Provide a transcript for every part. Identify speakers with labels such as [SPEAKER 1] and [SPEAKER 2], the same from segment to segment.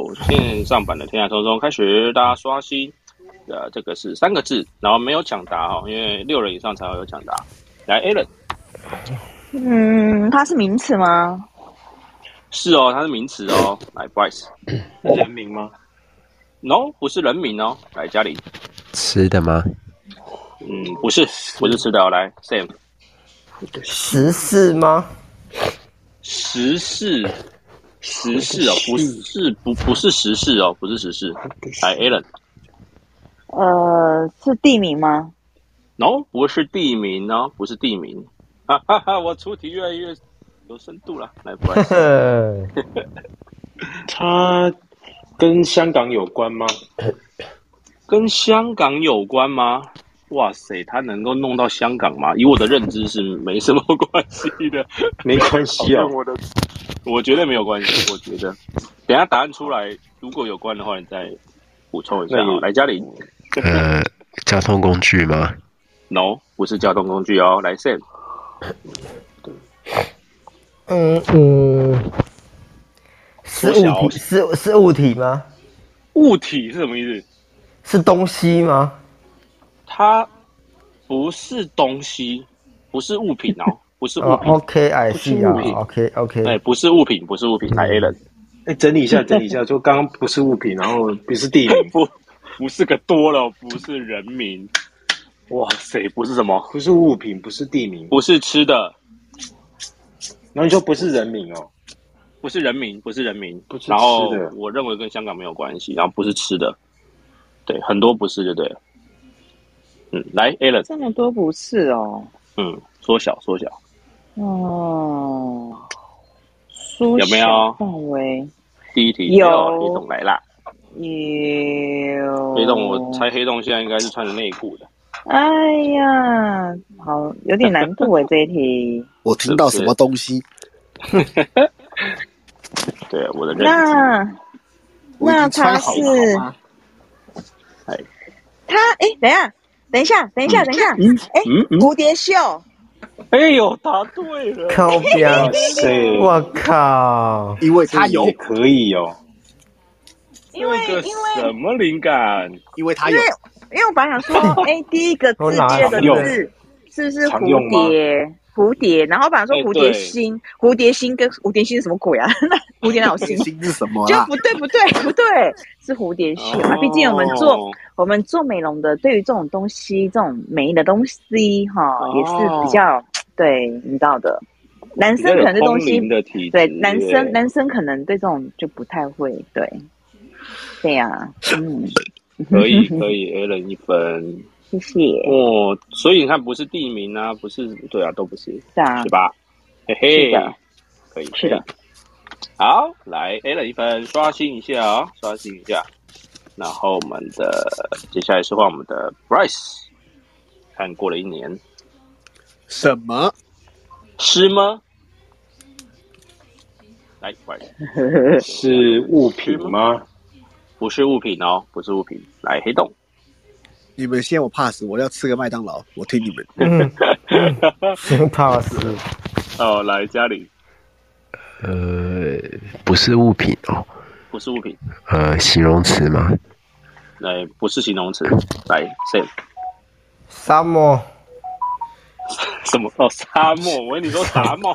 [SPEAKER 1] 我线上版的《天涯匆匆》开始，大家刷新。呃，这个是三个字，然后没有抢答哈、哦，因为六人以上才会有抢答。来，Allen，
[SPEAKER 2] 嗯，它是名词吗？
[SPEAKER 1] 是哦，它是名词哦。来，Bryce，
[SPEAKER 3] 是人名吗
[SPEAKER 1] ？No，不是人名哦。来，嘉玲，
[SPEAKER 4] 吃的吗？
[SPEAKER 1] 嗯，不是，不是吃的、哦。来，Sam，
[SPEAKER 5] 时事吗？
[SPEAKER 1] 时事，时事哦，不是，不不是时事哦，不是时事。来，Allen。
[SPEAKER 2] 呃，是地名吗
[SPEAKER 1] ？No，不是地名哦，不是地名。哈、啊、哈哈，我出题越来越有深度了，来不来？
[SPEAKER 3] 它跟香港有关吗？
[SPEAKER 1] 跟香港有关吗？哇塞，它能够弄到香港吗？以我的认知是没什么关系的，
[SPEAKER 3] 没关系啊、哦。
[SPEAKER 1] 我的，我觉得没有关系。我觉得，等下答案出来，如果有关的话，你再补充一下啊。来，嘉玲。
[SPEAKER 4] 呃，交通工具吗
[SPEAKER 1] ？No，不是交通工具哦。来，Sam。
[SPEAKER 5] 嗯嗯，是物体是是物体吗？
[SPEAKER 1] 物体是什么意思？
[SPEAKER 5] 是东西吗？
[SPEAKER 1] 它不是东西，不是物品哦，不是物品。
[SPEAKER 5] OK，I see 啊，OK OK。
[SPEAKER 1] 哎，不是物品，不是物品。来，A 人。
[SPEAKER 3] 哎，整理一下，整理一下，就刚刚不是物品，然后不是地名，
[SPEAKER 1] 不。不是个多了，不是人名，哇塞，不是什么，
[SPEAKER 3] 不是物品，不是地名，
[SPEAKER 1] 不是吃的，
[SPEAKER 3] 然后你说不是人名哦，
[SPEAKER 1] 不是人名，不是人名，
[SPEAKER 3] 不是
[SPEAKER 1] 然后我认为跟香港没有关系，然后不是吃的，对，很多不是就对了，嗯，来 a l a n
[SPEAKER 2] 这么多不是哦，
[SPEAKER 1] 嗯，缩小缩小，
[SPEAKER 2] 哦，缩小
[SPEAKER 1] 有没有
[SPEAKER 2] 范围？
[SPEAKER 1] 第一题
[SPEAKER 2] 有
[SPEAKER 1] 黑洞来啦。
[SPEAKER 2] 有哦
[SPEAKER 1] 黑洞，我猜黑洞现在应该是穿着内裤的。
[SPEAKER 2] 哎呀，好，有点难度哎，这一题。
[SPEAKER 6] 我听到什么东西？
[SPEAKER 1] 对，我的认知。
[SPEAKER 2] 那那
[SPEAKER 6] 他
[SPEAKER 2] 是？他哎，等一下，等一下，等一下，等一下，哎，蝴蝶袖。
[SPEAKER 1] 哎呦，答对了！
[SPEAKER 5] 靠边！我靠！
[SPEAKER 6] 因为他有
[SPEAKER 3] 可以哦。
[SPEAKER 2] 因为因为
[SPEAKER 1] 什么灵感？
[SPEAKER 6] 因为他有，
[SPEAKER 2] 因为我本来想 说，哎，第一个字、第二个字是不是蝴蝶？蝴蝶，然后本来说蝴蝶心，蝴蝶心跟蝴蝶心是什么鬼啊？ 那蝴蝶哪有心？
[SPEAKER 6] 心是什么？啊
[SPEAKER 2] 就不对，不对，不对，是蝴蝶袖
[SPEAKER 1] 哦
[SPEAKER 2] 啊！毕竟我们做我们做美容的，对于这种东西，这种美的东西，哈，也是比较对，你知道的。男生可能对东西，对男生男生可能对这种就不太会，对。对呀、啊，嗯，
[SPEAKER 1] 可以 可以，A 人一分，
[SPEAKER 2] 谢谢。
[SPEAKER 1] 哦，所以你看，不是地名啊，不是对啊，都不是，
[SPEAKER 2] 是啊，
[SPEAKER 1] 是吧？嘿嘿，可以，
[SPEAKER 2] 是的。
[SPEAKER 1] 好，来 A 人一分，刷新一下啊、哦，刷新一下。然后我们的接下来是换我们的 Bryce，看过了一年，
[SPEAKER 6] 什么
[SPEAKER 1] 诗吗？来，Bryce，
[SPEAKER 3] 是物品吗？
[SPEAKER 1] 不是物品哦，不是物品。来，黑洞，
[SPEAKER 6] 你们先我怕死，我要吃个麦当劳，我听你们。
[SPEAKER 5] 嗯、先怕死。
[SPEAKER 1] 哦，来家里。
[SPEAKER 4] 呃，不是物品哦。
[SPEAKER 1] 不是物品。
[SPEAKER 4] 呃，形容词吗？
[SPEAKER 1] 来，不是形容词。来，Sam。
[SPEAKER 5] 沙漠。
[SPEAKER 1] 什么？哦，沙漠。我跟你说沙漠。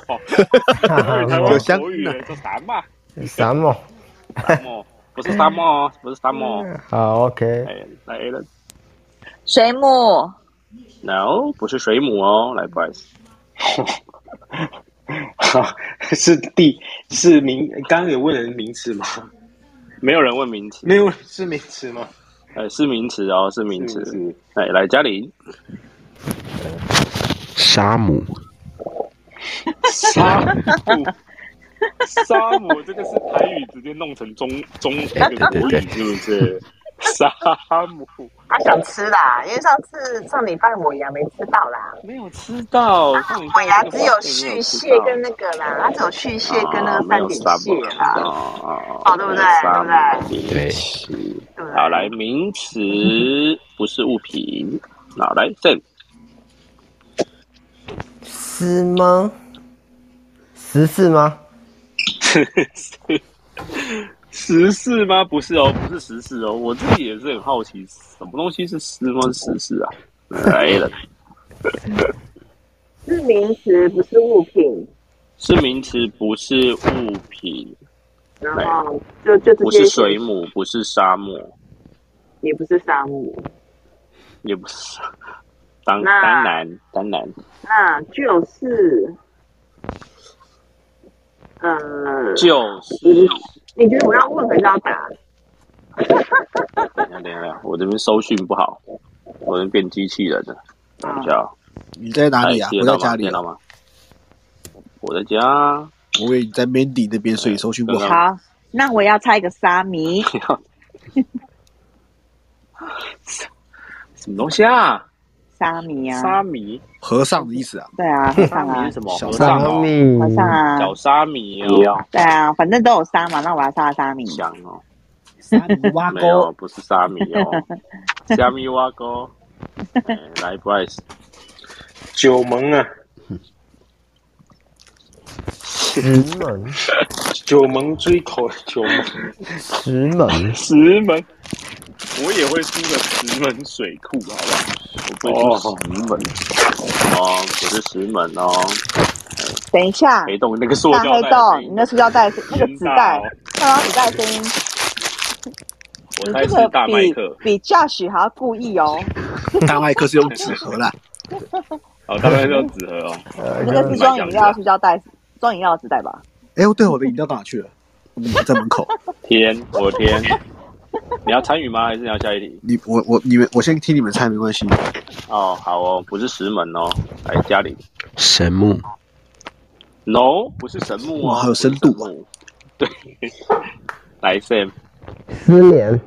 [SPEAKER 1] 台 湾国语说沙漠。
[SPEAKER 5] 沙漠。
[SPEAKER 1] 沙漠。不是沙漠哦，不是沙漠。
[SPEAKER 5] 好，OK。
[SPEAKER 1] 来来了，
[SPEAKER 2] 水母。
[SPEAKER 1] No，不是水母哦，来，Bryce。
[SPEAKER 3] 是地是名，刚刚有问人名词吗？
[SPEAKER 1] 没有人问名词，
[SPEAKER 3] 没有是名词吗？
[SPEAKER 1] 呃，是名词哦，是名词。来来，嘉玲。
[SPEAKER 4] 沙姆。
[SPEAKER 1] 沙姆。 沙姆这个是台语，直接弄成中中那个国语，是不是？沙姆，
[SPEAKER 7] 他想吃啦，因为上次上礼拜母牙没吃到啦，
[SPEAKER 1] 没有吃到。
[SPEAKER 7] 母牙只有续蟹跟那个啦，它只有续蟹跟那个三点蟹啦，哦，对不对？对不对？对。
[SPEAKER 1] 好，来名词不是物品，好来正。
[SPEAKER 5] 是吗？十四吗？
[SPEAKER 1] 是时事吗？不是哦，不是时事哦。我自己也是很好奇，什么东西是时吗？时事啊？来了，
[SPEAKER 7] 是名词，不是物品。
[SPEAKER 1] 是名词，不是物品。
[SPEAKER 7] 然后哦就就
[SPEAKER 1] 不是水母，不是沙漠，
[SPEAKER 7] 也不是沙漠，
[SPEAKER 1] 也不是当当然当然，
[SPEAKER 7] 那就是呃，
[SPEAKER 1] 就是
[SPEAKER 7] 你觉得我要问还是要答？
[SPEAKER 1] 等下等下，我这边收讯不好，我能变机器人了。
[SPEAKER 7] 啊
[SPEAKER 1] 等一下，
[SPEAKER 6] 你在哪里啊？我在家里，
[SPEAKER 1] 了吗？我在家。
[SPEAKER 6] 我也在 Mandy 那边，所以收讯
[SPEAKER 1] 嗯
[SPEAKER 6] 不好。
[SPEAKER 2] 好，那我要猜一个沙弥。
[SPEAKER 1] 什么东西啊？
[SPEAKER 2] 沙弥啊！
[SPEAKER 1] 沙弥，
[SPEAKER 6] 和尚的意思啊？
[SPEAKER 2] 对啊，
[SPEAKER 7] 哎
[SPEAKER 2] 和尚啊。
[SPEAKER 1] 是什么？
[SPEAKER 6] 小
[SPEAKER 1] 尚哦，
[SPEAKER 2] 和尚啊。
[SPEAKER 1] 小沙弥哦。
[SPEAKER 2] 对啊，反正都有沙嘛，那我要杀沙弥。
[SPEAKER 1] 香哦。
[SPEAKER 6] 沙弥挖
[SPEAKER 1] 没有，不是沙弥 哦。虾米挖沟。哎来，Bryce。
[SPEAKER 3] 九盟啊。
[SPEAKER 5] 石门，
[SPEAKER 3] 九门追口九门，
[SPEAKER 5] 石门，
[SPEAKER 1] 石门，我也会出个石门水库，好不好？我不会出石门，哦，不是石门哦。
[SPEAKER 2] 等一下，
[SPEAKER 1] 黑洞那个塑胶
[SPEAKER 2] 黑洞，你那塑胶袋是那个纸
[SPEAKER 1] 哦
[SPEAKER 2] 袋，看到纸袋声音。
[SPEAKER 1] 我猜是大麦克，
[SPEAKER 2] 比 Josh 还要故意哦。
[SPEAKER 6] 大麦克是用纸盒啦。
[SPEAKER 1] 哦，大麦克用纸盒哦。
[SPEAKER 2] 那个是装饮料塑胶袋，装饮料纸袋吧？
[SPEAKER 6] 哎，对，我的饮料到哪去了？嗯，在门口。
[SPEAKER 1] 天，我的天！你要参与吗？还是你要下一题？
[SPEAKER 6] 你我我你们，我先听你们猜，没关系。
[SPEAKER 1] 哦，好哦，不是石门哦，来家里。
[SPEAKER 4] 神木
[SPEAKER 1] ？No，不是神木哦，
[SPEAKER 6] 还有深度
[SPEAKER 1] 啊。对， 来 Sam。
[SPEAKER 5] 失联。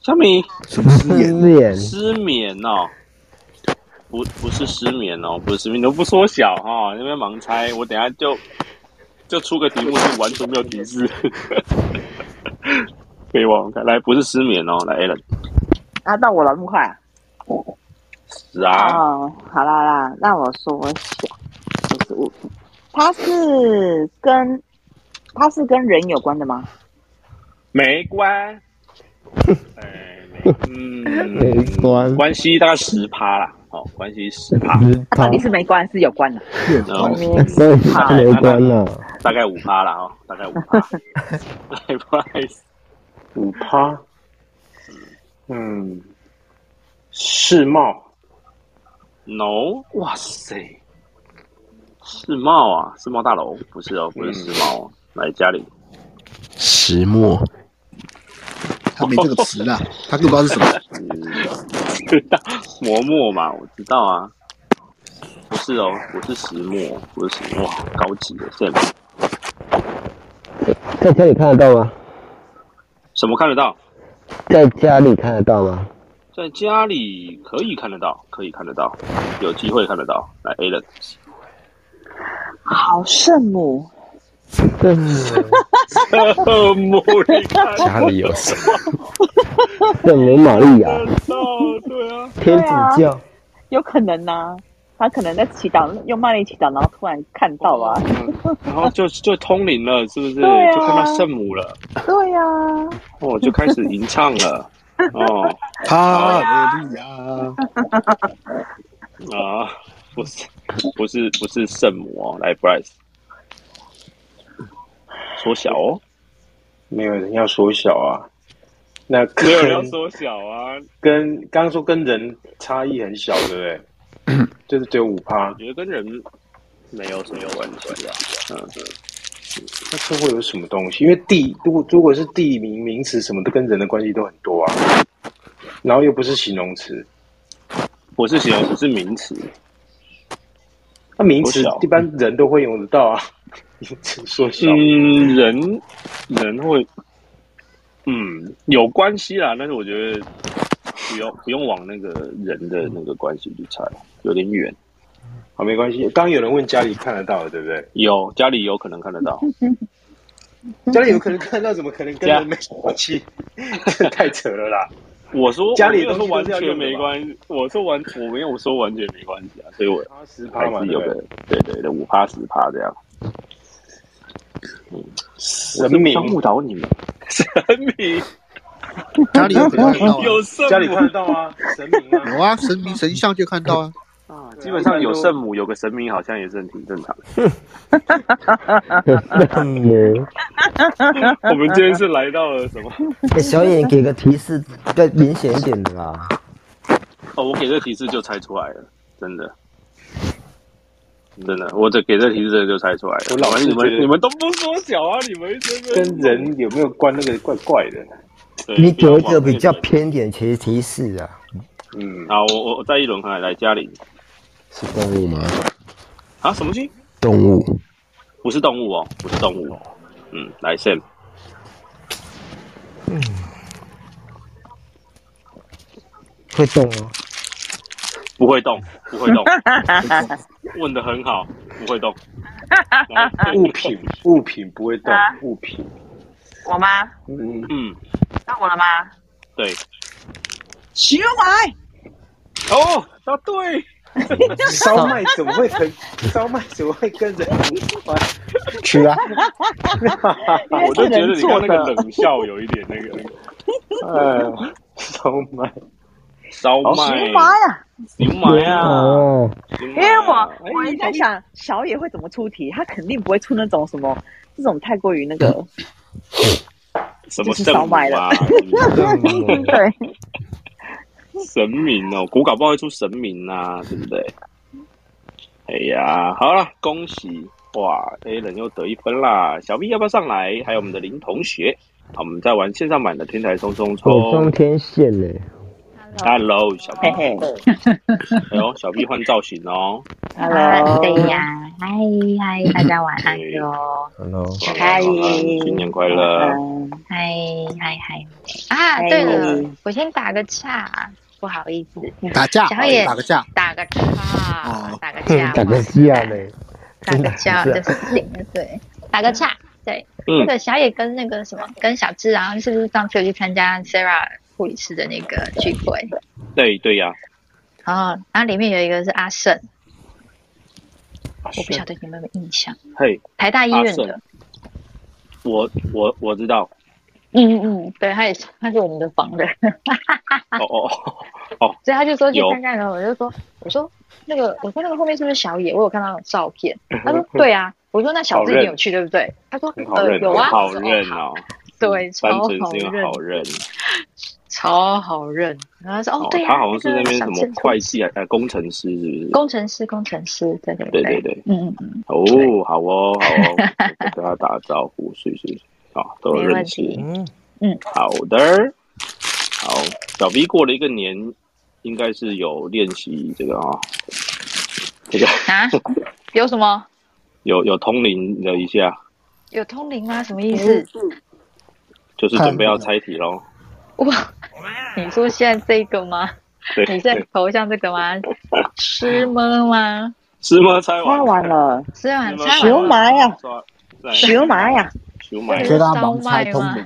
[SPEAKER 1] 小米。
[SPEAKER 6] 什么失
[SPEAKER 5] 联？
[SPEAKER 1] 失眠哦。不，不是失眠哦，不是失眠，都不缩小哈、哦，那边盲猜，我等下就就出个题目是完全没有提示， 可以往看来，不是失眠哦，来 a l
[SPEAKER 2] 啊，到我了，那么快、啊？
[SPEAKER 1] 是啊。
[SPEAKER 2] 哦，好啦啦，那我说小，不是物品，它是跟它是跟人有关的吗？
[SPEAKER 1] 没关，哎，没，嗯，
[SPEAKER 5] 没关，
[SPEAKER 1] 关系大概十趴啦。哦，关系十趴，
[SPEAKER 5] 嗯
[SPEAKER 2] 那到底是没关是有关的，
[SPEAKER 1] 然后
[SPEAKER 5] 对，没关了，
[SPEAKER 1] 大概五趴了哦，大概五 趴， 不好意思，
[SPEAKER 3] 五趴，嗯，世贸
[SPEAKER 1] ，no，哇塞，世贸啊，世贸大楼不是哦，不是世贸哦，来家 里，
[SPEAKER 4] 石墨，
[SPEAKER 6] 他没这个词啊，他更不知道是什
[SPEAKER 1] 么。知道嗯磨墨嘛？我知道啊，不是哦，不是石墨，不是石墨，高级的这里。
[SPEAKER 5] 在家里看得到吗？
[SPEAKER 1] 什么看得到？
[SPEAKER 5] 在家里看得到吗？
[SPEAKER 1] 在家里可以看得到，可以看得到，有机会看得到。来 a l a n
[SPEAKER 2] 好圣母，
[SPEAKER 5] 圣母，
[SPEAKER 1] 圣母，
[SPEAKER 4] 家里 有圣
[SPEAKER 5] 母， 圣母玛利亚。
[SPEAKER 1] 哦，对啊，
[SPEAKER 5] 天主教、啊、
[SPEAKER 2] 有可能呐、啊，他可能在祈祷，用曼丽祈祷，然后突然看到啊，
[SPEAKER 1] 嗯、然后就就通灵了，是不是？
[SPEAKER 2] 啊、
[SPEAKER 1] 就看到圣母了。
[SPEAKER 2] 对呀。
[SPEAKER 1] 哦，就开始吟唱了。哦，
[SPEAKER 6] 哈利路亚。
[SPEAKER 1] 啊，不是，不是，不是圣母哦，来，Bryce，缩小哦，
[SPEAKER 3] 没有人要缩小啊。那
[SPEAKER 1] 没有人要缩小啊，
[SPEAKER 3] 跟刚刚说跟人差异很小，对不 对？就是只有五趴，
[SPEAKER 1] 我觉得跟人没有什么关系啊。嗯，
[SPEAKER 3] 那是会有什么东西？因为地，如果如果是地名名词，什么都跟人的关系都很多啊。然后又不是形容词，
[SPEAKER 1] 不是形容词，是名词。
[SPEAKER 3] 那名词一般人都会用得到啊，名词缩小。
[SPEAKER 1] 嗯，人人会。嗯，有关系啦，但是我觉得不用不用往那个人的那个关系去猜，有点远。
[SPEAKER 3] 好，没关系。刚刚有人问家里看得到的，对不对？
[SPEAKER 1] 有，家里有可能看得到。
[SPEAKER 3] 家里有可能看得到，怎么可能跟人没关系？ 这太扯了啦！
[SPEAKER 1] 我说
[SPEAKER 3] 家里
[SPEAKER 1] 都是完全没关系，我说完我没有说完全没关系啊，所以我
[SPEAKER 3] 十趴嘛，
[SPEAKER 1] 有个对对对，五趴十趴这样。
[SPEAKER 3] 神明
[SPEAKER 1] 误导你们。神明，
[SPEAKER 6] 家里有可以看 到啊，
[SPEAKER 1] 有圣母，
[SPEAKER 3] 家里看得到吗？神明啊，
[SPEAKER 6] 有啊，神明神像就看到啊。
[SPEAKER 2] 哦
[SPEAKER 1] 啊，基本上有圣母，有个神明，好像也是很挺正常的。
[SPEAKER 5] 嗯
[SPEAKER 1] 我们今天是来到了什么？
[SPEAKER 5] 欸 小野给个提示，再明显一点的啦。
[SPEAKER 3] 嗯
[SPEAKER 1] 哦，我给这提示就猜出来了，真的，真的，我这给这提示真的就猜出来了。
[SPEAKER 3] 我老是
[SPEAKER 1] 你
[SPEAKER 3] 觉
[SPEAKER 1] 们
[SPEAKER 3] 得
[SPEAKER 1] 你们都不缩小啊，你们一直在那
[SPEAKER 3] 跟
[SPEAKER 1] 边
[SPEAKER 3] 人有没有关那个怪怪的？
[SPEAKER 1] 对
[SPEAKER 5] 你
[SPEAKER 1] 不要
[SPEAKER 5] 给一个
[SPEAKER 1] 往
[SPEAKER 5] 比较
[SPEAKER 1] 那边
[SPEAKER 5] 偏点提提示啊，
[SPEAKER 3] 嗯，
[SPEAKER 1] 好，我我我再一轮回来来嘉玲
[SPEAKER 4] 是动物吗？
[SPEAKER 1] 啊，什么星？
[SPEAKER 4] 动物，
[SPEAKER 1] 不是动物哦，不是动物哦。嗯，来 Sam，
[SPEAKER 5] 会动哦。
[SPEAKER 1] 不会动，不会动，问的很好，不会动。来
[SPEAKER 3] 物，品物品不会动，物品，
[SPEAKER 8] 我吗？
[SPEAKER 3] 嗯，
[SPEAKER 1] 嗯，
[SPEAKER 8] 到我了吗？
[SPEAKER 1] 对，
[SPEAKER 8] 喜欢买
[SPEAKER 1] 哦，答对，
[SPEAKER 3] 烧麦怎么会跟烧麦怎么会跟人无关？
[SPEAKER 5] 吃啊，
[SPEAKER 1] 啊我就觉得你看那个冷笑有一点那个
[SPEAKER 3] 呃，烧麦，
[SPEAKER 1] 烧麦，牛买啊，
[SPEAKER 5] 哦，
[SPEAKER 1] 因
[SPEAKER 2] 因为哎我
[SPEAKER 1] 哎
[SPEAKER 2] 我一直在想小野会怎么出题，他肯定不会出那种什么这种太过于那个，
[SPEAKER 1] 什么圣母啊，
[SPEAKER 2] 对，
[SPEAKER 1] 神明哦，古搞不好会出神明啊，对不对？哎呀，好了，恭喜哇！A 人又得一分啦，小 B 要不要上来？还有我们的林同学，好，我们在玩线上版的天台冲冲
[SPEAKER 5] 走中
[SPEAKER 1] 冲。
[SPEAKER 5] 哦天线嘞，
[SPEAKER 1] Hello，小 B，
[SPEAKER 2] 嘿嘿
[SPEAKER 1] 哎呦，小 B 换造型 哦，
[SPEAKER 2] ，Hello，
[SPEAKER 8] 对呀，嗨嗨，大家晚安哟，
[SPEAKER 4] Hello，
[SPEAKER 8] 嗨
[SPEAKER 1] 新年快乐！
[SPEAKER 2] 嗯
[SPEAKER 8] 嗨嗨嗨。啊，
[SPEAKER 7] 哎
[SPEAKER 2] 嗨
[SPEAKER 8] 对了，我先打个岔，不好意思，
[SPEAKER 6] 打架，
[SPEAKER 8] 小野
[SPEAKER 6] 打个架，
[SPEAKER 8] 打个岔
[SPEAKER 6] 哦，
[SPEAKER 8] 打个
[SPEAKER 5] 嗯
[SPEAKER 8] 岔，
[SPEAKER 5] 打个架啊嘞，
[SPEAKER 8] 打个架
[SPEAKER 5] 真
[SPEAKER 8] 就
[SPEAKER 5] 的
[SPEAKER 8] 是对对，打个岔。对，
[SPEAKER 1] 嗯
[SPEAKER 8] 那个小野跟那个什么，跟小智，然后是不是上次有去参加 Sarah 护理师的那个聚会？
[SPEAKER 1] 对对呀，
[SPEAKER 8] 然后，然后里面有一个是阿胜，我不晓得你们有没有印象，
[SPEAKER 1] 嘿，
[SPEAKER 8] 台大医院的
[SPEAKER 1] 阿，啊我我我知道，
[SPEAKER 8] 嗯嗯，对，他也是，他是我们的房人， 啊
[SPEAKER 1] 哦哦哦，
[SPEAKER 8] 所以他就说去
[SPEAKER 1] 有
[SPEAKER 8] 参加的时候，我就说，我说那个，我说那个后面是不是小野？我有看到照片，
[SPEAKER 1] 嗯
[SPEAKER 8] 他说对啊，我说那小智
[SPEAKER 1] 好认
[SPEAKER 8] 你有去对不对？他说
[SPEAKER 3] 很好
[SPEAKER 8] 呃
[SPEAKER 3] 认
[SPEAKER 8] 有啊，
[SPEAKER 1] 好
[SPEAKER 8] 我说
[SPEAKER 1] 认，
[SPEAKER 8] 哦
[SPEAKER 1] 哦，
[SPEAKER 8] 对，
[SPEAKER 1] 单
[SPEAKER 8] 超
[SPEAKER 1] 纯
[SPEAKER 8] 好
[SPEAKER 1] 是因为
[SPEAKER 8] 认
[SPEAKER 1] 好，认。
[SPEAKER 8] 超好认。然后他说哦对啊，
[SPEAKER 1] 他好像是那边什
[SPEAKER 8] 个小
[SPEAKER 1] 么
[SPEAKER 8] 智
[SPEAKER 1] 会计啊，呃，工程师是不是？
[SPEAKER 8] 工程师，工程师，对对
[SPEAKER 1] 对对，对，
[SPEAKER 8] 嗯嗯嗯，
[SPEAKER 1] 哦，
[SPEAKER 8] 对
[SPEAKER 1] 好哦，好 哦，我跟他打招呼，是是是，啊，都有
[SPEAKER 8] 没问
[SPEAKER 1] 认识。
[SPEAKER 8] 题，
[SPEAKER 5] 嗯，
[SPEAKER 1] 好的，好，小 B 过了一个年，应该是有练习这个啊、这个
[SPEAKER 8] 啊，有什么？
[SPEAKER 1] 有有通灵了一下，
[SPEAKER 8] 有通灵吗？什么意思？
[SPEAKER 1] 就是准备要猜题喽。
[SPEAKER 8] 哇，你说现在这个吗？
[SPEAKER 1] 对，
[SPEAKER 8] 你现在头像这个吗？ 吃吗吗？
[SPEAKER 1] 是吗？猜
[SPEAKER 2] 太
[SPEAKER 1] 完，
[SPEAKER 2] 完了，
[SPEAKER 8] 吃完
[SPEAKER 1] 是
[SPEAKER 8] 吃
[SPEAKER 1] 吗
[SPEAKER 2] 喜欢
[SPEAKER 8] 完
[SPEAKER 2] 买呀，
[SPEAKER 1] 在
[SPEAKER 2] 喜马呀，
[SPEAKER 1] 熊买，
[SPEAKER 8] 对
[SPEAKER 5] 觉得他盲猜通灵，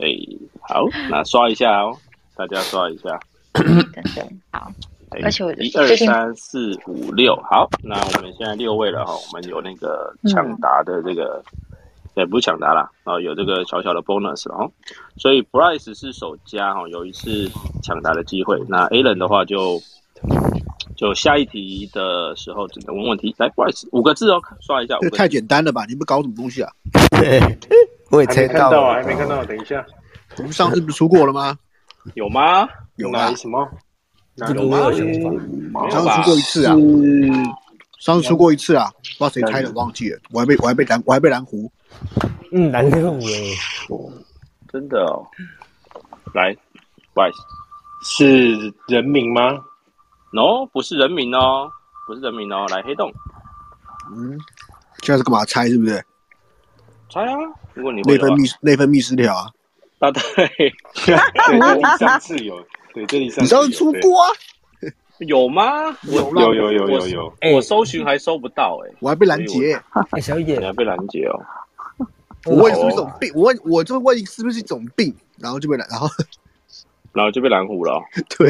[SPEAKER 1] 哎，好，那刷一下哦，大家刷一下。
[SPEAKER 8] 等等，好，
[SPEAKER 1] 哎
[SPEAKER 8] 而且我
[SPEAKER 1] 一
[SPEAKER 8] 最
[SPEAKER 1] 二
[SPEAKER 8] 近
[SPEAKER 1] 三四五六，好，那我们现在六位了哈，我们有那个
[SPEAKER 8] 嗯
[SPEAKER 1] 抢答的这个，也不是抢答啦，然后有这个小小的 bonus 哦，所以 Bryce 是首家哈，有一次抢答的机会，那 Alan 的话就就下一题的时候只能问问题，来 Bryce 五个字哦，刷一下五
[SPEAKER 6] 这
[SPEAKER 1] 个
[SPEAKER 6] 个太
[SPEAKER 1] 字，
[SPEAKER 6] 简单了吧？你们搞什么东西啊？
[SPEAKER 5] 对，我也
[SPEAKER 3] 还
[SPEAKER 5] 猜
[SPEAKER 3] 没看到
[SPEAKER 5] 了
[SPEAKER 3] 啊，还没看，到，等一下，
[SPEAKER 6] 我们上次不是出过了吗？
[SPEAKER 1] 有吗？
[SPEAKER 6] 有啦
[SPEAKER 3] 哪，什么？哪
[SPEAKER 5] 这个我有想法，
[SPEAKER 1] 没有
[SPEAKER 6] 上次
[SPEAKER 1] 吧
[SPEAKER 6] 出？过一次啊，上次出过一次啊，不知道谁猜的，忘记了。我还被我还被蓝我还被蓝湖，
[SPEAKER 5] 嗯，难度哎，
[SPEAKER 1] 真的哦，来 Bryce。
[SPEAKER 3] 是人名吗？
[SPEAKER 1] no，不是人名哦，不是人名哦，来黑洞
[SPEAKER 6] 嗯，现在是干嘛猜？是不是
[SPEAKER 1] 猜啊！如果你会
[SPEAKER 6] 内
[SPEAKER 1] 的话
[SPEAKER 6] 分，泌内分泌失调啊？
[SPEAKER 1] 答对，
[SPEAKER 3] 对，这里上次有，对，这里上
[SPEAKER 6] 你
[SPEAKER 3] 次
[SPEAKER 6] 上
[SPEAKER 3] 有
[SPEAKER 6] 次出过啊？
[SPEAKER 1] 有吗？
[SPEAKER 6] 有
[SPEAKER 3] 对有有有有有，
[SPEAKER 1] 我搜寻还搜不到哎、
[SPEAKER 6] 我还被拦截。
[SPEAKER 5] 哎小
[SPEAKER 1] 你
[SPEAKER 5] 野，
[SPEAKER 1] 还被拦截哦。
[SPEAKER 6] 我问是不是一种病？我问我就问是不是一种病，然后就被拦，然后
[SPEAKER 1] 然后就被拦糊了哦、
[SPEAKER 6] 对，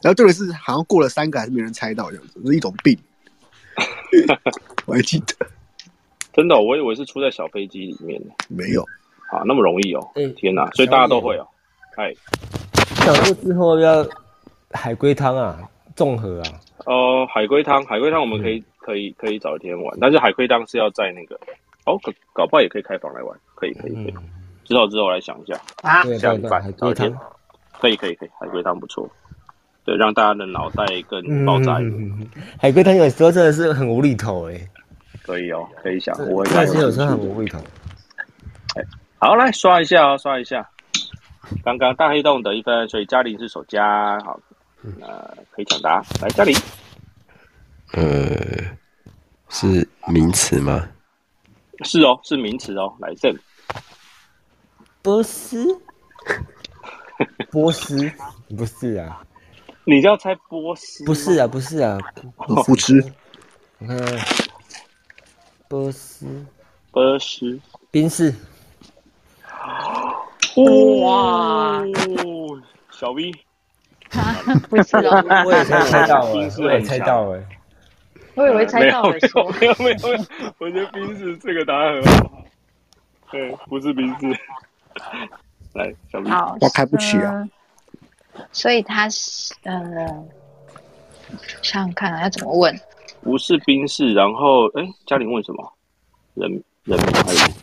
[SPEAKER 6] 然后重点是好像过了三个还是没人猜到这样子，是一种病。我还记得
[SPEAKER 1] 真的哦、我以为是出在小飞机里面的。
[SPEAKER 6] 没有，
[SPEAKER 1] 啊，那么容易哦！天哪，所以大家都会哦。哎，
[SPEAKER 5] 想说之后要海龟汤啊，综合啊。
[SPEAKER 1] 哦，海龟汤，海龟汤我们可以可以可以找一天玩，但是海龟汤是要在那个哦，搞搞不好也可以开房来玩，可以可
[SPEAKER 5] 嗯
[SPEAKER 1] 以可以。知道之后来想一下
[SPEAKER 5] 啊，
[SPEAKER 1] 下
[SPEAKER 5] 一版海龟汤，
[SPEAKER 1] 可以可以可以，海龟汤不错。对，让大家的脑袋
[SPEAKER 5] 嗯
[SPEAKER 1] 更爆炸一点。
[SPEAKER 5] 海龟汤有时候真的是很无厘头哎。
[SPEAKER 1] 可以哦，可以想，我
[SPEAKER 5] 但是有时候很无厘头。
[SPEAKER 1] 好，来刷一下哦，刷一下。刚刚大黑洞得一分，所以嘉玲是首家。好，
[SPEAKER 5] 嗯
[SPEAKER 1] 那可以抢答。来，嘉玲。
[SPEAKER 4] 呃，是名词吗？
[SPEAKER 1] 是哦，是名词哦。来，Sam。
[SPEAKER 5] 波斯。波斯？不是啊。
[SPEAKER 1] 你要猜波斯？
[SPEAKER 5] 不是啊，不是啊。
[SPEAKER 6] 不吃。
[SPEAKER 5] 我看看。波斯。
[SPEAKER 1] 波斯。
[SPEAKER 5] 宾士。
[SPEAKER 1] 哇，哦小 V，
[SPEAKER 7] 不哦知道，
[SPEAKER 1] 啊
[SPEAKER 5] 我也猜到了，我也猜到了，
[SPEAKER 7] 我以为猜到了，
[SPEAKER 1] 没有没有没有，我觉得冰士这个答案很好，对，不是冰士，来小 V，
[SPEAKER 7] 好，
[SPEAKER 6] 我开不起啊，
[SPEAKER 7] 所以他是呃，想想看要怎么问，
[SPEAKER 1] 不是冰士，然后哎，嘉玲问什么？人人民还有？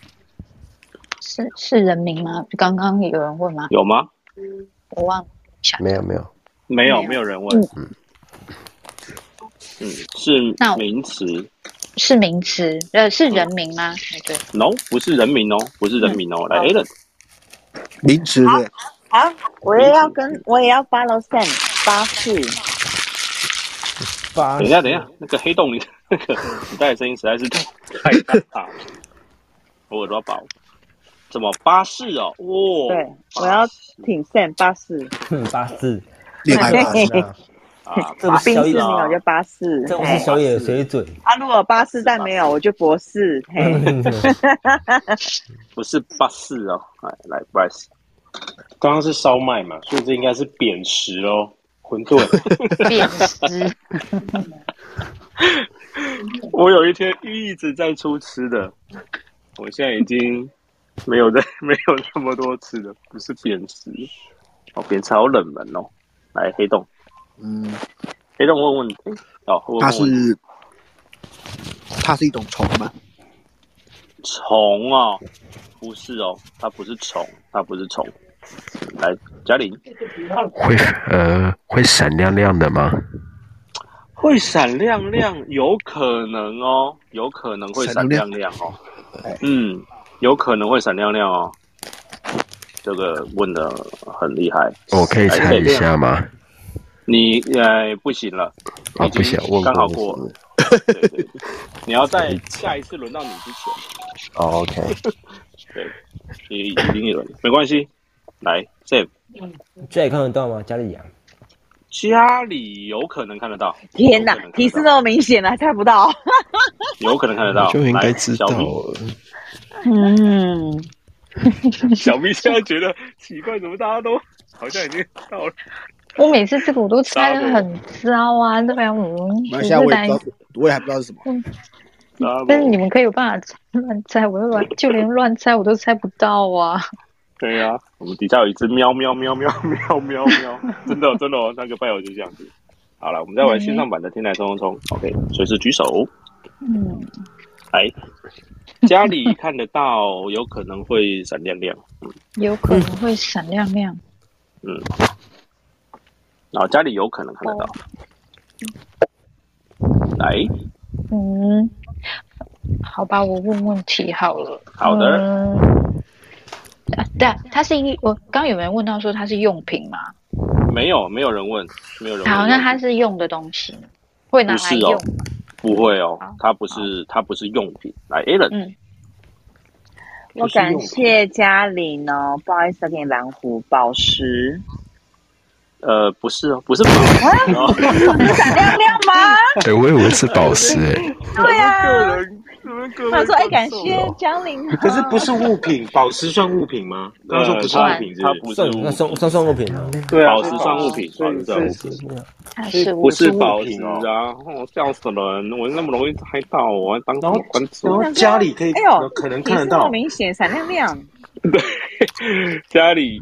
[SPEAKER 7] 是是人名吗？刚刚有人问吗？
[SPEAKER 1] 有吗？
[SPEAKER 7] 我忘了。
[SPEAKER 4] 没有没有
[SPEAKER 1] 没有没有人问。嗯嗯，是
[SPEAKER 7] 那我
[SPEAKER 1] 名词。
[SPEAKER 7] 是名词，呃，是人名吗？对
[SPEAKER 1] ，no，不是人名哦，不是人名哦。来 a l a n
[SPEAKER 6] 名词的
[SPEAKER 2] 好，我也要跟我也要 follow Sam 八四。
[SPEAKER 5] 八，
[SPEAKER 1] 等一下等一下，那个黑洞里那个你带的声音实在是太太大 了，我耳朵爆。怎么巴士哦？哦，
[SPEAKER 2] 对，我要挺 Sam 八四。
[SPEAKER 5] 八四，
[SPEAKER 6] 厉害吧？
[SPEAKER 1] 哎 啊，
[SPEAKER 5] 这不
[SPEAKER 2] 冰
[SPEAKER 5] 是小
[SPEAKER 2] 士
[SPEAKER 5] 野
[SPEAKER 2] 没，有就八四，
[SPEAKER 5] 嗯这不是小野的水准。
[SPEAKER 2] 啊，如果八四但没有，我就博士。嘿，
[SPEAKER 1] 不是巴士哦。来来，不好意思，
[SPEAKER 3] 刚刚是烧麦嘛，所以这应该是扁食哦，馄饨。
[SPEAKER 7] 辨 识。
[SPEAKER 1] 我有一天一直在出吃的，我现在已经没有在 没有那么多吃的，不是扁食哦，扁食好冷门哦。来黑洞，
[SPEAKER 6] 嗯，
[SPEAKER 1] 黑洞问问，诶哦，问
[SPEAKER 6] 它
[SPEAKER 1] 问问
[SPEAKER 6] 是它是一种虫吗？
[SPEAKER 1] 虫哦，不是哦，它不是虫，它不是虫。来，嘉玲，
[SPEAKER 4] 会呃会闪亮亮的吗？
[SPEAKER 1] 会闪亮亮，有可能哦，有可能会闪亮亮哦。嗯，有可能会闪亮亮哦。这个问的很厉害，
[SPEAKER 4] 我可以猜一下吗？
[SPEAKER 1] 你呃不行了，
[SPEAKER 4] 啊，不想问
[SPEAKER 1] 刚好
[SPEAKER 4] 过
[SPEAKER 1] 过
[SPEAKER 4] 了。
[SPEAKER 1] 对对对你要在下一次轮到你之前，
[SPEAKER 4] 哦，OK，
[SPEAKER 1] 对，你已经有了，没关系。来，Sam，
[SPEAKER 5] 这也看得到吗？家里养
[SPEAKER 1] 家里有可能看得到，
[SPEAKER 2] 天哪
[SPEAKER 1] 有可能看得，到
[SPEAKER 2] 提示那么明显了，还猜不到。
[SPEAKER 1] 有可能看得到，
[SPEAKER 4] 就应该
[SPEAKER 1] 来
[SPEAKER 4] 知
[SPEAKER 1] 小
[SPEAKER 4] 道
[SPEAKER 1] V，
[SPEAKER 4] 了。
[SPEAKER 2] 嗯，
[SPEAKER 1] 小 V 现在觉得奇怪，怎么大家都好像已 经到了？
[SPEAKER 7] 我每次这个我都猜的很糟啊，对吧？我们
[SPEAKER 6] 马来西亚我也不知道，我也还不知道是什么。
[SPEAKER 1] 啊
[SPEAKER 7] 但是你们可以有办法猜乱猜，我乱就连乱猜我都猜不到啊！
[SPEAKER 1] 对呀、我们底下有一只喵喵喵喵喵喵 喵，真的哦真的哦，那个拜友就这样子。好了，我们再玩线上版的《天台冲冲冲》，OK，随时举手。
[SPEAKER 7] 嗯，
[SPEAKER 1] 来，家里看得到，有可能会闪亮亮。
[SPEAKER 7] 有可能会闪亮亮。
[SPEAKER 1] 嗯，然哦后家里有可能看得到。
[SPEAKER 7] 哦
[SPEAKER 1] 来，
[SPEAKER 7] 嗯，好吧，我问问题好了。
[SPEAKER 1] 好的
[SPEAKER 7] 嗯啊对啊，它是一，我刚刚有没有问到说它是用品吗？
[SPEAKER 1] 没有，没有人问，没有人
[SPEAKER 7] 嗯
[SPEAKER 1] 问。
[SPEAKER 7] 好，那它是用的东西，会拿
[SPEAKER 1] 不
[SPEAKER 7] 来
[SPEAKER 1] 是
[SPEAKER 7] 用
[SPEAKER 1] 哦。，不会哦
[SPEAKER 7] 好，
[SPEAKER 1] 它不是，它不是用品。来，Allen，
[SPEAKER 7] 嗯，
[SPEAKER 2] 我感谢嘉玲哦，不好意思，给你蓝湖宝石。
[SPEAKER 1] 呃，不是哦，不
[SPEAKER 7] 啊
[SPEAKER 1] 是宝石哦，
[SPEAKER 2] 闪亮亮吗？
[SPEAKER 4] 哎，我以为是宝石哎。
[SPEAKER 2] 对呀、啊。
[SPEAKER 1] 你们各位
[SPEAKER 2] 他说：“哎，
[SPEAKER 1] 观
[SPEAKER 2] 感
[SPEAKER 1] 众
[SPEAKER 2] 谢嘉玲。” 哦
[SPEAKER 3] 可是不是物品，宝石算物品吗？刚刚说不是物品，是
[SPEAKER 1] 它
[SPEAKER 3] 不
[SPEAKER 1] 不是
[SPEAKER 3] 是
[SPEAKER 5] 算
[SPEAKER 1] 物
[SPEAKER 5] 那
[SPEAKER 1] 品
[SPEAKER 5] 算算算物品吗？
[SPEAKER 3] 对啊
[SPEAKER 1] 宝石算物品，
[SPEAKER 3] 所
[SPEAKER 1] 宝
[SPEAKER 3] 以
[SPEAKER 1] 石算物品，
[SPEAKER 7] 它是
[SPEAKER 1] 不是
[SPEAKER 3] 物
[SPEAKER 1] 宝石
[SPEAKER 3] 品哦
[SPEAKER 1] 啊！哦，笑死人！我那么容易猜到，我还当什么观
[SPEAKER 3] 然
[SPEAKER 1] 众？
[SPEAKER 3] 后家里可以，
[SPEAKER 2] 哎呦，
[SPEAKER 3] 可能
[SPEAKER 2] 提
[SPEAKER 3] 看
[SPEAKER 2] 示那
[SPEAKER 3] 得
[SPEAKER 2] 么
[SPEAKER 3] 到，
[SPEAKER 2] 明显，闪亮亮。
[SPEAKER 7] 嗯
[SPEAKER 2] 哦
[SPEAKER 1] 对，家里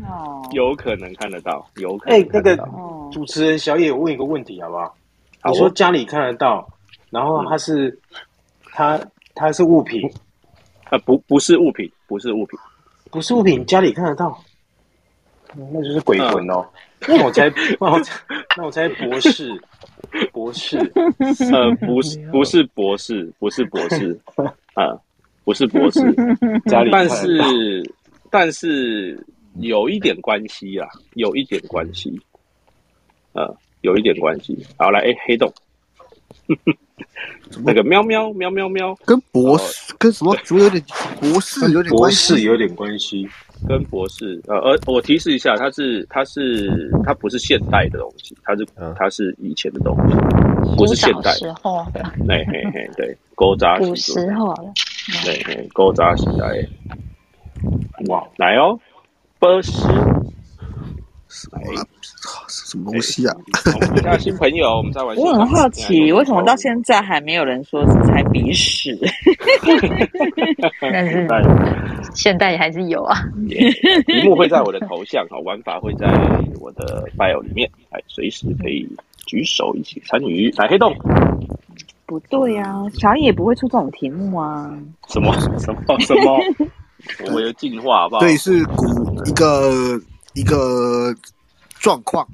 [SPEAKER 1] 有可能看得到，有可能。
[SPEAKER 3] 哎、
[SPEAKER 1] 看
[SPEAKER 3] 那个
[SPEAKER 1] 得到
[SPEAKER 3] 主持人小野，我问一个问题好不好？
[SPEAKER 1] 好哦嗯
[SPEAKER 3] 你说家里看得到，然后它是、它它是物品，
[SPEAKER 1] 啊，不不是物品，不是物品，
[SPEAKER 3] 不是物品，家里看得到，嗯那就是鬼魂哦。那我猜，那我猜，那我猜 博士，博士，
[SPEAKER 1] 呃，不 是不是博士，不是博士，啊，不是博士，
[SPEAKER 3] 家里看
[SPEAKER 1] 但
[SPEAKER 3] 得到
[SPEAKER 1] 是但是有一点关系啦，有一点关系，呃，有一点关系。好，来，哎、黑洞，那个喵喵喵喵喵，
[SPEAKER 6] 跟博士跟什么族有点呃博士有点
[SPEAKER 3] 博
[SPEAKER 6] 关系，
[SPEAKER 3] 士有点关系，
[SPEAKER 1] 跟博士，呃呃，我提示一下，它是它是它不是现代的东西，它是它是以前的东西，不是现
[SPEAKER 7] 古早。
[SPEAKER 1] 代
[SPEAKER 7] 时候的，
[SPEAKER 1] 哎嘿嘿，对，勾扎
[SPEAKER 7] 古
[SPEAKER 1] 习
[SPEAKER 7] 时候的，
[SPEAKER 1] 对嘿，勾扎习来，
[SPEAKER 3] 哇，
[SPEAKER 1] 来哦，波斯，
[SPEAKER 6] 啊什么东西啊？
[SPEAKER 1] 哎我们家新朋友，我们在玩。哎
[SPEAKER 2] 我很好奇，为什么到现在还没有人说是猜鼻屎？
[SPEAKER 1] 嗯
[SPEAKER 7] 但是
[SPEAKER 1] 在？
[SPEAKER 7] 现在也还是有啊。
[SPEAKER 1] 题目会在我的头像哈，玩法会在我的 bio 里面，哎，随时可以举手一起参与。来，黑洞，
[SPEAKER 2] 不对呀、啊，小野不会出这种题目啊。
[SPEAKER 1] 什么什么什么，我们有进化好不好？
[SPEAKER 6] 对，是古一个一个状况，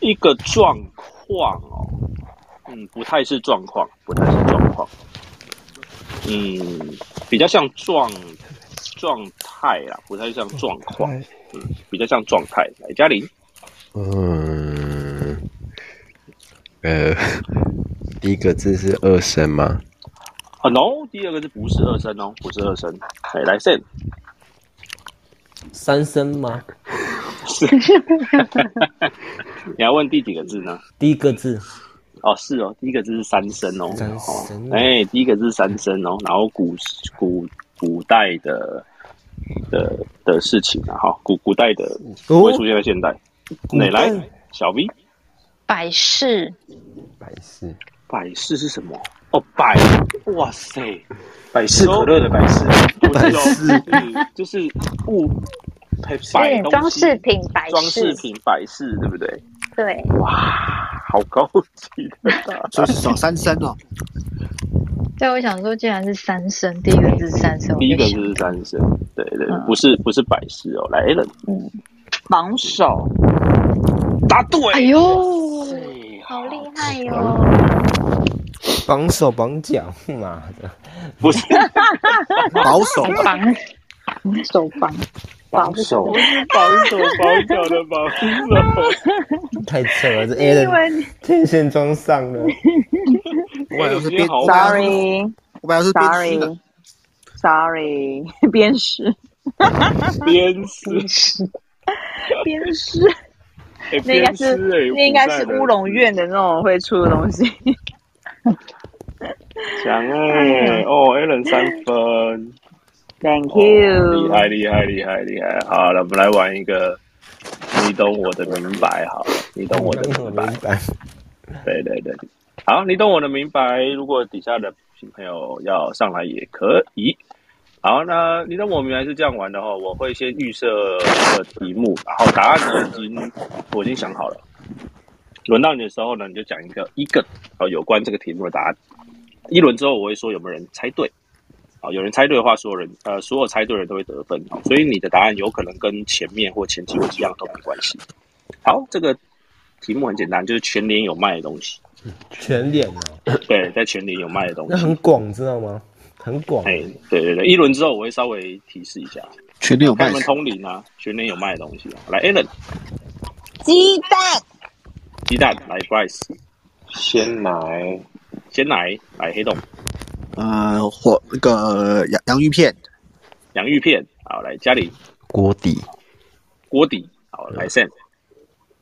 [SPEAKER 1] 一个状况哦，嗯，不太是状况，不太是状况，嗯，比较像状状态啦，不太像状况，嗯，比较像状态。来，嘉玲，
[SPEAKER 4] 嗯，呃，第一个字是二声吗？
[SPEAKER 1] 啊、no，第二个是不是二声哦？不是二声，哎，来 s
[SPEAKER 5] 三声吗？
[SPEAKER 1] 你要问第几个字呢？
[SPEAKER 5] 第一个字，
[SPEAKER 1] 哦，是哦，第一个字是三声哦，
[SPEAKER 5] 三
[SPEAKER 1] 哦
[SPEAKER 5] 声，
[SPEAKER 1] 哎，第一个字是三声哦，然后古古古代的的的事情啊，哈，古古代的不会出现在现代。哪来？小 V，
[SPEAKER 7] 百事
[SPEAKER 4] 百事
[SPEAKER 1] 百事是什么？哦，百，哇塞，
[SPEAKER 3] 百事可乐的百事，
[SPEAKER 1] 不是哦，就是就是物
[SPEAKER 7] 有
[SPEAKER 1] 百
[SPEAKER 7] 点
[SPEAKER 1] 东西
[SPEAKER 7] 装饰品，百
[SPEAKER 1] 装饰
[SPEAKER 7] 事
[SPEAKER 1] 品百事，对不对？
[SPEAKER 7] 对，
[SPEAKER 1] 好高级的啊，
[SPEAKER 6] 所以是小三生 哦。
[SPEAKER 7] 对，我想说，既然是三声，第一个字是三声，我
[SPEAKER 1] 第一个
[SPEAKER 7] 就
[SPEAKER 1] 就是三声，对对
[SPEAKER 7] 嗯，
[SPEAKER 1] 不是不是百事哦，来 a l
[SPEAKER 2] 榜首，
[SPEAKER 1] 答对，
[SPEAKER 7] 哎呦，
[SPEAKER 1] 哎
[SPEAKER 7] 好厉害哟、
[SPEAKER 5] 绑手绑脚，妈的！
[SPEAKER 1] 不是
[SPEAKER 6] 保守
[SPEAKER 7] 还绑手绑
[SPEAKER 3] 保守，
[SPEAKER 1] 绑手绑脚的绑 手，
[SPEAKER 5] 太扯了，这
[SPEAKER 2] 因
[SPEAKER 5] Alan
[SPEAKER 2] 为你
[SPEAKER 5] 天线装上了。
[SPEAKER 1] 哎我感觉
[SPEAKER 6] 是边
[SPEAKER 1] 好
[SPEAKER 6] 搭
[SPEAKER 2] sorry
[SPEAKER 6] 我本来是编诗的
[SPEAKER 2] sorry sorry 鞭尸
[SPEAKER 1] 鞭尸，
[SPEAKER 2] 鞭 尸，
[SPEAKER 1] 哎
[SPEAKER 2] 那应该
[SPEAKER 1] 鞭尸
[SPEAKER 2] 是
[SPEAKER 1] 哎，
[SPEAKER 2] 那应该是
[SPEAKER 1] 古代的
[SPEAKER 2] 乌龙院的那种会出的东西。
[SPEAKER 1] 强哎，哦 a l n 三分。
[SPEAKER 2] Thank
[SPEAKER 1] 哦
[SPEAKER 2] you，
[SPEAKER 1] 厉害厉害厉害厉害！好了，我们来玩一个，你懂我的明白好了，你懂我的
[SPEAKER 5] 我
[SPEAKER 1] 明
[SPEAKER 5] 明
[SPEAKER 1] 白，
[SPEAKER 5] 白。
[SPEAKER 1] 对对对，好，你懂我的明白。如果底下的朋友要上来也可以。好，那你懂我明白是这样玩的哈，我会先预设一个题目，然后答案呢已经我已经想好了。轮到你的时候呢，你就讲一个一个哦有关这个题目的答案。一轮之后，我会说有没有人猜对。啊，有人猜对的话，所有人呃，所有猜对的人都会得分啊，所以你的答案有可能跟前面或前几位一样都没关系。好，这个题目很简单，就是全年有卖的东西，
[SPEAKER 5] 全脸哦，
[SPEAKER 1] 对，在全年有卖的东
[SPEAKER 5] 那很
[SPEAKER 1] 西。
[SPEAKER 5] 广，知道吗？很广。
[SPEAKER 1] 哎，对对对，一轮之后我会稍微提示一下，
[SPEAKER 6] 全都有
[SPEAKER 1] 看
[SPEAKER 6] 卖
[SPEAKER 1] 你，们通灵啊，全年有卖的东西、啊。来，Allen，
[SPEAKER 2] 鸡蛋
[SPEAKER 1] 鸡蛋，来，Bryce，
[SPEAKER 3] 鲜奶，
[SPEAKER 1] 鲜奶，来，黑洞，
[SPEAKER 6] 呃，火那个洋洋芋片，
[SPEAKER 1] 洋芋片，好，来，家里
[SPEAKER 4] 锅底，
[SPEAKER 1] 锅底，好，来，Sam，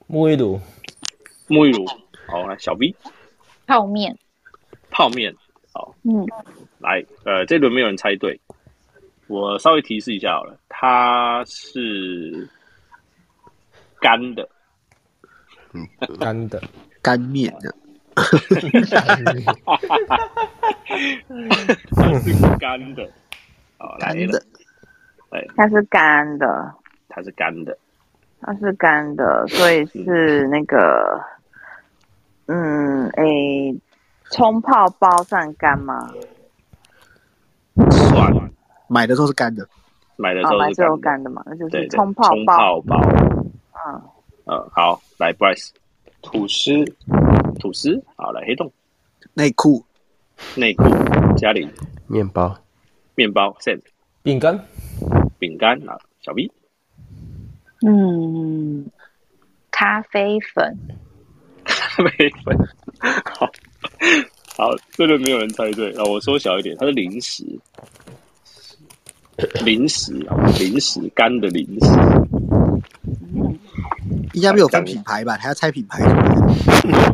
[SPEAKER 5] 沐浴乳、
[SPEAKER 1] 沐浴乳，好，来，小 V，
[SPEAKER 7] 泡面，
[SPEAKER 1] 泡面，
[SPEAKER 7] 嗯，
[SPEAKER 1] 来，呃，这轮没有人猜对，我稍微提示一下好了，它是干的，
[SPEAKER 5] 干的、
[SPEAKER 6] 干面的，
[SPEAKER 1] 它是干的。好，来
[SPEAKER 6] 干的，
[SPEAKER 1] 哎，
[SPEAKER 2] 它是干的，
[SPEAKER 1] 它是干的，
[SPEAKER 2] 它是干的，所以是那个，嗯，哎、冲泡包算干吗？
[SPEAKER 1] 蒜
[SPEAKER 6] 买的时候是干的，
[SPEAKER 1] 买的时
[SPEAKER 2] 哦，
[SPEAKER 1] 候
[SPEAKER 2] 买
[SPEAKER 1] 是
[SPEAKER 2] 这有
[SPEAKER 1] 干
[SPEAKER 2] 干的嘛，那就
[SPEAKER 1] 的，对
[SPEAKER 2] 是
[SPEAKER 1] 对，
[SPEAKER 2] 冲泡
[SPEAKER 1] 冲
[SPEAKER 2] 包，
[SPEAKER 1] 泡包，
[SPEAKER 2] 嗯，
[SPEAKER 1] 呃，好，来 Bryce，吐司，吐司，好，来黑洞，
[SPEAKER 6] 内裤
[SPEAKER 1] 内裤，家里
[SPEAKER 4] 面包、
[SPEAKER 1] 面包 Sam，
[SPEAKER 9] 饼干、
[SPEAKER 1] 饼干啊，小 V，
[SPEAKER 7] 嗯，咖啡粉，
[SPEAKER 1] 咖啡粉，好，好，真的没有人猜对，啊，我缩小一点，它是零食，零食啊，零食干的零食，
[SPEAKER 6] 应该没有分品牌吧？还要猜品牌？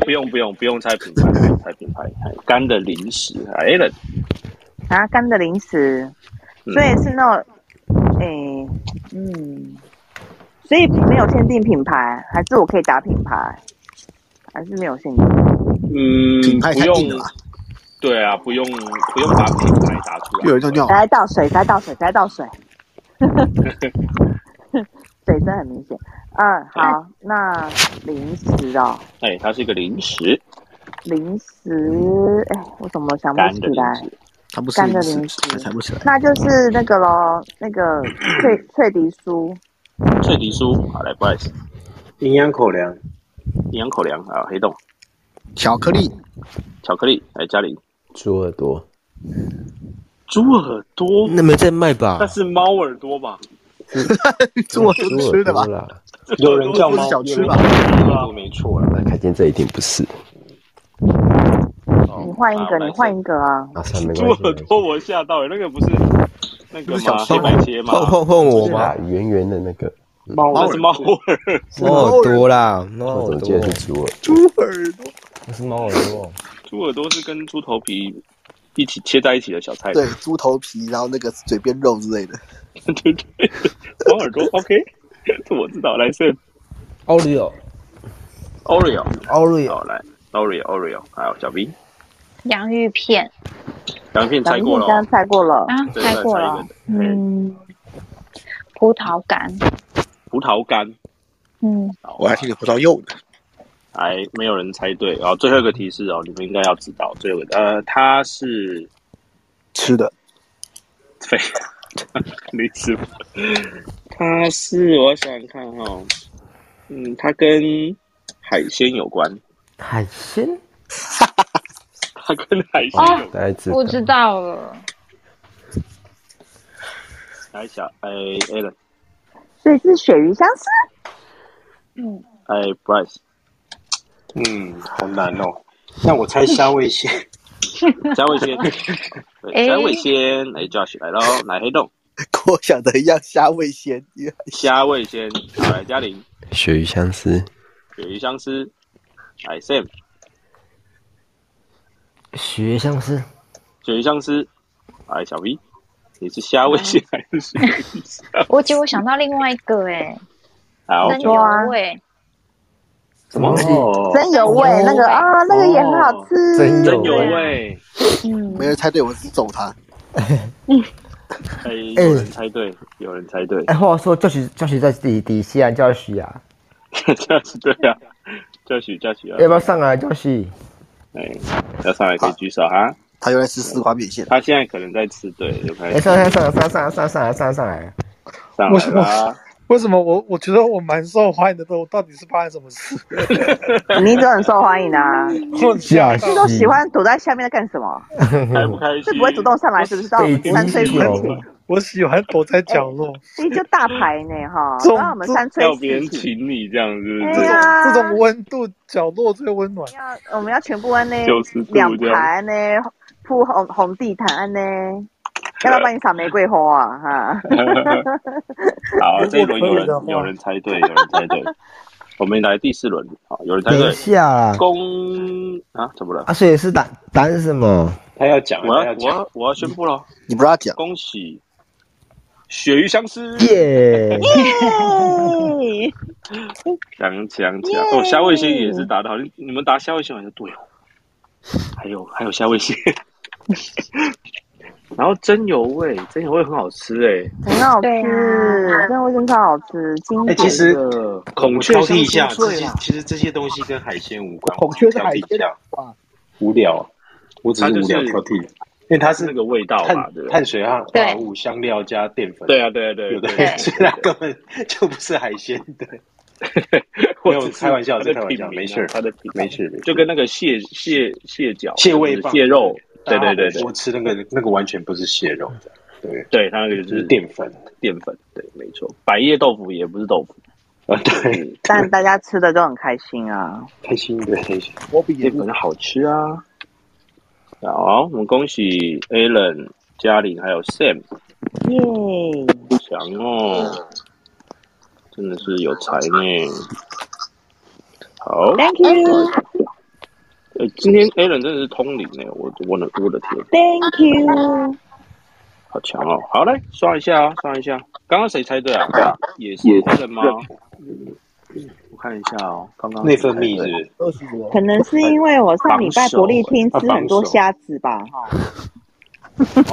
[SPEAKER 1] 不用不用不用猜品牌，不用猜品牌，干的零食哎 a l l n
[SPEAKER 2] 然后干的零食，
[SPEAKER 1] 嗯
[SPEAKER 2] 所以是那种，哎、嗯，所以没有限定品牌，还是我可以打品牌，还是没有限定？
[SPEAKER 1] 嗯，
[SPEAKER 6] 品牌
[SPEAKER 1] 不
[SPEAKER 6] 太硬
[SPEAKER 1] 用
[SPEAKER 6] 了吧，？
[SPEAKER 1] 对啊，不用不用把品牌打出来，
[SPEAKER 6] 又有一种叫
[SPEAKER 2] 来倒水，来倒水，来倒水， 水真的很明显。嗯，好，那零食哦，
[SPEAKER 1] 哎，它是一个零食，
[SPEAKER 2] 零食，哎，我怎么想不
[SPEAKER 1] 干
[SPEAKER 2] 起
[SPEAKER 1] 的零
[SPEAKER 2] 来？
[SPEAKER 1] 食，
[SPEAKER 6] 它不是
[SPEAKER 2] 干的
[SPEAKER 6] 零
[SPEAKER 2] 零
[SPEAKER 6] 食
[SPEAKER 2] 食，
[SPEAKER 6] 它猜不起来。
[SPEAKER 2] 那就是那个咯，那个脆脆皮酥，
[SPEAKER 1] 脆皮酥，好来，不好意思，
[SPEAKER 3] 营养口粮，
[SPEAKER 1] 营养口粮啊，黑洞，
[SPEAKER 6] 巧克力
[SPEAKER 1] 巧克力，来嘉玲，
[SPEAKER 9] 猪耳朵。
[SPEAKER 1] 猪耳朵，
[SPEAKER 4] 那没在卖吧
[SPEAKER 1] 那？是猫耳朵吧？
[SPEAKER 6] 做
[SPEAKER 9] 猪
[SPEAKER 6] 吃
[SPEAKER 9] 耳
[SPEAKER 6] 的吧
[SPEAKER 9] 朵？啦，
[SPEAKER 3] 有人叫
[SPEAKER 6] 不是
[SPEAKER 3] 猫
[SPEAKER 6] 小吃吧？
[SPEAKER 3] 耳朵没错了，
[SPEAKER 4] 那看见这一定不是。
[SPEAKER 1] 哦
[SPEAKER 2] 你换一个，你换一个啊。
[SPEAKER 4] 啊，算了没
[SPEAKER 1] 猪
[SPEAKER 4] 关系
[SPEAKER 1] 耳
[SPEAKER 4] 没关系。
[SPEAKER 1] 朵，我吓到，那个不是那个
[SPEAKER 6] 不是小
[SPEAKER 1] 吗？
[SPEAKER 6] 吃
[SPEAKER 1] 黑
[SPEAKER 6] 吗
[SPEAKER 1] 白切 吗？
[SPEAKER 4] 换换换我
[SPEAKER 9] 是啦
[SPEAKER 4] 吧，啊圆圆的那个，
[SPEAKER 3] 猫
[SPEAKER 1] 那是猫耳，
[SPEAKER 9] 猫耳朵啦，
[SPEAKER 5] 哦
[SPEAKER 9] 猫
[SPEAKER 4] 我怎
[SPEAKER 9] 耳
[SPEAKER 4] 么记得
[SPEAKER 9] 朵，
[SPEAKER 4] 是猪耳？
[SPEAKER 6] 猪耳朵，
[SPEAKER 9] 那是猫耳朵。
[SPEAKER 1] 猪耳朵是跟猪头皮一起切在一起的小菜，
[SPEAKER 6] 对，猪头皮，然后那个嘴边肉之类的。
[SPEAKER 1] 对对，猫耳朵，OK，这我知道，来是
[SPEAKER 9] ，Oreo
[SPEAKER 1] Oreo，
[SPEAKER 5] Oreo
[SPEAKER 1] 好来 Oreo，Oreo，还有小 B，
[SPEAKER 7] 洋芋片
[SPEAKER 1] 两片
[SPEAKER 2] 小
[SPEAKER 1] 猜
[SPEAKER 2] 明
[SPEAKER 1] 过
[SPEAKER 2] 你
[SPEAKER 1] 了
[SPEAKER 2] 刚刚
[SPEAKER 1] 哦，
[SPEAKER 2] 猜过了，
[SPEAKER 7] 啊，
[SPEAKER 1] 对
[SPEAKER 7] 猜过了，
[SPEAKER 1] 再猜一个嗯
[SPEAKER 7] 嗯，葡萄干，
[SPEAKER 1] 葡萄干，
[SPEAKER 7] 嗯，
[SPEAKER 1] 好
[SPEAKER 6] 我还听着葡萄柚呢。
[SPEAKER 1] 还没有人猜对，然后最后一个提示哦，你们应该要知道，最后一个呃，它是
[SPEAKER 6] 吃的
[SPEAKER 1] 废， 你吃吧，它是我想想看哦，嗯，它跟海鲜有关，
[SPEAKER 5] 海鲜，
[SPEAKER 1] 它跟海鲜有关，
[SPEAKER 4] 大家知道
[SPEAKER 7] 我知道了，
[SPEAKER 1] 来小哎 a l a n
[SPEAKER 2] 所以是鳕鱼香丝。
[SPEAKER 7] 嗯，
[SPEAKER 1] 哎 Bryce，
[SPEAKER 3] 嗯，好难哦。那我猜虾味鲜，
[SPEAKER 1] 嘉伟先，对，
[SPEAKER 7] 哎
[SPEAKER 1] 嘉伟先，哎 Josh 来喽，来黑洞，
[SPEAKER 6] 跟我想的一样，虾味鲜。
[SPEAKER 1] 虾味先，好来嘉玲，
[SPEAKER 4] 鳕鱼相思，
[SPEAKER 1] 鳕鱼相思，来 Sam，
[SPEAKER 5] 学像是
[SPEAKER 1] 鳕鱼相思，来哎小 V，你是虾味先还是鳕鱼香？
[SPEAKER 7] 我姐我想到另外一个哎，
[SPEAKER 1] 好，
[SPEAKER 7] 生
[SPEAKER 2] 说
[SPEAKER 7] 油
[SPEAKER 2] 啊
[SPEAKER 8] 哎
[SPEAKER 7] 味，
[SPEAKER 1] 什么？
[SPEAKER 2] 真有味
[SPEAKER 1] 哦，
[SPEAKER 2] 那个啊，那个也很好吃。
[SPEAKER 5] 真
[SPEAKER 1] 真有啊
[SPEAKER 5] 有
[SPEAKER 1] 味，
[SPEAKER 7] 嗯
[SPEAKER 6] 没，人猜对，我只揍他。
[SPEAKER 1] 哎，有人猜对，有人猜对，
[SPEAKER 5] 哎，话说教许教许在底底下教许啊，
[SPEAKER 1] 这是对啊。嘉许，嘉许啊
[SPEAKER 5] 要！不要上来教许？
[SPEAKER 1] 哎，要上来可以举手哈。
[SPEAKER 6] 他又来吃丝瓜面线，
[SPEAKER 1] 他现在可能在吃，对，有可
[SPEAKER 5] 哎，
[SPEAKER 1] 能
[SPEAKER 5] 上来上来上来上来上来上来上来上来，
[SPEAKER 1] 上来啦。
[SPEAKER 10] 为什么我我觉得我蛮受欢迎的？我到底是发生什么事？
[SPEAKER 2] 你一直很受欢迎啊，
[SPEAKER 1] 嗯
[SPEAKER 10] 我吓到
[SPEAKER 2] 这都喜欢躲在下面在干什么？
[SPEAKER 1] 开 不开
[SPEAKER 2] 是
[SPEAKER 1] 心？
[SPEAKER 2] 不会主动上来，是不是？到
[SPEAKER 5] 北京
[SPEAKER 2] 哎三吹
[SPEAKER 5] 球
[SPEAKER 2] 四请，
[SPEAKER 10] 我喜欢躲在角落。
[SPEAKER 2] 你哎就大牌呢哈，
[SPEAKER 10] 这种
[SPEAKER 2] 让我们三吹
[SPEAKER 1] 要别人
[SPEAKER 2] 四请。
[SPEAKER 1] 请你这样子，
[SPEAKER 2] 哎
[SPEAKER 1] 这种
[SPEAKER 2] 呀，
[SPEAKER 10] 这种温度，角落最温暖。
[SPEAKER 2] 要我们要全部按呢，
[SPEAKER 1] 90度
[SPEAKER 2] 两排呢，铺红红地毯按呢，要不要帮你撒玫瑰花啊？哈，
[SPEAKER 1] 好，这一轮有人
[SPEAKER 10] 如果可以的话
[SPEAKER 1] 有人猜对，有人猜对。我们来第四轮，好，有人猜
[SPEAKER 5] 等
[SPEAKER 1] 对
[SPEAKER 5] 一。下啦，
[SPEAKER 1] 公啊，怎么了？
[SPEAKER 5] 啊，所以是答答案是什么？
[SPEAKER 3] 他要讲，
[SPEAKER 1] 我
[SPEAKER 3] 他
[SPEAKER 1] 要
[SPEAKER 3] 要
[SPEAKER 1] 我
[SPEAKER 3] 讲，
[SPEAKER 1] 要我要宣布了，
[SPEAKER 6] 你不让他讲，
[SPEAKER 1] 恭喜鳕鱼相思，
[SPEAKER 5] 耶，
[SPEAKER 2] 耶
[SPEAKER 1] 强强强！哦，虾味鲜也是打的好，你你们 打虾味鲜好像对哦。还有还有虾味鲜， 然后蒸油味，蒸油味很好吃哎、
[SPEAKER 2] 很好吃，真的味噌超好吃，经
[SPEAKER 3] 哎、
[SPEAKER 2] 典的。
[SPEAKER 3] 其实
[SPEAKER 1] 孔雀
[SPEAKER 3] 挑剔一下，
[SPEAKER 1] 香酥
[SPEAKER 3] 这
[SPEAKER 1] 脆
[SPEAKER 3] 些
[SPEAKER 1] 啦
[SPEAKER 3] 其实这些东西跟海鲜无关。
[SPEAKER 6] 孔雀是
[SPEAKER 3] 我挑
[SPEAKER 6] 海
[SPEAKER 3] 剔一
[SPEAKER 6] 鲜
[SPEAKER 3] 下，
[SPEAKER 6] 哇，
[SPEAKER 3] 无聊，我只
[SPEAKER 1] 它
[SPEAKER 3] 是
[SPEAKER 1] 就
[SPEAKER 3] 无聊
[SPEAKER 1] 是
[SPEAKER 3] 挑剔，因为它是
[SPEAKER 1] 那个味道嘛
[SPEAKER 3] 碳，
[SPEAKER 1] 对不对
[SPEAKER 3] 碳？水和
[SPEAKER 2] 对
[SPEAKER 3] 化合物、香料加淀粉。
[SPEAKER 1] 对啊，对啊，对
[SPEAKER 3] 有
[SPEAKER 1] 啊，
[SPEAKER 3] 的
[SPEAKER 1] 对啊，
[SPEAKER 3] 所以它根本就不是海鲜 的。没有
[SPEAKER 1] 我只是
[SPEAKER 3] 开玩笑
[SPEAKER 1] 它的
[SPEAKER 3] 开玩
[SPEAKER 1] 品
[SPEAKER 3] 笑
[SPEAKER 1] 名
[SPEAKER 3] 没
[SPEAKER 1] 啊
[SPEAKER 3] 事
[SPEAKER 1] 它的品名
[SPEAKER 3] 没事没事
[SPEAKER 1] 就跟那个蟹蟹蟹脚、
[SPEAKER 3] 蟹味棒
[SPEAKER 1] 蟹肉，对对对
[SPEAKER 3] 大家
[SPEAKER 1] 对
[SPEAKER 3] 我，吃那个那个完全不是蟹肉的，对，
[SPEAKER 1] 对它那个就
[SPEAKER 3] 就是
[SPEAKER 1] 是
[SPEAKER 3] 淀粉
[SPEAKER 1] 淀粉，对，没错，百叶豆腐也不是豆腐，嗯
[SPEAKER 3] 啊， 对，
[SPEAKER 2] 但大家吃的都很开心啊。
[SPEAKER 3] 开心的开心。
[SPEAKER 6] 我比
[SPEAKER 1] 这
[SPEAKER 6] 也
[SPEAKER 1] 个很好吃啊。好，我们恭喜 Alan、嘉玲还有 Sam
[SPEAKER 2] 耶、
[SPEAKER 1] 强哦，真的是有才呢。好，
[SPEAKER 2] Thank you,
[SPEAKER 3] 哎
[SPEAKER 1] 呃，今天 Alan 真的是通灵呢，我我的我的天，
[SPEAKER 2] Thank you。
[SPEAKER 1] 好强哦！好嘞，刷一下啊，刷一下。刚刚谁猜对啊？也是 Alan 吗？我看一下哦，刚刚
[SPEAKER 3] 内分泌是不是？
[SPEAKER 6] 二十五，
[SPEAKER 2] 可能是因为我上礼拜伯利厅
[SPEAKER 3] 啊
[SPEAKER 2] 吃很多
[SPEAKER 3] 榜首
[SPEAKER 2] 虾子吧，哈、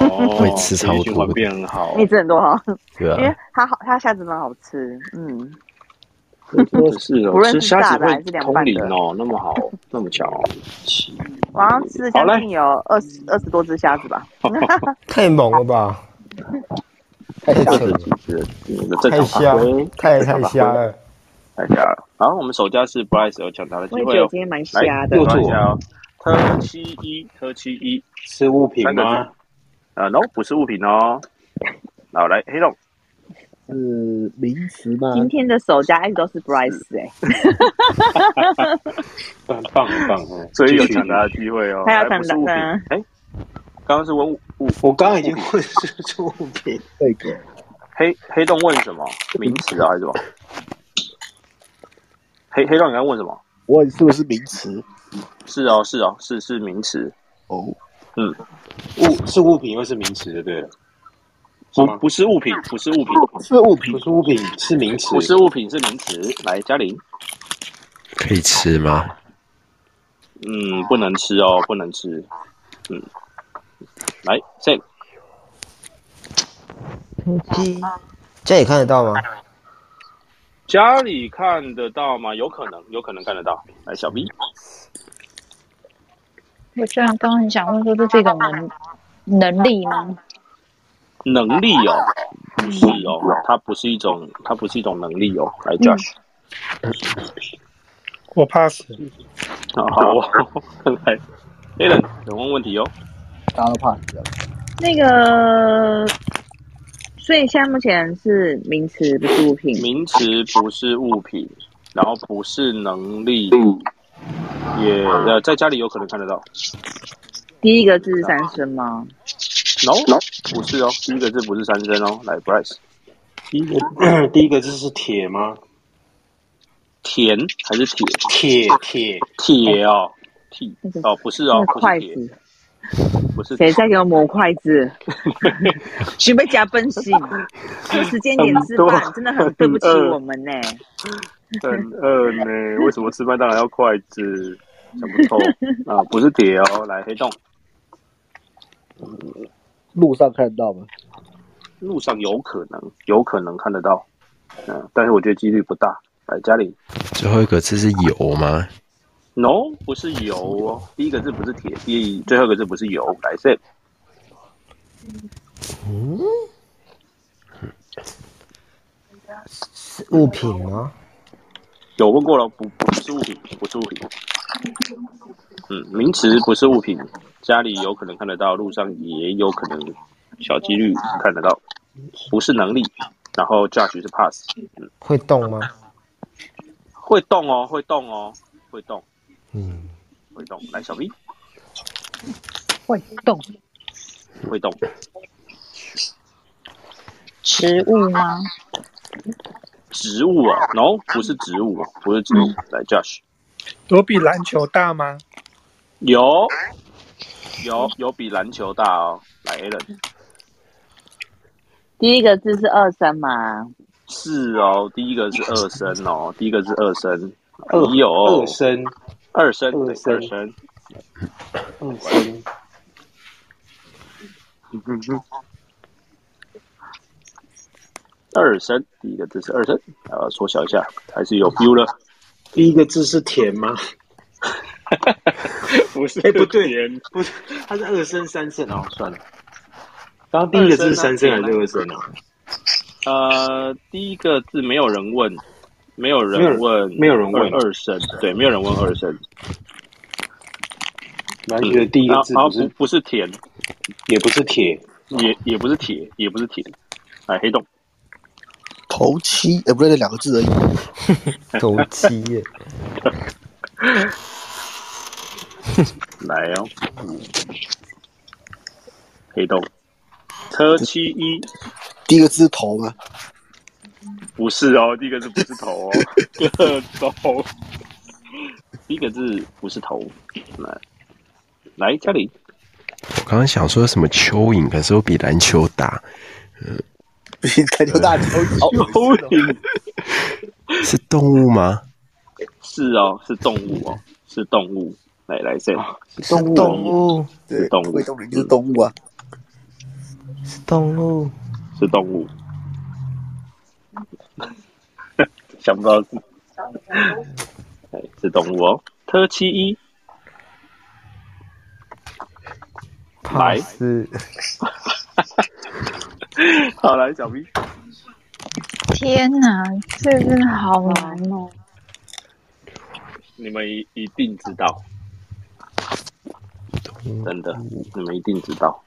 [SPEAKER 1] 哦，
[SPEAKER 4] 会吃差不 多
[SPEAKER 1] 循环变很好
[SPEAKER 2] 哎你，吃很多哈、
[SPEAKER 4] 对
[SPEAKER 2] 因为
[SPEAKER 4] 啊，
[SPEAKER 2] 它好，它虾子蛮好吃，嗯，
[SPEAKER 1] 真的是哦
[SPEAKER 2] 不，论
[SPEAKER 1] 吃
[SPEAKER 2] 是
[SPEAKER 1] 虾
[SPEAKER 2] 大
[SPEAKER 1] 子
[SPEAKER 2] 的还
[SPEAKER 1] 会
[SPEAKER 2] 是凉
[SPEAKER 1] 通
[SPEAKER 2] 拌的
[SPEAKER 1] 灵哦，那么好，那么强哦，奇
[SPEAKER 2] 我好像吃了
[SPEAKER 1] 好嘞
[SPEAKER 2] 将近有二十二十多只虾子吧，
[SPEAKER 5] 太猛了吧！太吓人了，
[SPEAKER 1] 是嗯那个正
[SPEAKER 5] 太
[SPEAKER 1] 常
[SPEAKER 5] 瞎
[SPEAKER 1] 发挥，，
[SPEAKER 5] 太太瞎了。
[SPEAKER 1] 太瞎了。然后我们首家是 Bryce 有抢答的
[SPEAKER 2] 我
[SPEAKER 1] 机
[SPEAKER 2] 也觉
[SPEAKER 1] 会
[SPEAKER 2] 得我
[SPEAKER 1] 哦
[SPEAKER 2] 今，天蛮
[SPEAKER 1] 来
[SPEAKER 2] 瞎的
[SPEAKER 5] 啊
[SPEAKER 1] 又。做一下哦，特七一，特七一，
[SPEAKER 3] 是物品
[SPEAKER 1] 三个
[SPEAKER 3] 吗？
[SPEAKER 1] 啊，no，不是物品哦。好，来黑龙，
[SPEAKER 6] 是零食吗？
[SPEAKER 2] 今天的首家一直都是 Bryce 哎、
[SPEAKER 3] 棒棒 棒！嗯
[SPEAKER 1] 所以有
[SPEAKER 3] 继续
[SPEAKER 1] 抢答的机会哦。
[SPEAKER 2] 还有
[SPEAKER 1] 来不是
[SPEAKER 2] 抢
[SPEAKER 1] 物
[SPEAKER 2] 答嗯
[SPEAKER 1] 品，
[SPEAKER 2] 呢
[SPEAKER 1] 哎，刚刚是问物物
[SPEAKER 3] 我刚刚已经问是不是物品，
[SPEAKER 6] 这个
[SPEAKER 1] 黑黑洞问什么名词啊，还是什么？黑黑洞你刚刚问什么？
[SPEAKER 6] 我问是不是名词？
[SPEAKER 1] 是哦，是哦，是是名词，
[SPEAKER 6] 哦，
[SPEAKER 3] 物是物品又是名词的，对了，
[SPEAKER 1] 不
[SPEAKER 3] 是吗
[SPEAKER 1] 不是物品，不是物品，
[SPEAKER 6] 是物品
[SPEAKER 3] 不，是物品是名词，
[SPEAKER 1] 不是物品是名词。来，嘉玲，
[SPEAKER 4] 可以吃吗？
[SPEAKER 1] 嗯，不能吃哦，不能吃。嗯，来，Sam，
[SPEAKER 5] 鸡，这也看得到吗？
[SPEAKER 1] 家里看得到吗？有可能，有可能看得到。来，小 B，
[SPEAKER 8] 我居然刚刚很想问说，这是一种能能力吗？
[SPEAKER 1] 能力哦，不是哦，它不是一种，它不是一种能力哦。来，Josh，
[SPEAKER 10] 我 pass。
[SPEAKER 1] 好好哦，来，Alan，有问问题哦。
[SPEAKER 6] 大家都怕你这样。
[SPEAKER 2] 那个，所以现在目前是名词，不是物品。
[SPEAKER 1] 名词不是物品，然后不是能力，也呃，在家里有可能看得到。
[SPEAKER 2] 第一个字是三声吗？
[SPEAKER 1] No No，不是哦，第一个字不是三声哦。来，Bryce，
[SPEAKER 3] 第一个 第一个字是铁吗？
[SPEAKER 1] 甜还是铁？
[SPEAKER 3] 铁铁
[SPEAKER 1] 铁哦，铁
[SPEAKER 2] 那个
[SPEAKER 1] 哦，不是
[SPEAKER 2] 那
[SPEAKER 1] 哦，
[SPEAKER 2] 个
[SPEAKER 1] 不是
[SPEAKER 2] 筷
[SPEAKER 1] 铁，
[SPEAKER 2] 子，
[SPEAKER 1] 不是
[SPEAKER 2] 谁在给我磨筷 子？准备加本性，这时间点
[SPEAKER 1] 很
[SPEAKER 2] 吃
[SPEAKER 1] 多
[SPEAKER 2] 饭真的很嗯对不起
[SPEAKER 1] 很饿
[SPEAKER 2] 我们呢、
[SPEAKER 1] 很饿呢。为什么吃麦当劳要筷子？想不 透啊，不是铁哦。来，黑洞，
[SPEAKER 6] 路上看得到吗？
[SPEAKER 1] 路上有可能，有可能看得到，嗯、但是我觉得几率不大。来，家里
[SPEAKER 4] 最后一个字是油吗？
[SPEAKER 1] No，不是油哦，第一个字不是铁，第最后一个字不是油，来色。
[SPEAKER 5] 是物品吗？
[SPEAKER 1] 有问过了，不不是物品，不是物品。嗯，名词不是物品，家里有可能看得到，路上也有可能小几率看得到，不是能力。然后 judge 是 pass，
[SPEAKER 5] 会动吗？
[SPEAKER 1] 会动哦，会动哦，会动，
[SPEAKER 5] 嗯，
[SPEAKER 1] 会动。来，小 V
[SPEAKER 8] 会动
[SPEAKER 1] 会动，
[SPEAKER 8] 植物吗？
[SPEAKER 1] 植物哦，no，不是植物哦，不是植物。来，judge
[SPEAKER 10] 我比篮球大吗？
[SPEAKER 1] 有有有比篮球大哦，来 a l a n
[SPEAKER 2] 第一个字是二声吗？
[SPEAKER 1] 是哦，第一个是二声哦，第一个是二声，
[SPEAKER 3] 二
[SPEAKER 1] 有哦
[SPEAKER 3] 二声
[SPEAKER 1] 二声
[SPEAKER 3] 二
[SPEAKER 1] 对
[SPEAKER 3] 声
[SPEAKER 1] 二声，
[SPEAKER 3] 二声
[SPEAKER 1] 嗯哼，二声，第一个字是二声，啊，缩小一下，还是有 feel 了。
[SPEAKER 3] 第一个字是甜吗？
[SPEAKER 1] 不是，
[SPEAKER 3] 哎，不对，不是，它是二声三声哦，算了。刚刚第一个字是三声还是二声啊？
[SPEAKER 1] 呃，第一个字没有人问，没有人问，
[SPEAKER 3] 没有人问
[SPEAKER 1] 二二声，对，没有人问二声。
[SPEAKER 3] 然后觉得第一个字
[SPEAKER 1] 好
[SPEAKER 3] 不
[SPEAKER 1] 像不
[SPEAKER 3] 是，
[SPEAKER 1] 不是甜，
[SPEAKER 3] 也不是铁，
[SPEAKER 1] 也也不是铁，也不是铁，哎，黑洞，
[SPEAKER 6] 头七，哎，不对，两个字而已。
[SPEAKER 5] 头七嗯 耶，
[SPEAKER 1] 来哦，嗯黑洞，车七一
[SPEAKER 6] 第一个字是头吗？
[SPEAKER 1] 不是哦，第一个字不是 头哦，个头，第一个字不是头，来，来家里，
[SPEAKER 4] 我刚刚想说什么蚯蚓，可是我比篮球大，呃，
[SPEAKER 6] 比篮球大
[SPEAKER 1] 蚯
[SPEAKER 3] 哦
[SPEAKER 1] 蚓
[SPEAKER 4] 是动物吗？
[SPEAKER 1] 是哦，是动物哦，是动物，来来谁？
[SPEAKER 6] 动物，动
[SPEAKER 5] 物，
[SPEAKER 6] 对，
[SPEAKER 1] 动物
[SPEAKER 6] 会动的就是动物啊。
[SPEAKER 5] 动物
[SPEAKER 1] 是动物， 想不到是，哎，是动物哦，特七一，
[SPEAKER 5] 怕是
[SPEAKER 1] 好来小 B，
[SPEAKER 8] 天哪，这真的好难哦！
[SPEAKER 1] 你们一一定知道，真的，你们一定知道，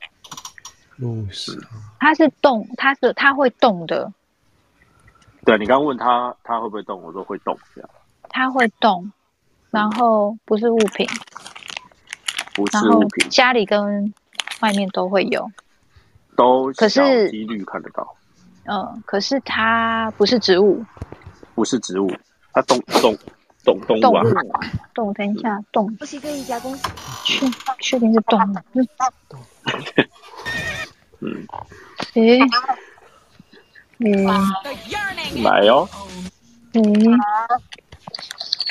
[SPEAKER 4] 路是
[SPEAKER 8] 它是动，它是它会动的，
[SPEAKER 1] 对你刚问他他会不会动，我说会动，这样
[SPEAKER 8] 它会动，然后不是物品，
[SPEAKER 1] 不
[SPEAKER 8] 然
[SPEAKER 1] 是
[SPEAKER 8] 后
[SPEAKER 1] 物品，
[SPEAKER 8] 家里跟外面都会有，
[SPEAKER 1] 都
[SPEAKER 8] 可是
[SPEAKER 1] 小几率看得到，
[SPEAKER 8] 嗯，可是它不是植物，
[SPEAKER 1] 不是植物，它动动动动
[SPEAKER 8] 动
[SPEAKER 1] 物啊，
[SPEAKER 8] 物啊，动，等一下，动，
[SPEAKER 7] 不是跟一家公司。
[SPEAKER 8] 确确定是动物，嗯
[SPEAKER 1] 嗯，
[SPEAKER 8] 诶，嗯，
[SPEAKER 1] 来哦，
[SPEAKER 8] 诶，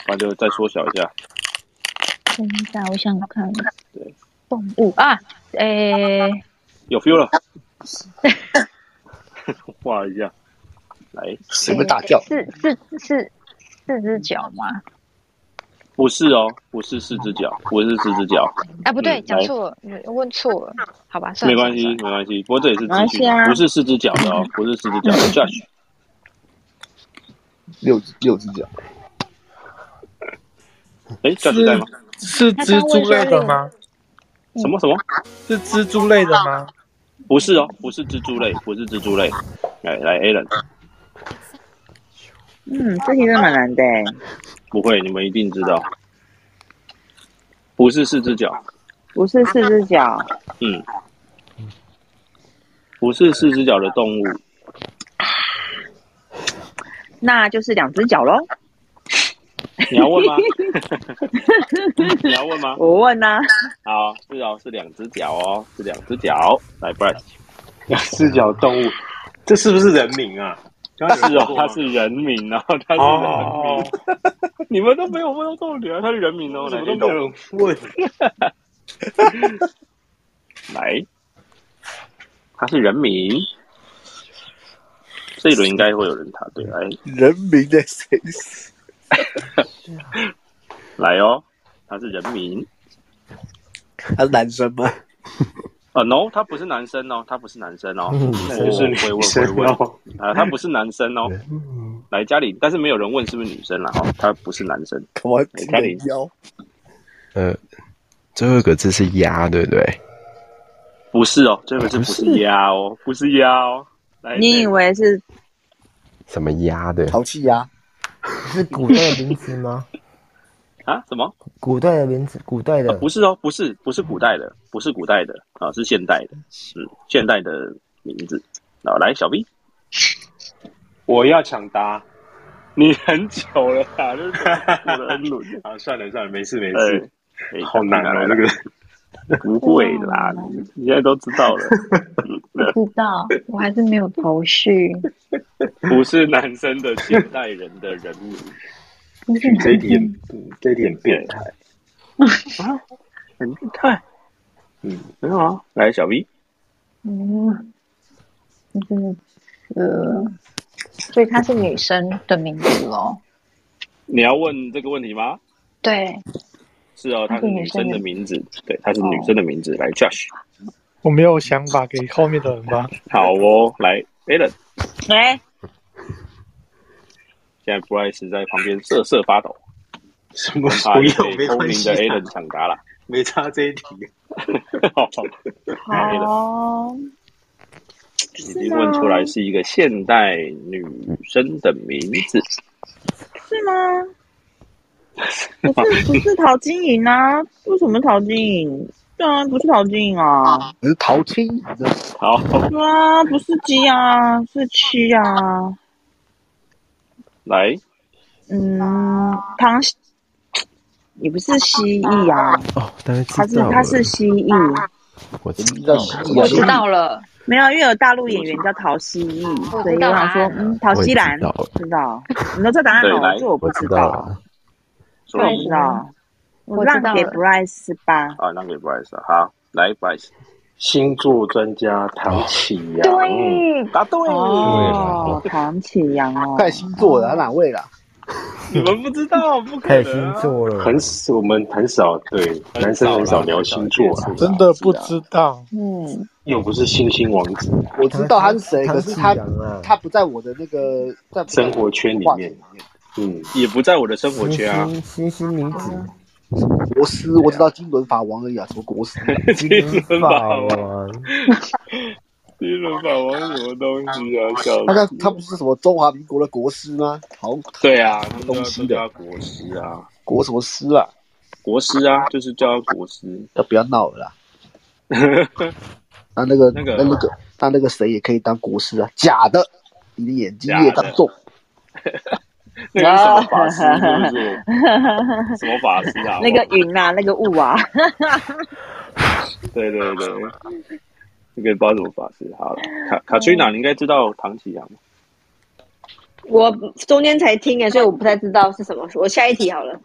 [SPEAKER 1] 那就再缩小一下，
[SPEAKER 8] 等一下，我想看
[SPEAKER 1] 对，
[SPEAKER 8] 动物啊，诶，
[SPEAKER 1] 有 feel 了，画一下，来，
[SPEAKER 6] 什么大叫？
[SPEAKER 8] 是是是四只脚吗？
[SPEAKER 1] 不是哦，不是四只脚，不是四只脚，
[SPEAKER 8] 啊，不对，
[SPEAKER 1] 嗯
[SPEAKER 8] 讲
[SPEAKER 1] 来
[SPEAKER 8] 错了，我问错了，好吧，算
[SPEAKER 1] 没
[SPEAKER 8] 了，
[SPEAKER 1] 关系，
[SPEAKER 8] 算
[SPEAKER 1] 没
[SPEAKER 8] 了
[SPEAKER 1] 关系，不过这也是
[SPEAKER 8] 没关
[SPEAKER 1] 资
[SPEAKER 8] 系
[SPEAKER 1] 讯，
[SPEAKER 8] 啊嗯
[SPEAKER 1] 不是四只脚的哦，不是四只脚的，judge
[SPEAKER 6] 六六只脚，
[SPEAKER 1] 哎，judge 在吗？
[SPEAKER 10] 是蜘蛛类的吗？
[SPEAKER 1] 什么什么？
[SPEAKER 10] 是蜘蛛类的吗？
[SPEAKER 1] 不是哦，不是蜘蛛类，不是蜘蛛类，来来 a l a n
[SPEAKER 2] 嗯，这题真的蛮难的欸。
[SPEAKER 1] 不会，你们一定知道，不是四只脚，
[SPEAKER 2] 不是四只脚，
[SPEAKER 1] 嗯，不是四只脚的动物，
[SPEAKER 2] 那就是两只脚喽。
[SPEAKER 1] 你要问吗？ 你要问吗？
[SPEAKER 2] 我问啊呐、
[SPEAKER 1] 好，是哦，是两只脚哦，是两只脚，来 Bryce，
[SPEAKER 3] 两只脚动物，这是不是人名啊？刚刚有
[SPEAKER 1] 是
[SPEAKER 3] 人
[SPEAKER 1] 哦，
[SPEAKER 3] 说吗
[SPEAKER 1] 他是人名哦， 他是人名。
[SPEAKER 3] 哦，
[SPEAKER 1] 你们都没有问到重点啊，他是人名哦，
[SPEAKER 3] 怎么
[SPEAKER 1] 来
[SPEAKER 3] 都
[SPEAKER 1] 黑
[SPEAKER 3] 没有
[SPEAKER 1] 洞，
[SPEAKER 3] 人问？
[SPEAKER 1] 来，他是人名，这一轮应该会有人答对，来
[SPEAKER 6] 人名的谁是？
[SPEAKER 1] 来哦，他是人名
[SPEAKER 6] 他是男生吗？
[SPEAKER 1] 啊、n o 他不是男生哦，他不是男生哦，
[SPEAKER 3] 那就是女
[SPEAKER 1] 会问
[SPEAKER 3] 生
[SPEAKER 1] 会问
[SPEAKER 3] 哦。
[SPEAKER 1] 啊，他不是男生 哦，
[SPEAKER 3] 嗯
[SPEAKER 1] 来家里，但是没有人问是不是女生啦哦，他不是男生，
[SPEAKER 6] 干嘛
[SPEAKER 1] 来家里
[SPEAKER 6] 人妖？
[SPEAKER 4] 呃，最后一个字是鸭，对不对？
[SPEAKER 1] 不是哦，这个字不是鸭哦，不是鸭哦，来，
[SPEAKER 2] 你以为是
[SPEAKER 4] 什么鸭的？
[SPEAKER 6] 淘气呀，
[SPEAKER 5] 是古代的名词吗？
[SPEAKER 1] 啊什么？
[SPEAKER 5] 古代的名词，古代的
[SPEAKER 1] 不是哦，不是，不是古代的，不是古代的啊，是现代的，嗯，现代的名字。好，来小 B，
[SPEAKER 3] 我要抢答。
[SPEAKER 1] 你很久了啦，就是 N 轮，
[SPEAKER 3] 啊，算了算了，没事没事，
[SPEAKER 1] 哎，
[SPEAKER 3] 好难哦，这个
[SPEAKER 1] 不会啦，你你现在都知 道了，
[SPEAKER 8] 不知道，我还是没有头绪，
[SPEAKER 1] 不是男生的现代人的人名，
[SPEAKER 8] 不是
[SPEAKER 3] 这一
[SPEAKER 8] 很
[SPEAKER 3] 点嗯这一点变态。
[SPEAKER 1] 啊很厉害，嗯，很好。来小 B，
[SPEAKER 8] 嗯，就是嗯呃，所以她是女生的名字哦。
[SPEAKER 1] 你要问这个问题吗？
[SPEAKER 8] 对，
[SPEAKER 1] 是哦，她是女生的名字，对，她是女生的名字。来，Josh，
[SPEAKER 10] 我没有想法给后面的人吧。
[SPEAKER 1] 好哦，来 a l a n
[SPEAKER 2] 喂，
[SPEAKER 1] 现在 Bryce 在旁边瑟瑟发抖，
[SPEAKER 3] 什么
[SPEAKER 1] 怕
[SPEAKER 3] 不
[SPEAKER 1] 被
[SPEAKER 3] 用啊没
[SPEAKER 1] 聪
[SPEAKER 3] 关
[SPEAKER 1] 明
[SPEAKER 3] 系
[SPEAKER 1] 的
[SPEAKER 3] 啊
[SPEAKER 1] a l a n 抢答了。
[SPEAKER 3] 没差这一题。
[SPEAKER 1] 好，
[SPEAKER 8] 哦，
[SPEAKER 1] 已经问出来是一个现代女生的名字，
[SPEAKER 2] 是 吗？不是不是陶晶莹啊？为什么陶晶莹？对啊，不是陶晶莹啊，
[SPEAKER 6] 可是陶青，
[SPEAKER 1] 好，
[SPEAKER 2] 对啊，不是鸡啊，是七啊。
[SPEAKER 1] 来，
[SPEAKER 2] 嗯，汤也不是蜥蜴啊，
[SPEAKER 4] 哦，大概
[SPEAKER 2] 它
[SPEAKER 4] 知
[SPEAKER 2] 是
[SPEAKER 4] 道了。
[SPEAKER 2] 它是蜥蜴。
[SPEAKER 4] 我知
[SPEAKER 3] 道
[SPEAKER 8] 我知道了，
[SPEAKER 2] 没有，因为有大陆演员叫陶蜥蜴，所以我想说，嗯，陶西兰
[SPEAKER 4] 我也
[SPEAKER 2] 知道，你都知道答案
[SPEAKER 4] 对
[SPEAKER 2] 了哦
[SPEAKER 4] 来，
[SPEAKER 2] 这我不
[SPEAKER 4] 我
[SPEAKER 2] 知
[SPEAKER 4] 知道啊
[SPEAKER 2] 道
[SPEAKER 4] 了，
[SPEAKER 1] 所以
[SPEAKER 2] 我知道，我让给
[SPEAKER 1] 我知道
[SPEAKER 2] Bryce 吧。
[SPEAKER 1] 啊，让给 Bryce，好，来 Bryce，
[SPEAKER 3] 星座专家唐启阳，嗯
[SPEAKER 1] 答啊对
[SPEAKER 2] 哦，唐启阳哦，
[SPEAKER 6] 看星座的，他哪位啦？
[SPEAKER 1] 你们不知道，不啊
[SPEAKER 3] 太星座了，很少，我们很少对男生很少聊星座啦，
[SPEAKER 10] 真的不知道。
[SPEAKER 8] 嗯，
[SPEAKER 3] 又不是星星王子，
[SPEAKER 6] 我知道他是谁，
[SPEAKER 3] 唐
[SPEAKER 6] 可
[SPEAKER 3] 启
[SPEAKER 6] 是他
[SPEAKER 3] 唐启阳啊
[SPEAKER 6] 他不在我的那个在不在我
[SPEAKER 3] 生活圈里面，嗯，
[SPEAKER 1] 也不在我的生活圈啊。
[SPEAKER 6] 星星名 字，国师，我只知道金轮法王而已啊，什么 国师？
[SPEAKER 1] 金 轮法王，金轮法王什么东西啊？笑
[SPEAKER 6] 他
[SPEAKER 1] 死！
[SPEAKER 6] 在他不是什么中华民国的国师吗？好，
[SPEAKER 1] 对啊，他们
[SPEAKER 6] 东
[SPEAKER 1] 叫
[SPEAKER 6] 西
[SPEAKER 1] 都
[SPEAKER 6] 的
[SPEAKER 1] 叫国师啊，
[SPEAKER 6] 国什么师啊？
[SPEAKER 1] 国师啊，就是叫他国师。
[SPEAKER 6] 要不要闹了啦？ 那那个
[SPEAKER 1] 那
[SPEAKER 6] 那
[SPEAKER 1] 个
[SPEAKER 6] 那个
[SPEAKER 3] 啊
[SPEAKER 6] 那那个谁也可以当国师啊？假的，你的眼睛
[SPEAKER 1] 假
[SPEAKER 6] 越
[SPEAKER 1] 的
[SPEAKER 6] 当重，
[SPEAKER 1] 那个是什么法师？啊就是什么法师啊？
[SPEAKER 2] 那个云啊，那个雾啊，
[SPEAKER 1] 对对对，那个不知道什么法师。好了，卡卡崔娜，你应该知道唐启阳。
[SPEAKER 7] 我中间才听哎，所以我不太知道是什么。我下一题好了，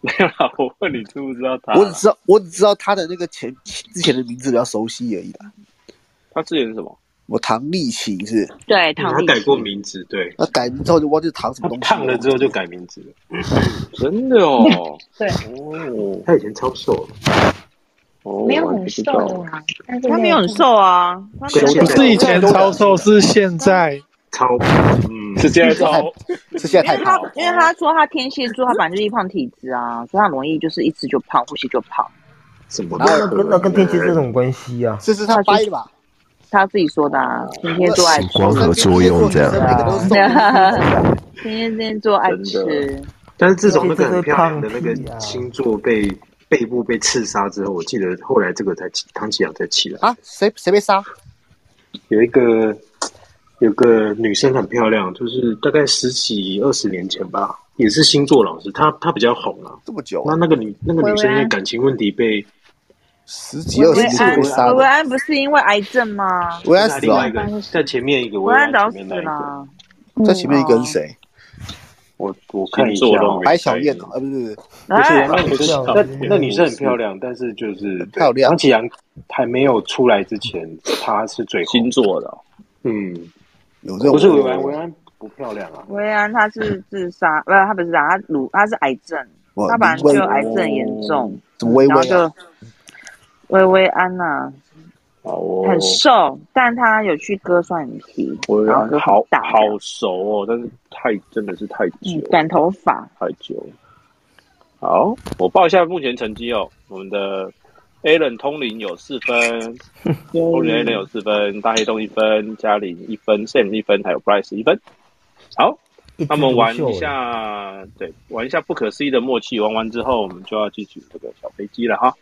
[SPEAKER 1] 没有啦，我问你知不知道
[SPEAKER 3] 啊
[SPEAKER 1] 他？
[SPEAKER 6] 我只知道我只知道他的那个前之前的名字比较熟悉而已啦。
[SPEAKER 1] 他之前是什么？
[SPEAKER 6] 我唐立奇是，
[SPEAKER 2] 对，
[SPEAKER 6] 唐
[SPEAKER 3] 他改过名字，对，
[SPEAKER 6] 那改名之后就忘记唐什么东西
[SPEAKER 3] 胖了之后就改名字了。
[SPEAKER 1] 真的哦，
[SPEAKER 8] 对，
[SPEAKER 1] 哦，
[SPEAKER 3] 他以前超瘦的，
[SPEAKER 1] 哦
[SPEAKER 8] 没有很瘦啊，但是
[SPEAKER 2] 他没有很瘦啊，他没有
[SPEAKER 10] 不是以前超瘦，是现在
[SPEAKER 3] 超，嗯，是这样超，
[SPEAKER 6] 是现在
[SPEAKER 2] 因为
[SPEAKER 6] 太
[SPEAKER 2] 他
[SPEAKER 6] 胖了。
[SPEAKER 2] 因为他说他天蝎座，他本来就是易胖体质啊，所以他容易就是一吃就胖，呼吸就胖。
[SPEAKER 3] 什么
[SPEAKER 5] 然后跟啊那跟天蝎这种关系啊，
[SPEAKER 6] 这是他掰的吧？
[SPEAKER 2] 他自己说的啊，天蝎座爱吃，
[SPEAKER 4] 光合作用这样，啊
[SPEAKER 2] 天蝎座爱吃，
[SPEAKER 3] 但是自从那个很漂亮的那
[SPEAKER 5] 啊
[SPEAKER 3] 个星座被背部被刺杀之后，我记得后来这个才起唐启阳才起来。
[SPEAKER 6] 啊，谁谁被杀？
[SPEAKER 3] 有一个有个女生很漂亮，就是大概十几二十年前吧，也是星座老师，她她比较红啊。
[SPEAKER 6] 这么久
[SPEAKER 3] 那那个女那个女生因为感情问题被
[SPEAKER 6] 十几二十年前被杀
[SPEAKER 2] 安，
[SPEAKER 6] 的
[SPEAKER 2] 维，安不是因为癌症吗？
[SPEAKER 6] 维安死
[SPEAKER 3] 另外一
[SPEAKER 6] 了，
[SPEAKER 3] 个在前面一个
[SPEAKER 2] 维安早
[SPEAKER 3] 安
[SPEAKER 2] 死
[SPEAKER 3] 前面那一个，
[SPEAKER 2] 了，
[SPEAKER 6] 在前面一个是谁？
[SPEAKER 3] 嗯我我看一下
[SPEAKER 1] 星座
[SPEAKER 3] 哦，
[SPEAKER 1] 都没
[SPEAKER 6] 白小燕哦，啊，不是，
[SPEAKER 3] 不是
[SPEAKER 2] 哎，
[SPEAKER 3] 那女生
[SPEAKER 9] 白小燕
[SPEAKER 3] 那那女生很漂亮，但是就是
[SPEAKER 6] 漂亮
[SPEAKER 3] 唐启阳还没有出来之前，她是最红
[SPEAKER 1] 星。座的哦，
[SPEAKER 3] 嗯，
[SPEAKER 6] 有这种
[SPEAKER 3] 不是维安维安不漂亮啊，
[SPEAKER 2] 维安他是自杀，不是他不是啊，他乳他是癌症，
[SPEAKER 6] 哇
[SPEAKER 2] 他本来就癌症严重，
[SPEAKER 6] 怎么微
[SPEAKER 2] 然后
[SPEAKER 6] 微啊？
[SPEAKER 2] 就薇薇安呐，
[SPEAKER 1] 哦，
[SPEAKER 2] 很瘦，但他有去割双眼皮，
[SPEAKER 1] 我
[SPEAKER 2] 然后割
[SPEAKER 1] 啊好
[SPEAKER 2] 很大，
[SPEAKER 1] 好熟哦，但是太真的是太久
[SPEAKER 2] 嗯
[SPEAKER 1] 了，
[SPEAKER 2] 短头发，
[SPEAKER 1] 太久了。好，我报一下目前成绩哦，我们的 Alan 通灵有四分，通灵 Alan 有四分，大黑洞一分，嘉玲一分，Sam 一分，还有 Bryce 一分。好，
[SPEAKER 5] 一枝
[SPEAKER 1] 那么
[SPEAKER 5] 独
[SPEAKER 1] 玩
[SPEAKER 5] 秀
[SPEAKER 1] 一
[SPEAKER 5] 欸，
[SPEAKER 1] 下，对，玩一下不可思议的默契。玩完之后，我们就要进行这个小飞机了哈。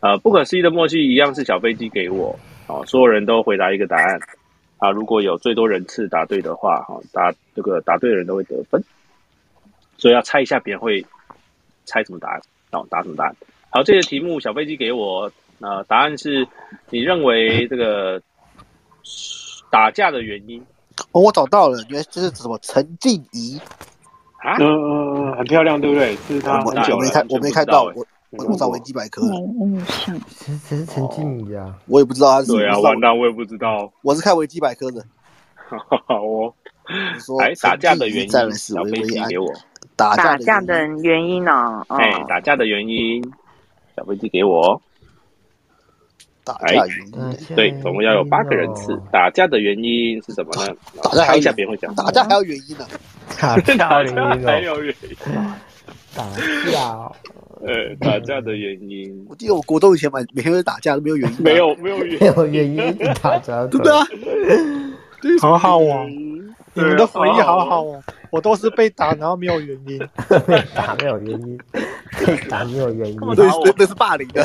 [SPEAKER 1] 呃，不可思议的默契一样是小飞机给我，啊，所有人都回答一个答案，啊，如果有最多人次答对的话，哈、答这个答对的人都会得分，所以要猜一下别人会猜什么答案，哦，答什么答案。好，这些题目小飞机给我，呃，答案是你认为这 个打架的原因
[SPEAKER 6] 哦，我找到了，原来这是什么？陈静怡，
[SPEAKER 1] 啊？
[SPEAKER 3] 呃嗯嗯嗯，很漂亮，对不对？是她
[SPEAKER 6] 我
[SPEAKER 3] 很久
[SPEAKER 6] 我没
[SPEAKER 3] 了，
[SPEAKER 6] 看，我没看到，我我怎么
[SPEAKER 1] 嗯
[SPEAKER 6] 找维基百科
[SPEAKER 2] 嗯
[SPEAKER 6] 的？
[SPEAKER 8] 印象，
[SPEAKER 5] 其实是陈静怡啊，
[SPEAKER 6] 我也不知道他是。
[SPEAKER 1] 对啊，完蛋，我也不知道。
[SPEAKER 6] 我是看维基百科的。
[SPEAKER 1] 好哦。
[SPEAKER 6] 你说
[SPEAKER 1] 哎，打架的原因，
[SPEAKER 6] 战人是
[SPEAKER 1] 小
[SPEAKER 6] 维
[SPEAKER 1] 飞
[SPEAKER 6] 维
[SPEAKER 1] 机
[SPEAKER 6] 安
[SPEAKER 1] 给我。
[SPEAKER 6] 打
[SPEAKER 2] 打
[SPEAKER 6] 架
[SPEAKER 2] 架的原因呢？哦，
[SPEAKER 1] 哎，打架的原因，小飞机给我。
[SPEAKER 6] 哦打
[SPEAKER 1] 哎
[SPEAKER 6] 架原因，
[SPEAKER 1] 对，总共要有八个人次。
[SPEAKER 5] 哦
[SPEAKER 1] 打架的原因是什么呢？
[SPEAKER 6] 打架还
[SPEAKER 1] 猜
[SPEAKER 6] 有
[SPEAKER 1] 一下，别人会 讲。
[SPEAKER 6] 打架还有原因呢？
[SPEAKER 5] 打 架原因
[SPEAKER 1] 还
[SPEAKER 5] 哦，
[SPEAKER 1] 有原因，
[SPEAKER 5] 打架哦，
[SPEAKER 1] 呃，打架的原因
[SPEAKER 6] 我记得我国中以前买每天都打架都没有原因，啊
[SPEAKER 1] 没，有没有原
[SPEAKER 5] 没
[SPEAKER 1] 因。
[SPEAKER 5] 有原因就打架，
[SPEAKER 6] 真 的啊，
[SPEAKER 10] 好好哦，你们的回忆好好
[SPEAKER 1] 好
[SPEAKER 10] 哦，我都是被打，然后没有原因。
[SPEAKER 5] 被打没有 原因，被打没有原因
[SPEAKER 1] 干嘛
[SPEAKER 6] 对
[SPEAKER 1] 打我，
[SPEAKER 6] 那那是霸凌的，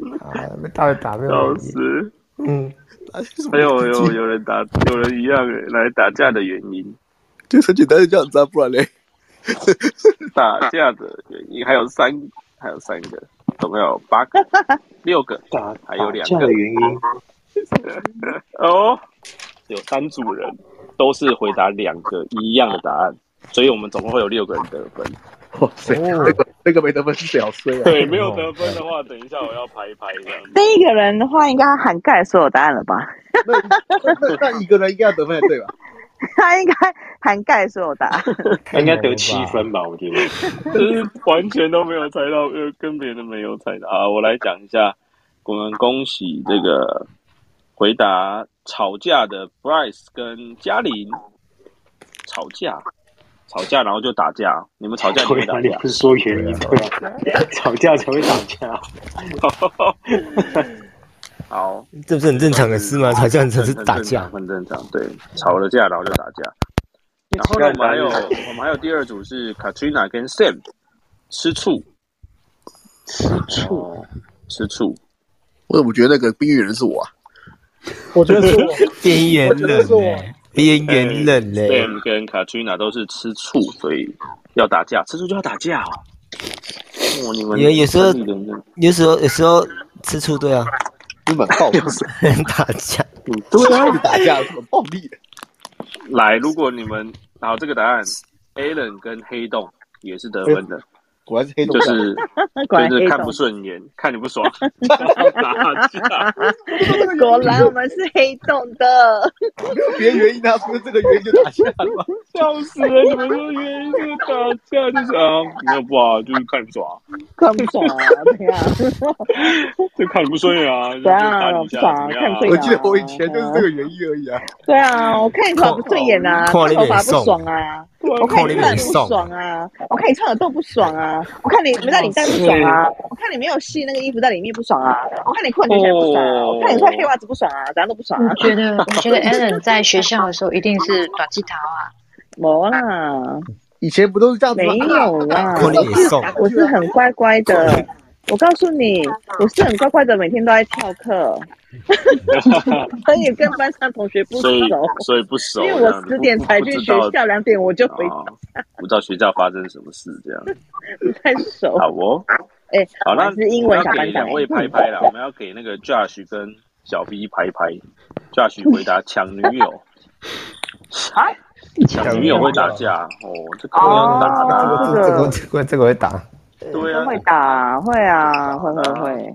[SPEAKER 1] 嗯
[SPEAKER 5] 啊，被打打 没有
[SPEAKER 1] 笑
[SPEAKER 5] 原因，
[SPEAKER 1] 死！
[SPEAKER 5] 嗯，
[SPEAKER 6] 啊
[SPEAKER 1] 还有有有人打，有人一样来打架的原因，
[SPEAKER 6] 就是很简单的这样子啊，不然嘞，
[SPEAKER 1] 打架的原因还有三，还有三个，总共有八个、六个，
[SPEAKER 3] 打
[SPEAKER 1] 还有两
[SPEAKER 3] 打架
[SPEAKER 1] 个
[SPEAKER 3] 的原因，
[SPEAKER 1] 哦，有三组人都是回答两个一样的答案，所以我们总共会有六个人得分。
[SPEAKER 6] 哇塞，
[SPEAKER 1] 嗯
[SPEAKER 6] 那个那个没得分是屌丝啊，
[SPEAKER 1] 对，没有得分的话，等一下我要拍一拍这样子。
[SPEAKER 2] 这一个人的话，应该涵盖所有答案了吧？
[SPEAKER 6] 那那那一个人应该要得分才对吧？
[SPEAKER 2] 他应该涵盖所有答案。
[SPEAKER 3] 应该得七分吧？我觉得。
[SPEAKER 1] 就是完全都没有猜到，呃，跟别人没有猜到啊。我来讲一下，我们恭喜这个回答吵架的 Bryce 跟嘉玲吵架，吵架然后就打架，你们吵架你
[SPEAKER 3] 对
[SPEAKER 1] 们
[SPEAKER 3] 啊，
[SPEAKER 1] 打
[SPEAKER 3] 你
[SPEAKER 1] 架
[SPEAKER 3] 不，是说原因对啊？吵架才会打 架。
[SPEAKER 1] 好，
[SPEAKER 5] 这不是很正常的事吗？吵架只是打 架，
[SPEAKER 1] 很正常，很正常对，吵了架然后就打架。然后呢，我们还有我们还有第二组是 Katrina 跟 Sam 吃醋，吃醋，吃醋，
[SPEAKER 6] 我怎么觉得那个冰原人是我啊？
[SPEAKER 10] 我觉得是我，
[SPEAKER 5] 边缘
[SPEAKER 10] 我觉得
[SPEAKER 5] 人
[SPEAKER 10] 是我
[SPEAKER 5] 呢，边缘人欸呢，
[SPEAKER 1] Sam 跟 Katrina 都是吃醋，所以要打架，吃醋就要打架哦。哦，你们
[SPEAKER 5] 也也是
[SPEAKER 1] 城里人真
[SPEAKER 5] 有时候有时候吃醋对啊，
[SPEAKER 6] 日本暴力，
[SPEAKER 5] 打架，
[SPEAKER 1] 嗯对啊，
[SPEAKER 6] 打架是很暴力 的，
[SPEAKER 1] 来，如果你们好这个答案，Alan 跟黑洞也是得分的，
[SPEAKER 6] 果然是黑
[SPEAKER 1] 就
[SPEAKER 6] 洞 教。
[SPEAKER 1] 是
[SPEAKER 2] 果然
[SPEAKER 1] 就是
[SPEAKER 2] 黑
[SPEAKER 1] 看不
[SPEAKER 2] 洞，
[SPEAKER 1] 顺眼，看你不爽， 打架。
[SPEAKER 2] 果然我们是黑洞的。
[SPEAKER 6] 没有 别的原因，他不是这个原因就打架了吗？
[SPEAKER 1] 笑死了！你们说原因是打架，就是啊，没有不好，就是看你不爽，
[SPEAKER 2] 看不爽啊，怎样？
[SPEAKER 1] 就看你不顺眼啊，就
[SPEAKER 2] 对啊
[SPEAKER 1] 打你一下，
[SPEAKER 2] 不爽啊
[SPEAKER 1] 怎么样
[SPEAKER 2] 看
[SPEAKER 1] 啊？
[SPEAKER 2] 这个
[SPEAKER 6] 我记得我以前就是这个原因而已啊。
[SPEAKER 2] 对啊，我看你头发不顺眼啊，
[SPEAKER 5] 看
[SPEAKER 2] 看
[SPEAKER 5] 你
[SPEAKER 2] 头发
[SPEAKER 5] 脸
[SPEAKER 2] 不
[SPEAKER 5] 送
[SPEAKER 2] 爽啊，我看你看不爽啊，我看你穿耳洞不爽啊，我看你没带领带不爽啊，我看你没有系那个衣服在里面不爽啊，我看你裤管卷起来不爽啊，
[SPEAKER 1] 哦
[SPEAKER 2] 我看你穿黑袜子不爽啊，怎样都不爽啊
[SPEAKER 8] 我，觉得，我觉得 Alan 在学校的时候一定是短期逃啊，
[SPEAKER 2] 没啦，
[SPEAKER 6] 以前不都是这样子
[SPEAKER 2] 没
[SPEAKER 6] 吗？啊
[SPEAKER 2] 有啦，
[SPEAKER 5] 看你脸送，
[SPEAKER 2] 我是很乖乖的。我告诉你，我是很乖乖的，每天都在翘课，所以跟班上同学不熟
[SPEAKER 1] 所，以所以不熟，
[SPEAKER 2] 因为
[SPEAKER 1] 这
[SPEAKER 2] 我
[SPEAKER 1] 样
[SPEAKER 2] 十点才去学，校，两点我就
[SPEAKER 1] 不
[SPEAKER 2] 回
[SPEAKER 1] 不知道啊不知道学校发生什么事这样。
[SPEAKER 2] 太熟。
[SPEAKER 1] 好哦，
[SPEAKER 2] 哎，
[SPEAKER 1] 好，那
[SPEAKER 2] 我还是英文
[SPEAKER 1] 我
[SPEAKER 2] 小
[SPEAKER 1] 们要给
[SPEAKER 2] 班长
[SPEAKER 1] 两位拍拍啦，我们要给那个 Josh 跟小 B 拍拍。Josh 回答抢女友，
[SPEAKER 7] 啊，
[SPEAKER 1] 抢女友会打架哦，这个要打的啊，
[SPEAKER 5] 这这个这个这个会打，
[SPEAKER 1] 对啊
[SPEAKER 2] 会，打，会啊，会会会。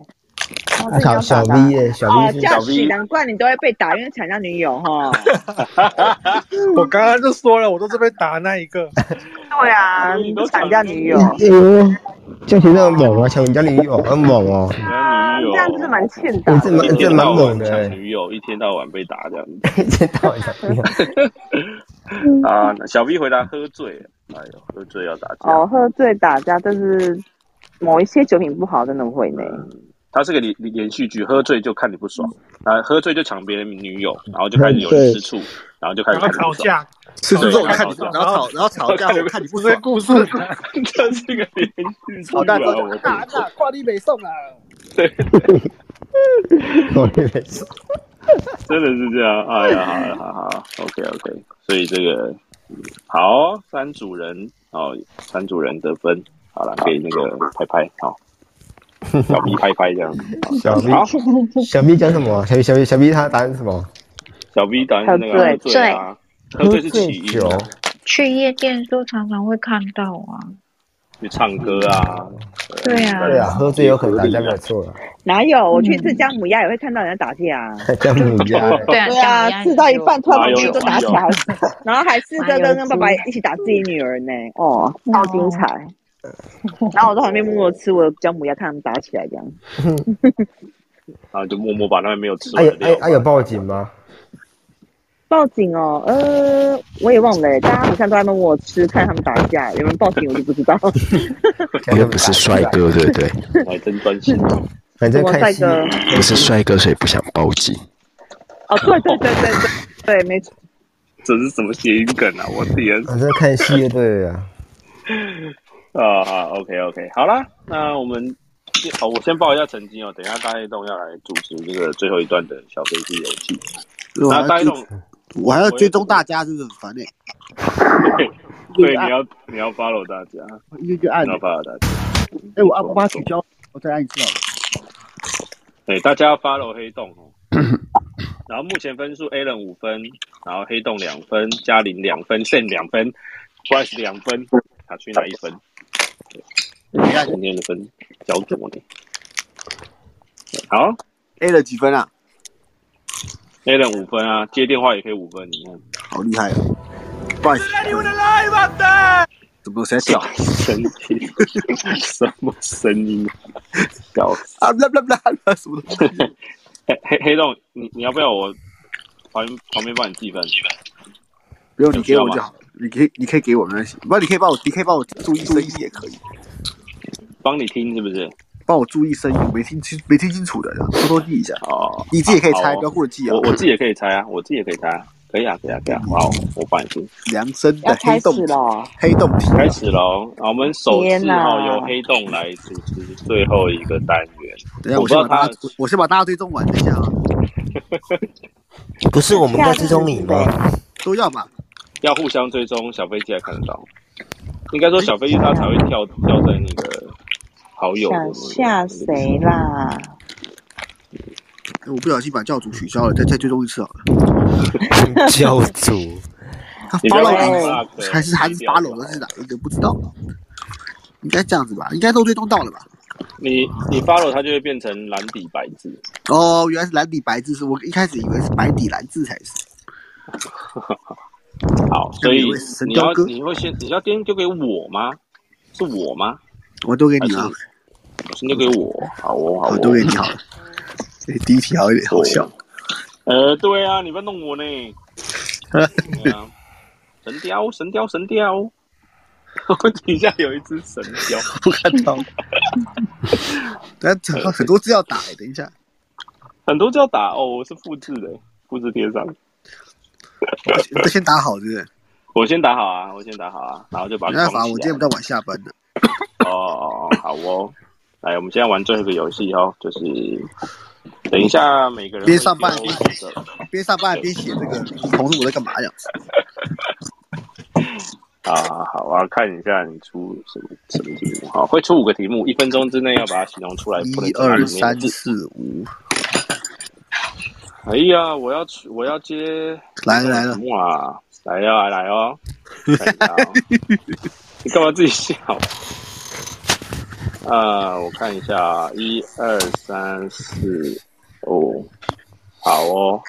[SPEAKER 2] 哦
[SPEAKER 5] 小小 V 耶，小
[SPEAKER 2] 哦，
[SPEAKER 5] V 是
[SPEAKER 2] 嘉
[SPEAKER 1] 小 V
[SPEAKER 2] 许，难怪你都会被打，因为抢到女友 哈。
[SPEAKER 10] 我刚刚就说了，我都是被打那一个。
[SPEAKER 2] 对啊，
[SPEAKER 1] 你都
[SPEAKER 2] 抢
[SPEAKER 1] 抢
[SPEAKER 2] 到
[SPEAKER 1] 到
[SPEAKER 2] 女
[SPEAKER 1] 女
[SPEAKER 2] 友，
[SPEAKER 5] 嗯，就你那么猛啊，小人家女友很猛哦，
[SPEAKER 2] 啊
[SPEAKER 1] 抢女友，
[SPEAKER 2] 蛮欠
[SPEAKER 5] 哎这蛮
[SPEAKER 1] 一
[SPEAKER 5] 这
[SPEAKER 1] 天
[SPEAKER 5] 蛮
[SPEAKER 1] 到
[SPEAKER 5] 猛
[SPEAKER 1] 晚
[SPEAKER 5] 的
[SPEAKER 1] 抢
[SPEAKER 5] 哎，
[SPEAKER 1] 女友，一天到晚被打这样子
[SPEAKER 5] 一天到晚抢女友，
[SPEAKER 1] 啊。那小 B 回答喝醉，哎呦，喝醉要打
[SPEAKER 2] 哦，
[SPEAKER 1] 架。
[SPEAKER 2] 喝醉打架，但是某一些酒品不好，真的会呢。
[SPEAKER 1] 它是个连连续剧，喝醉就看你不爽，啊，喝醉就抢别人女友，然后就开始有人吃醋，然后就开始
[SPEAKER 10] 然后
[SPEAKER 1] 看你不
[SPEAKER 10] 吵
[SPEAKER 1] 爽。
[SPEAKER 10] 架，
[SPEAKER 6] 吃醋之后我 看你，
[SPEAKER 1] 对
[SPEAKER 6] 然后吵，然后吵 架，我看你不
[SPEAKER 10] 这
[SPEAKER 6] 爽
[SPEAKER 10] 个，故事，
[SPEAKER 1] 这是个连续剧
[SPEAKER 6] 吵架
[SPEAKER 1] 啊！
[SPEAKER 6] 之后就
[SPEAKER 1] 我
[SPEAKER 6] 啊啊，挂你没送啊！
[SPEAKER 5] 我以为是
[SPEAKER 1] 真的是这样，哎呀，好了，好好，OK OK，所以这个嗯好，三组人哦，三组人得分，好了，可以那个拍拍，好，小 B 拍拍这样，
[SPEAKER 5] 小 V，
[SPEAKER 1] 好，
[SPEAKER 5] 小 V 讲什么啊？小 V 小 V 小 V 他答案是什么？
[SPEAKER 1] 小 B 当然是那个喝
[SPEAKER 2] 喝
[SPEAKER 8] 醉
[SPEAKER 1] 醉啊，喝醉是起因
[SPEAKER 5] 酒
[SPEAKER 1] 啊，
[SPEAKER 2] 哦
[SPEAKER 8] 去夜店都常常会看到啊。
[SPEAKER 1] 去唱歌啊，
[SPEAKER 2] 对啊
[SPEAKER 5] 对啊，喝醉有可能打架没有错啊，
[SPEAKER 2] 哪有？我去吃姜母鸭也会看到人家打架啊。
[SPEAKER 5] 姜母鸭欸
[SPEAKER 2] 对啊，吃到一半突然旁边都打起来
[SPEAKER 5] 哪
[SPEAKER 2] 了，然后还是跟跟跟爸爸一起打自己女儿呢，哦，超精彩。然后我在旁边默默吃我的姜母鸭，看他们打起来这样。
[SPEAKER 1] 然啊后就默默把那边没有吃
[SPEAKER 5] 哎
[SPEAKER 1] 完
[SPEAKER 5] 有
[SPEAKER 1] 的
[SPEAKER 5] 哎
[SPEAKER 1] 料
[SPEAKER 5] 有，哎有报警吗？
[SPEAKER 2] 报警哦，呃，我也忘了耶，大家好像都在问我吃，看他们打架，有人报警我就不知道。
[SPEAKER 4] 你又不是帅哥，对不对？
[SPEAKER 5] 哎
[SPEAKER 1] 我还真专心。
[SPEAKER 5] 反正看戏
[SPEAKER 2] 什么帅哥
[SPEAKER 4] 不是帅哥，所以不想报警。
[SPEAKER 2] 哦，对对对对对对，没错。
[SPEAKER 1] 这是什么谐音梗啊？我天
[SPEAKER 5] 反正看戏就对了啊。
[SPEAKER 1] 啊啊！OK OK，好啦，那我们好，我先报一下成绩哦。等一下大黑洞要来主持这个最后一段的小飞机游戏。
[SPEAKER 6] 我
[SPEAKER 5] 啊
[SPEAKER 1] 那
[SPEAKER 6] 还
[SPEAKER 1] 大
[SPEAKER 6] 要
[SPEAKER 1] 黑
[SPEAKER 6] 追
[SPEAKER 1] 洞，
[SPEAKER 6] 我还要追踪大家，真的很烦哎、
[SPEAKER 1] 对，
[SPEAKER 5] 啊
[SPEAKER 1] 你要你要 follow 大家，
[SPEAKER 6] 一个一个按
[SPEAKER 1] 你要 follow 大家。
[SPEAKER 6] 哎、我阿巴取消，我再按一次好了。
[SPEAKER 1] 对，大家要 follow 黑洞哦。然后目前分数 Alan 五分，然后黑洞两分，嘉玲两分，Sen 两分，Bryce 两分，卡去拿一分。对今天的分小组呢？好
[SPEAKER 6] ，A 了几分啊？
[SPEAKER 1] ，Alan 五分啊，接电话也可以五分，你看。
[SPEAKER 6] 好厉害啊！不好意思，怎么谁
[SPEAKER 1] 小声音？什么声音？啊小
[SPEAKER 6] 啊不啦不啦不啦什么东西？
[SPEAKER 1] 黑黑黑洞，你你要不要我旁边旁边帮你计分？
[SPEAKER 6] 不用你给我就好，你可以你可以给我没关系，不你可以帮我，你可以帮我注意声音也可以，
[SPEAKER 1] 帮你听是不是？
[SPEAKER 6] 帮我注意声音，我没听清没听清楚的，偷偷记一下。
[SPEAKER 1] 哦，
[SPEAKER 6] 你自己可以
[SPEAKER 1] 好
[SPEAKER 6] 猜，
[SPEAKER 1] 哦
[SPEAKER 6] 不要顾着记啊。
[SPEAKER 1] 我我自己也可以猜啊，我自己也可以猜啊，可以啊，可以啊，可以啊。好，我帮你听。
[SPEAKER 6] 量身的黑洞
[SPEAKER 2] 要开始了，
[SPEAKER 6] 黑洞题
[SPEAKER 1] 开始喽！啊我们首
[SPEAKER 6] 天
[SPEAKER 1] 次
[SPEAKER 6] 哪
[SPEAKER 1] 哦由黑洞来主持最后一个单元。
[SPEAKER 6] 等一下
[SPEAKER 1] 我
[SPEAKER 6] 我
[SPEAKER 1] 不知
[SPEAKER 6] 先
[SPEAKER 1] 道
[SPEAKER 6] 把大
[SPEAKER 1] 他
[SPEAKER 6] 家，我先把大家追踪完，等一下啊，
[SPEAKER 5] 不是我们在追踪你吗？
[SPEAKER 6] 都要嘛。
[SPEAKER 1] 要互相追踪，小飞机才看得到。应该说小飞机它才会跳跳在那个好友的那个
[SPEAKER 2] 想吓谁啦？
[SPEAKER 6] 哎我不小心把教主取消了，再再追踪一次好了。
[SPEAKER 5] 教主，
[SPEAKER 6] 他
[SPEAKER 5] 你
[SPEAKER 6] 八
[SPEAKER 5] 不要
[SPEAKER 6] 楼
[SPEAKER 5] 把
[SPEAKER 1] 它
[SPEAKER 6] 还是还是八楼的是哪一个？不知道，应该这样子吧，应该都追踪到了吧？
[SPEAKER 1] 你你 follow 它就会变成蓝底白字。
[SPEAKER 6] 哦，原来是蓝底白字，是我一开始以为是白底蓝字才是。
[SPEAKER 1] 好，所以
[SPEAKER 6] 有位哎神
[SPEAKER 1] 你
[SPEAKER 6] 雕
[SPEAKER 1] 要
[SPEAKER 6] 哥
[SPEAKER 1] 你会先你要先丢给我吗？是我吗？
[SPEAKER 6] 我都给你啊
[SPEAKER 1] 还，先丢给我，好哦，好
[SPEAKER 6] 我
[SPEAKER 1] 哦，
[SPEAKER 6] 都给你好了。这第一题好有点好笑，
[SPEAKER 1] 呃，对啊，你不要弄我呢。对啊神雕，神雕，神雕。 我底下有一只神雕，
[SPEAKER 6] 我看 到。但很很多字要打、哎等一下，
[SPEAKER 1] 很多就要打哦，我是复制的，复制贴上。
[SPEAKER 6] 都先打好，对不对？
[SPEAKER 1] 我先打好啊，我先打好啊，然后就把
[SPEAKER 6] 没
[SPEAKER 1] 它
[SPEAKER 6] 办
[SPEAKER 1] 框起
[SPEAKER 6] 法，
[SPEAKER 1] 来
[SPEAKER 6] 我今天比较晚下班的。
[SPEAKER 1] 哦哦，哦好哦。来，我们现在玩最后一个游戏哦，就是等一下每个人
[SPEAKER 6] 边上班
[SPEAKER 1] 会
[SPEAKER 6] 边
[SPEAKER 1] 丢一个
[SPEAKER 6] 边上班边写这个，同事我在干嘛呀？
[SPEAKER 1] 啊，好啊，看一下你出什么什么题目，好，会出五个题目，一分钟之内要把它形容出来，不能
[SPEAKER 6] 一
[SPEAKER 1] 只按里
[SPEAKER 6] 二
[SPEAKER 1] 面的
[SPEAKER 6] 三
[SPEAKER 1] 字
[SPEAKER 6] 四五，
[SPEAKER 1] 哎呀，我要出，我要接
[SPEAKER 6] 来了来了，
[SPEAKER 1] 哇，来呀、来哦，来呀、 你干嘛自己笑？啊，我看一下啊，一二三四五，好哦，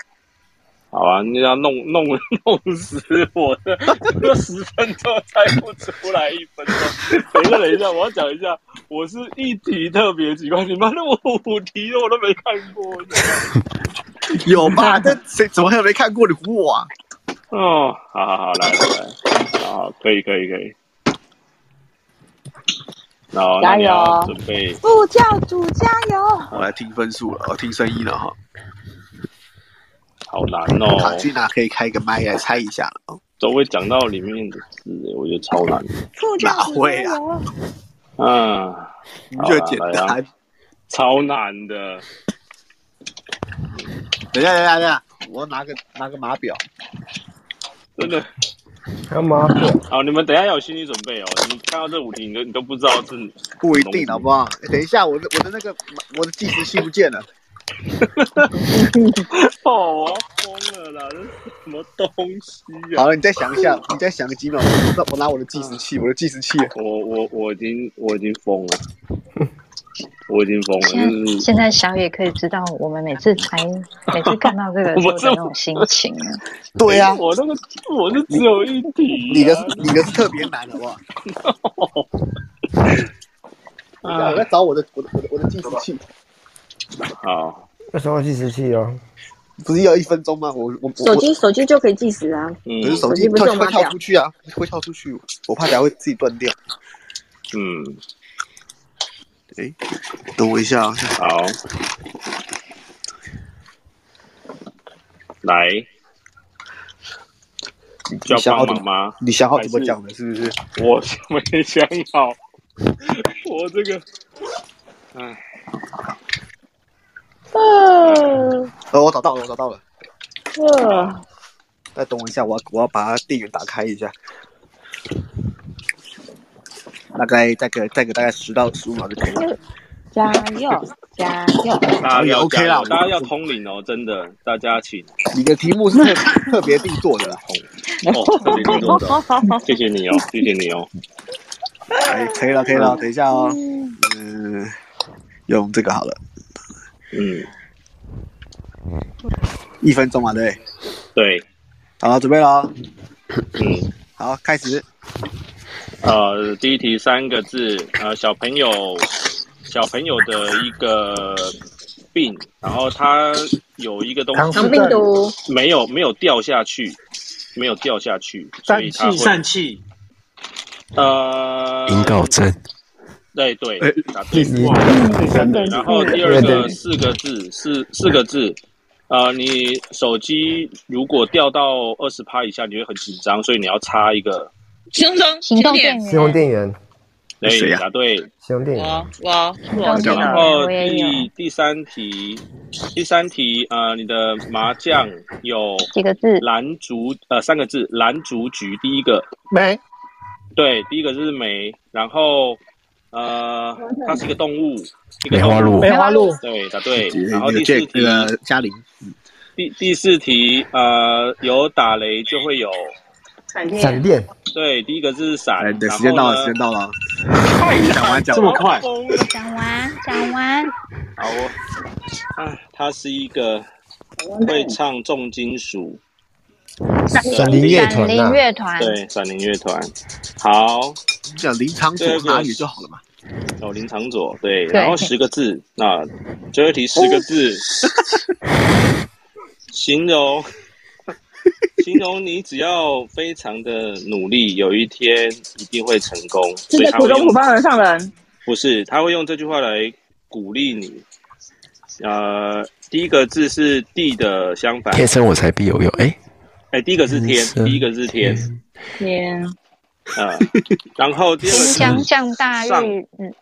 [SPEAKER 1] 好啊，你要弄弄 弄死我的，这十分钟猜不出来一分钟。等一下，等一下，我要讲一下，我是一题特别奇怪，你妈的，我五题我都没看过。
[SPEAKER 6] 有吧？但谁怎么还没看过？你唬我啊？
[SPEAKER 1] 哦，好好好，来来来，好，可以可以可以。然后那
[SPEAKER 2] 加
[SPEAKER 1] 你
[SPEAKER 2] 油
[SPEAKER 1] 要准备
[SPEAKER 2] 副教主加油！
[SPEAKER 6] 我来听分数了，哦我听声音了哈。
[SPEAKER 1] 好难哦
[SPEAKER 6] 卡君啊娜可以开个麦来猜一下哦。
[SPEAKER 1] 都会讲到里面的字，我觉得超难的。
[SPEAKER 2] 副
[SPEAKER 6] 哪会啊？
[SPEAKER 1] 嗯，
[SPEAKER 6] 你觉得简单
[SPEAKER 1] 好啦来啊超难的。
[SPEAKER 6] 等一下，等一下，等一下，我拿个拿个码表。
[SPEAKER 1] 真的。
[SPEAKER 5] 干嘛？
[SPEAKER 1] 好，你们等一下要有心理准备哦。你看到这五题，你都你都不知道是
[SPEAKER 6] 不一定好不好？等一下，我的我的那个我的计时器不见了，
[SPEAKER 1] 哦，我要疯了啦！这是什么东西啊？
[SPEAKER 6] 好了，你再想一下，你再想个几秒钟。那我拿我的计时器，我的计时 器。
[SPEAKER 1] 我我我已经我已经疯了， 嗯我已经疯
[SPEAKER 8] 现
[SPEAKER 1] 了，就
[SPEAKER 8] 在
[SPEAKER 1] 是
[SPEAKER 8] 现在小野可以知道我们每次猜，每次看到这个
[SPEAKER 1] 我
[SPEAKER 8] 时
[SPEAKER 1] 不
[SPEAKER 8] 候的
[SPEAKER 1] 是
[SPEAKER 8] 那种心情啊了。
[SPEAKER 6] 对呀、
[SPEAKER 1] 我那个我是只有一题、
[SPEAKER 6] 你的你的是特别难，好不 好？等一下我在找我的我的我的我的计时器，
[SPEAKER 1] 好，
[SPEAKER 5] 那什么计时器哦？
[SPEAKER 6] 不是要一分钟吗？我我我
[SPEAKER 7] 手机手机就可以计时 啊，
[SPEAKER 1] 嗯
[SPEAKER 6] 可是手
[SPEAKER 7] 手机
[SPEAKER 6] 机
[SPEAKER 7] 不是
[SPEAKER 6] 跳
[SPEAKER 7] 有
[SPEAKER 6] 会
[SPEAKER 7] 码
[SPEAKER 6] 跳
[SPEAKER 7] 表
[SPEAKER 6] 出去啊，会跳出去，我怕等下会自己断掉。
[SPEAKER 1] 嗯，
[SPEAKER 6] 哎，等我一下啊，
[SPEAKER 1] 好，来，需要
[SPEAKER 6] 想好
[SPEAKER 1] 帮
[SPEAKER 6] 怎
[SPEAKER 1] 忙吗
[SPEAKER 6] 么？？你想好怎么讲的，是不是？
[SPEAKER 1] 我没想好， 我这个，哎，
[SPEAKER 7] 嗯
[SPEAKER 6] 哦，我找到了，我找到了。
[SPEAKER 2] 呃
[SPEAKER 7] 嗯，
[SPEAKER 6] 再等我一下，我要我要把电源打开一下，大概再给再给大概十到十五秒就可以了。
[SPEAKER 2] 加油加油！
[SPEAKER 1] 大家要加
[SPEAKER 6] OK 啦
[SPEAKER 1] 油
[SPEAKER 6] 我
[SPEAKER 1] 大家要通灵哦，真的，大家请
[SPEAKER 6] 你的题目是特特别定做的啦，
[SPEAKER 1] 哦，特别听众 的，谢谢你哦，谢谢你哦，
[SPEAKER 6] 哎，可以了，可以了，等一下哦，嗯，用这个好了，
[SPEAKER 1] 嗯，
[SPEAKER 6] 一分钟嘛，对不对，
[SPEAKER 1] 对，
[SPEAKER 6] 好，准备了哦，
[SPEAKER 1] 嗯，
[SPEAKER 6] 好，开始，
[SPEAKER 1] 呃，第一题三个字，呃，小朋友，小朋友的一个病，然后他有一个东西，
[SPEAKER 7] 糖病毒，
[SPEAKER 1] 没有没有掉下去，没有掉下去，所以他会
[SPEAKER 11] 疝
[SPEAKER 3] 啊
[SPEAKER 11] 气，
[SPEAKER 1] 呃，
[SPEAKER 4] 引导症，
[SPEAKER 1] 对对
[SPEAKER 4] 哎，
[SPEAKER 1] 答对。
[SPEAKER 4] 你
[SPEAKER 1] 对，然后第二
[SPEAKER 4] 对
[SPEAKER 1] 个
[SPEAKER 4] 对
[SPEAKER 1] 四个字，四四个字，呃，你手机如果掉到二十趴以下，你会很紧张，所以你要插一个。
[SPEAKER 12] 行动
[SPEAKER 8] 行动
[SPEAKER 12] 电
[SPEAKER 8] 电源，啊
[SPEAKER 5] 使用电源，
[SPEAKER 1] 哎
[SPEAKER 4] 啊
[SPEAKER 5] 谁呀
[SPEAKER 1] 答对。
[SPEAKER 5] 使用电源。
[SPEAKER 12] 我我
[SPEAKER 2] 哦
[SPEAKER 8] 我知道
[SPEAKER 1] 然后
[SPEAKER 8] 啊我也
[SPEAKER 1] 第第三题，第三题，呃，你的麻将有
[SPEAKER 8] 几个字？
[SPEAKER 1] 蓝竹，呃，三个字，蓝竹菊。第一个，
[SPEAKER 10] 没
[SPEAKER 1] 对，第一个就是梅，然后呃，它是一个动物，一个
[SPEAKER 4] 梅花鹿
[SPEAKER 1] 动物
[SPEAKER 10] 梅花鹿
[SPEAKER 1] 对，答对。然后第四
[SPEAKER 6] 这
[SPEAKER 1] 题，
[SPEAKER 6] 个嘉玲，
[SPEAKER 1] 第第四题，呃，有打雷就会有，
[SPEAKER 7] 闪
[SPEAKER 5] 闪电，
[SPEAKER 1] 对，第一个字是闪。
[SPEAKER 6] 哎，对，
[SPEAKER 1] 啊然后
[SPEAKER 6] 时间到了，
[SPEAKER 1] 呢
[SPEAKER 6] 时间到了，讲完讲完，
[SPEAKER 1] 疯了
[SPEAKER 8] 讲完，讲完。
[SPEAKER 1] 好哦，啊，它是一个会唱重金属，
[SPEAKER 5] 闪灵乐团
[SPEAKER 8] 闪灵
[SPEAKER 5] 呐，
[SPEAKER 8] 乐
[SPEAKER 2] 嗯
[SPEAKER 8] 团，
[SPEAKER 1] 对，闪灵乐团。好，
[SPEAKER 6] 讲林场所阿语就好了嘛，
[SPEAKER 1] 哦，林长佐，对，
[SPEAKER 8] 对
[SPEAKER 1] 然后十个字，那最后一题十个字， 形容形容你只要非常的努力，有一天一定会成功。
[SPEAKER 2] 这
[SPEAKER 1] 所以
[SPEAKER 2] 个
[SPEAKER 1] 他
[SPEAKER 2] 苦
[SPEAKER 1] 会
[SPEAKER 2] 中
[SPEAKER 1] 用
[SPEAKER 2] 苦方人上人，
[SPEAKER 1] 不是，他会用这句话来鼓励你。呃，第一个字是地的相反，
[SPEAKER 4] 天生我材必有用。哎，
[SPEAKER 1] 哎，第一个是天
[SPEAKER 4] 天，生
[SPEAKER 1] 第一个是天，
[SPEAKER 2] 天，
[SPEAKER 1] 啊、然后第二
[SPEAKER 8] 嗯
[SPEAKER 1] 个
[SPEAKER 8] 天将
[SPEAKER 1] 是
[SPEAKER 8] 降大狱，嗯，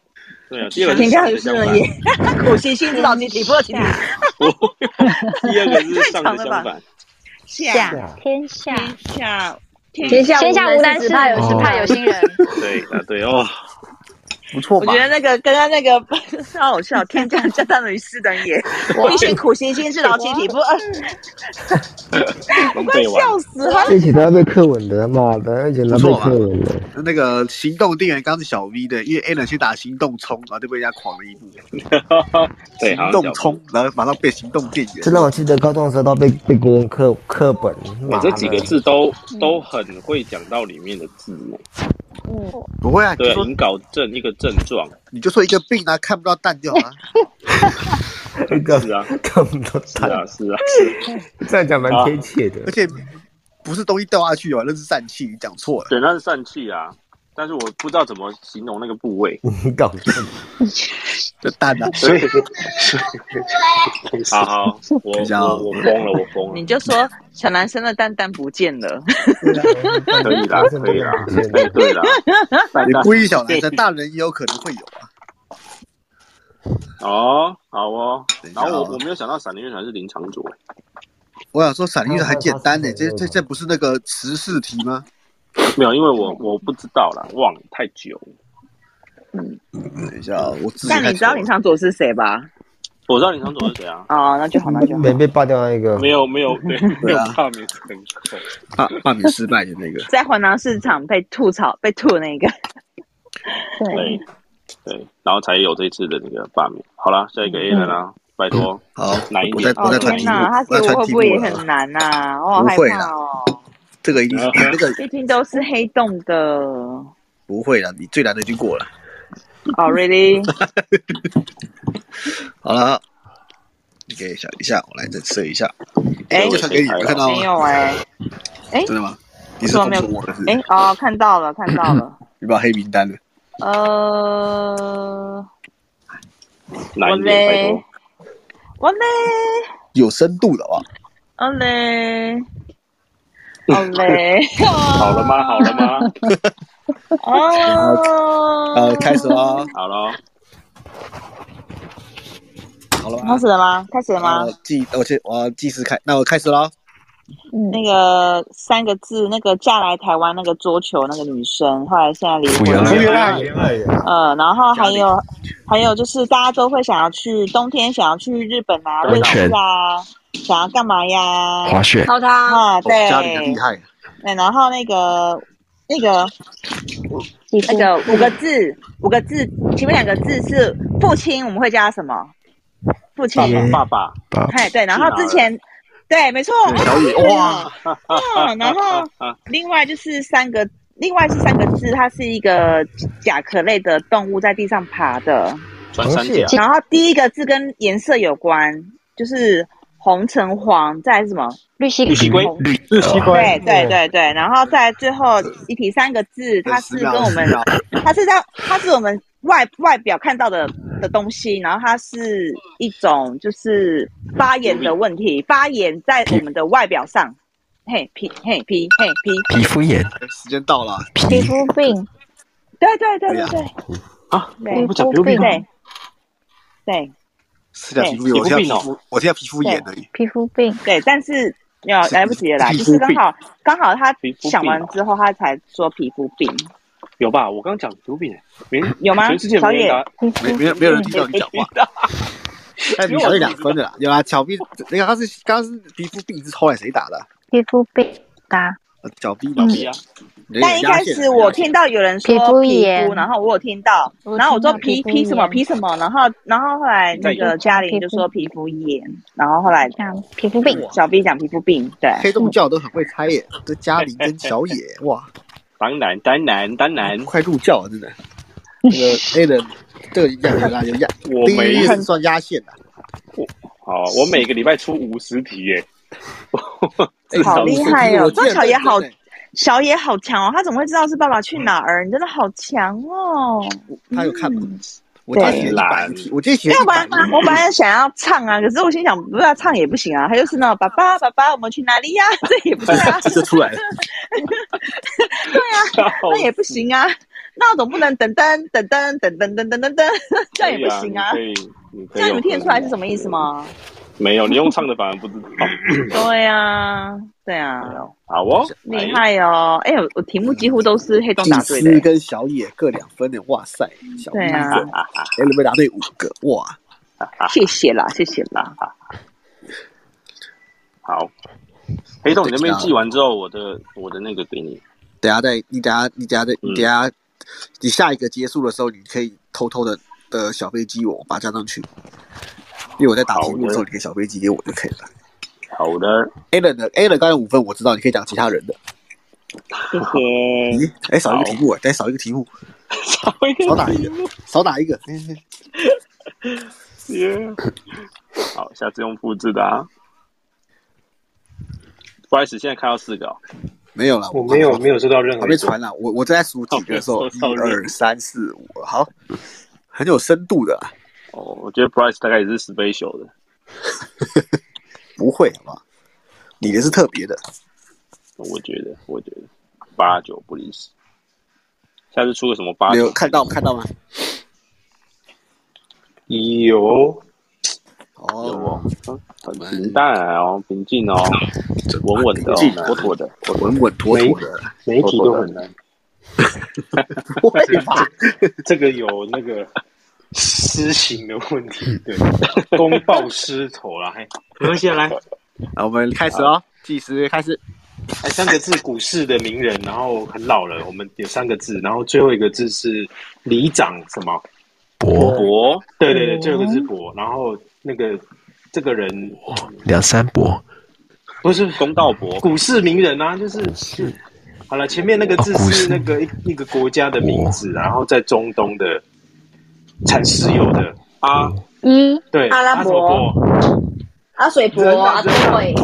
[SPEAKER 1] 对啊，第二个是
[SPEAKER 2] 天降
[SPEAKER 1] 上的
[SPEAKER 2] 雨是
[SPEAKER 1] 相
[SPEAKER 2] 而
[SPEAKER 1] 反
[SPEAKER 2] 已，。苦行心知道自己不行。
[SPEAKER 1] 第二个是上的相反，
[SPEAKER 8] 下
[SPEAKER 3] 啊
[SPEAKER 8] 天下，
[SPEAKER 12] 下
[SPEAKER 7] 天下
[SPEAKER 8] 天下无难
[SPEAKER 7] 事，
[SPEAKER 8] 事，
[SPEAKER 7] 只
[SPEAKER 8] 哦
[SPEAKER 7] 怕有
[SPEAKER 8] 只怕有心人。
[SPEAKER 1] 对啊，对哦，
[SPEAKER 6] 不错
[SPEAKER 2] 我
[SPEAKER 6] 吧
[SPEAKER 2] 觉？得那个刚刚那个 超好笑，天降降大于斯等也，必须苦行心是劳其体肤。二，
[SPEAKER 1] 我
[SPEAKER 2] 快
[SPEAKER 1] 背完。
[SPEAKER 2] 哎 笑死了。
[SPEAKER 5] 这一起都要被课文的，妈的，一起都要被课文的。
[SPEAKER 6] 那个行动电源刚刚是小 V 的，因为 a l n 先打行动冲，然后就被人家狂了一步，
[SPEAKER 1] 对，好
[SPEAKER 6] 行
[SPEAKER 1] 像
[SPEAKER 6] 动
[SPEAKER 1] 讲
[SPEAKER 6] 冲，然后马上变行动电源
[SPEAKER 5] 这。让我记得高中的时候都被被国文课课本，
[SPEAKER 1] 我
[SPEAKER 5] 妈
[SPEAKER 1] 这
[SPEAKER 5] 的，
[SPEAKER 1] 几个字都都很会讲到里面的字呢。
[SPEAKER 6] 不会啊，你
[SPEAKER 1] 对
[SPEAKER 6] 就
[SPEAKER 1] 啊，
[SPEAKER 6] 说
[SPEAKER 1] 引导症一个症 状，
[SPEAKER 6] 你就说一个病啊，看不到蛋就好了。
[SPEAKER 5] 一个
[SPEAKER 1] 是啊，
[SPEAKER 5] 看不到
[SPEAKER 1] 是
[SPEAKER 5] 他，
[SPEAKER 1] 啊，是啊，是。
[SPEAKER 5] 这样讲蛮贴切的
[SPEAKER 6] 而。
[SPEAKER 3] 啊
[SPEAKER 6] 且不是东西掉下去哦，那是疝气，你讲错了。
[SPEAKER 1] 对，那是疝气啊，但是我不知道怎么形容那个部位。
[SPEAKER 5] 你搞错，
[SPEAKER 6] 这蛋 啊，
[SPEAKER 3] 所以
[SPEAKER 1] 好好，我
[SPEAKER 6] 等一下
[SPEAKER 1] 我
[SPEAKER 6] 哦
[SPEAKER 1] 我疯了，我疯了
[SPEAKER 2] 你。就说小男生的蛋蛋不见了，
[SPEAKER 1] 可以啦，可以啦，哎，对啦，
[SPEAKER 6] 你故意小男生，大人也有可能会有啊。
[SPEAKER 1] 哦，好哦
[SPEAKER 6] 等。一下
[SPEAKER 1] 然
[SPEAKER 6] 哦
[SPEAKER 1] 后我我没有想到闪灵乐团是林长佐，
[SPEAKER 6] 我想说闪电还简单呢、
[SPEAKER 5] 哦
[SPEAKER 6] 这这这不是那个十四题吗？
[SPEAKER 1] 没有，因为我我不知道啦，忘了太久了。
[SPEAKER 6] 等一下哦，我自己
[SPEAKER 2] 但
[SPEAKER 6] 看
[SPEAKER 2] 你知道林长佐是谁吧？
[SPEAKER 1] 我知道你想走是谁啊？
[SPEAKER 2] 哦，那就好，那就好。
[SPEAKER 5] 没被爆掉那一个，
[SPEAKER 1] 没有没有对啊没
[SPEAKER 6] 对
[SPEAKER 1] 有
[SPEAKER 6] 啊
[SPEAKER 1] 罢免成功，
[SPEAKER 6] 罢罢免失败的那个，
[SPEAKER 2] 在环南市场被吐槽、被吐的那个。
[SPEAKER 1] 对，对，然后才有这次的那个罢免。好啦，下一个 A 人啊，拜托，
[SPEAKER 6] 好，
[SPEAKER 1] 难一
[SPEAKER 6] 我
[SPEAKER 1] 点
[SPEAKER 6] 在， 我
[SPEAKER 1] 好
[SPEAKER 6] 在传
[SPEAKER 1] 难一点
[SPEAKER 2] 那哦
[SPEAKER 6] 题目，
[SPEAKER 2] 他
[SPEAKER 6] 我
[SPEAKER 2] 给我
[SPEAKER 6] 在传
[SPEAKER 2] 会
[SPEAKER 6] 题
[SPEAKER 2] 不
[SPEAKER 6] 目
[SPEAKER 2] 会也
[SPEAKER 6] 了
[SPEAKER 2] 很难呐、我好害
[SPEAKER 6] 不会
[SPEAKER 2] 怕
[SPEAKER 6] 啦
[SPEAKER 2] 哦。
[SPEAKER 6] 这个一定是
[SPEAKER 2] 啊
[SPEAKER 6] 这个
[SPEAKER 2] 毕竟都是黑洞的。
[SPEAKER 6] 不会了，你最难的已经过了。
[SPEAKER 2] 哦、r e a l l y
[SPEAKER 6] 好了，你可以想一下，我来再设一下。
[SPEAKER 2] 哎
[SPEAKER 6] 我传给你，有看到吗
[SPEAKER 2] 没有哎、哎、
[SPEAKER 6] 真的吗？你
[SPEAKER 2] 为
[SPEAKER 6] 是
[SPEAKER 2] 什么
[SPEAKER 6] 封
[SPEAKER 2] 没
[SPEAKER 6] 锁
[SPEAKER 2] 有
[SPEAKER 6] 我的是？
[SPEAKER 2] 哎、哦，看到了，看到 了。
[SPEAKER 6] 你把黑名单了。
[SPEAKER 2] 呃，
[SPEAKER 1] 难一点，拜托。
[SPEAKER 2] 我嘞，
[SPEAKER 6] 有深度的啊！
[SPEAKER 2] 我嘞， 我嘞，
[SPEAKER 1] 好了吗？好了吗？
[SPEAKER 2] 哦，
[SPEAKER 6] 呃，开始 啦，
[SPEAKER 1] 好了，
[SPEAKER 6] 好了
[SPEAKER 2] 开
[SPEAKER 6] 吧
[SPEAKER 2] 始？了吗？开始了吗
[SPEAKER 6] 我？计，我先，我要计时开，那我开始啦。
[SPEAKER 2] 那个三个字，那个嫁来台湾那个桌球那个女生，后来现在离
[SPEAKER 4] 福
[SPEAKER 2] 婚
[SPEAKER 4] 原
[SPEAKER 2] 了。
[SPEAKER 4] 爱
[SPEAKER 2] 嗯，然后还有还有就是大家都会想要去冬天想要去日本啊、瑞
[SPEAKER 4] 温泉
[SPEAKER 2] 士啊，想要干嘛呀？
[SPEAKER 4] 滑雪，
[SPEAKER 7] 好他
[SPEAKER 2] 啊，对，
[SPEAKER 6] 家里很厉害，
[SPEAKER 2] 对，然后那个那个那个五个字，五个字，前面两个字是父亲，我们会叫他什么？父亲。
[SPEAKER 1] 爸爸，
[SPEAKER 4] 爸
[SPEAKER 2] 哎，对，然后之前，对，没错，
[SPEAKER 6] 小野哇，
[SPEAKER 2] 嗯，然后另外就是三个，另外是三个字，它是一个甲壳类的动物，在地上爬的。
[SPEAKER 1] 穿山
[SPEAKER 5] 啊
[SPEAKER 1] 甲，
[SPEAKER 2] 然后第一个字跟颜色有关，就是红橙黄，再来是什么？
[SPEAKER 8] 绿西
[SPEAKER 1] 绿西龟
[SPEAKER 8] 红
[SPEAKER 4] 绿
[SPEAKER 10] 日西龟
[SPEAKER 2] 对对对对，然后再来最后一题三个字，它是跟我们，它是在它是我们外外表看到的的东西，然后它是一种就是发炎的问题，发炎在我们的外表上，嘿皮嘿皮嘿皮，
[SPEAKER 4] 皮肤炎，
[SPEAKER 6] 时间到了，
[SPEAKER 2] 哎
[SPEAKER 8] 皮肤病，
[SPEAKER 2] 对对对对对
[SPEAKER 1] 啊，
[SPEAKER 2] 对
[SPEAKER 1] 我们不讲皮肤病吗？
[SPEAKER 2] 对对
[SPEAKER 6] 是讲皮肤炎，我现在
[SPEAKER 2] 哦
[SPEAKER 6] 皮肤，我现在皮肤炎而已。
[SPEAKER 8] 皮肤病，
[SPEAKER 2] 对，但是。没有来不及了啦，就是刚好刚好他想完之后，他才说皮肤病
[SPEAKER 1] 有吧？我刚讲皮肤
[SPEAKER 6] 啊
[SPEAKER 1] 病，没
[SPEAKER 2] 有吗
[SPEAKER 1] 全世界
[SPEAKER 2] 小
[SPEAKER 1] 没
[SPEAKER 2] 野
[SPEAKER 1] 人答，
[SPEAKER 8] 皮肤
[SPEAKER 6] 没没有没有人听到你 讲话，哎，你小一两分的啦，有啊，小 B，那个他是刚刚是皮肤病是后来谁打的？
[SPEAKER 8] 皮肤病答
[SPEAKER 6] 小 B，
[SPEAKER 1] 老皮啊，
[SPEAKER 2] 嗯
[SPEAKER 6] 嗯
[SPEAKER 2] 但一开始我听到有人说
[SPEAKER 8] 皮
[SPEAKER 2] 皮
[SPEAKER 8] 肤
[SPEAKER 2] 肤，
[SPEAKER 8] 炎
[SPEAKER 2] 然后我有听到，
[SPEAKER 8] 我
[SPEAKER 2] 然后我说
[SPEAKER 8] 听到
[SPEAKER 2] 皮
[SPEAKER 8] 皮
[SPEAKER 2] 皮
[SPEAKER 8] 肤
[SPEAKER 2] 什么
[SPEAKER 8] 炎
[SPEAKER 2] 皮什么，然后然后后来那个嘉玲就说皮肤炎，然后后来
[SPEAKER 8] 讲皮肤病，
[SPEAKER 2] 小 B 讲皮肤病，对，
[SPEAKER 6] 黑洞教都很会猜耶，这嘉玲跟小野， 哇，
[SPEAKER 1] 当然当然当然，
[SPEAKER 6] 快入教啊了，真的。这个 A 的这个压压有 压，
[SPEAKER 1] 我
[SPEAKER 6] 第
[SPEAKER 1] 每
[SPEAKER 6] 一是算压 线的，
[SPEAKER 1] 好，我每个礼拜出五十题耶，至少
[SPEAKER 2] 好厉害哦！
[SPEAKER 6] 我记得
[SPEAKER 2] 张小野好
[SPEAKER 6] 对对，
[SPEAKER 2] 小野好强哦，他怎么会知道是爸爸去哪儿？你真的好强哦！
[SPEAKER 6] 他有看吗？我记得写一百题，我记得写
[SPEAKER 2] 嗯要
[SPEAKER 6] 一
[SPEAKER 2] 不
[SPEAKER 6] 百
[SPEAKER 2] 然啊
[SPEAKER 6] 题，
[SPEAKER 2] 我本来想要唱啊，可是我心想，不要唱也不行啊，他就是那种爸爸爸爸，我们去哪里呀？ 这也不是啊，
[SPEAKER 6] 这就出来了。
[SPEAKER 2] 那 也不行啊，那总不能等噔等噔等噔等噔等噔，这样也不行啊
[SPEAKER 1] 可。以，哎你可
[SPEAKER 2] 这
[SPEAKER 1] 以
[SPEAKER 2] 样你们听得出来是什么意思？吗？
[SPEAKER 1] 没有，你用唱的反而不知道。
[SPEAKER 2] 对呀，对呀，
[SPEAKER 1] 好哦，
[SPEAKER 2] 厉害哦！哎，我我题目几乎都是黑洞
[SPEAKER 6] 祭
[SPEAKER 2] 答对
[SPEAKER 6] 司
[SPEAKER 2] 的，
[SPEAKER 6] 跟小野各两分的，哇塞，小
[SPEAKER 2] 对啊
[SPEAKER 6] ，A 被答对五个，哇，
[SPEAKER 2] 谢谢啦，谢谢啦。
[SPEAKER 1] 好。黑洞，你那边记完之后，我的我的那个给你。
[SPEAKER 6] 等下再你等下你等下再
[SPEAKER 3] 嗯
[SPEAKER 6] 你等下你下一个结束的时候，你可以偷偷的的小飞机我把它加上去，因为我在打题目的时候，你可以小飞机给我就可以了。
[SPEAKER 1] 好的，
[SPEAKER 6] A 人的 A 人刚才五分，我知道，你可以讲其他人的。
[SPEAKER 2] 谢谢。
[SPEAKER 3] 嗯
[SPEAKER 6] 咦，哎，少一个题目，哎，少一个题目，
[SPEAKER 1] 少一个
[SPEAKER 6] 少打一个，少打一个。
[SPEAKER 1] 好，下次用复制的啊。不好意思，现在开到四个哦。
[SPEAKER 6] 没有了，
[SPEAKER 3] 我没有没有收到任何
[SPEAKER 6] 还
[SPEAKER 3] 一个
[SPEAKER 6] 没传了，我我正在数几个的时候，一二三四五，好，很有深度的，
[SPEAKER 1] 哦，我觉得 Bryce 大概也是 special 的。
[SPEAKER 6] 不会好吧？你的是特别的，
[SPEAKER 1] 我觉得，我觉得八九不离十。下次出个什么
[SPEAKER 3] 啊
[SPEAKER 1] 八
[SPEAKER 6] 没
[SPEAKER 1] 九
[SPEAKER 6] 有？看到看到吗？
[SPEAKER 3] 有
[SPEAKER 6] 哦，
[SPEAKER 1] 嗯很平淡哦，平静哦，稳稳的、哦
[SPEAKER 6] 平静，啊
[SPEAKER 1] 妥妥的。
[SPEAKER 6] 稳稳妥妥的，
[SPEAKER 3] 每一题都很难，
[SPEAKER 6] 不会吧？
[SPEAKER 3] 这个有那个私刑的问题， 对，公报私仇啦，嘿，
[SPEAKER 6] 没关系啊，来，啊，我们开始哦，计时开始。
[SPEAKER 3] 哎，三个字，股市的名人，然后很老了，我们有三个字，然后最后一个字是里长什么？
[SPEAKER 4] 博
[SPEAKER 3] 博，对对
[SPEAKER 6] 哦
[SPEAKER 3] 对，最后一个字博，然后那个这个人
[SPEAKER 4] 梁山伯，
[SPEAKER 3] 不是
[SPEAKER 1] 公道博，
[SPEAKER 3] 股市名人啊，就是是。好了，前面那个字是那个一一个国家的名字，然后在中东的产石油的啊，
[SPEAKER 7] 嗯，
[SPEAKER 3] 对，
[SPEAKER 7] 阿拉伯、阿水伯、阿对。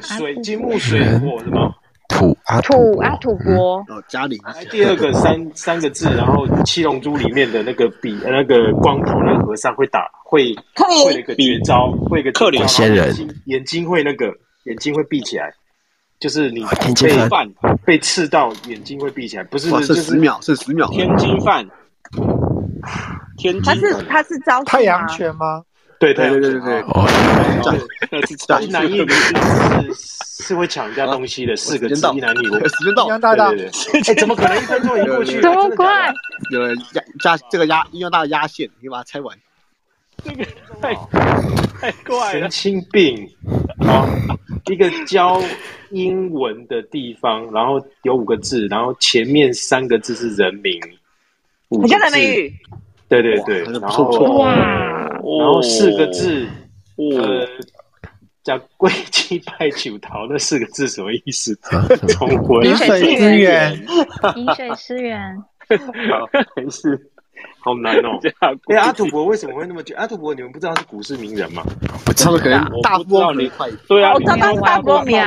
[SPEAKER 3] 水金木水火什么？
[SPEAKER 4] 土嗯阿
[SPEAKER 7] 土
[SPEAKER 8] 啊
[SPEAKER 7] 阿土伯
[SPEAKER 6] 哦，嘉陵。
[SPEAKER 3] 哎第二个三三个字，然后《七龙珠》里面的那个比那个光头那个和尚会打会会那个绝招，会个
[SPEAKER 1] 克林
[SPEAKER 4] 仙人，
[SPEAKER 3] 眼睛会那个眼睛会闭起来，就是你
[SPEAKER 4] 天津
[SPEAKER 3] 被
[SPEAKER 4] 饭
[SPEAKER 3] 被刺到眼睛会闭起来，不是
[SPEAKER 6] 剩
[SPEAKER 3] 就是
[SPEAKER 6] 十秒，剩十秒。
[SPEAKER 1] 天津饭，天
[SPEAKER 2] 他是他是招
[SPEAKER 10] 太阳拳吗？
[SPEAKER 3] 对对
[SPEAKER 6] 对对对
[SPEAKER 4] 哦，
[SPEAKER 3] 一男一女是啊是会抢人家东西的，四个字一男一女。
[SPEAKER 6] 时间到，
[SPEAKER 10] 央大大，
[SPEAKER 3] 哎，怎么可能一分钟一过去？
[SPEAKER 7] 怎么快？
[SPEAKER 6] 有人压压这个压，央大压线，你把它拆完。
[SPEAKER 1] 这个太太怪了，
[SPEAKER 3] 神经病！啊，一个教英文的地方，然后有五个字，然后前面三个字是人名，
[SPEAKER 2] 很像人美语。
[SPEAKER 3] 对对对，然后
[SPEAKER 6] 哇，
[SPEAKER 3] 然
[SPEAKER 1] 哦
[SPEAKER 3] 后四个字，呃，叫“贵鸡拜九桃”那四个字啊什么意思？从文
[SPEAKER 10] 饮水思源，
[SPEAKER 8] 饮水思源。
[SPEAKER 3] 好，没事，好难哦。哎，阿土伯为什么会那么久？阿土伯，你们不知道是股市名人吗？
[SPEAKER 6] 他们可能大富翁
[SPEAKER 1] 你
[SPEAKER 6] 快，
[SPEAKER 1] 对啊，
[SPEAKER 2] 我知道他是哦大波米啊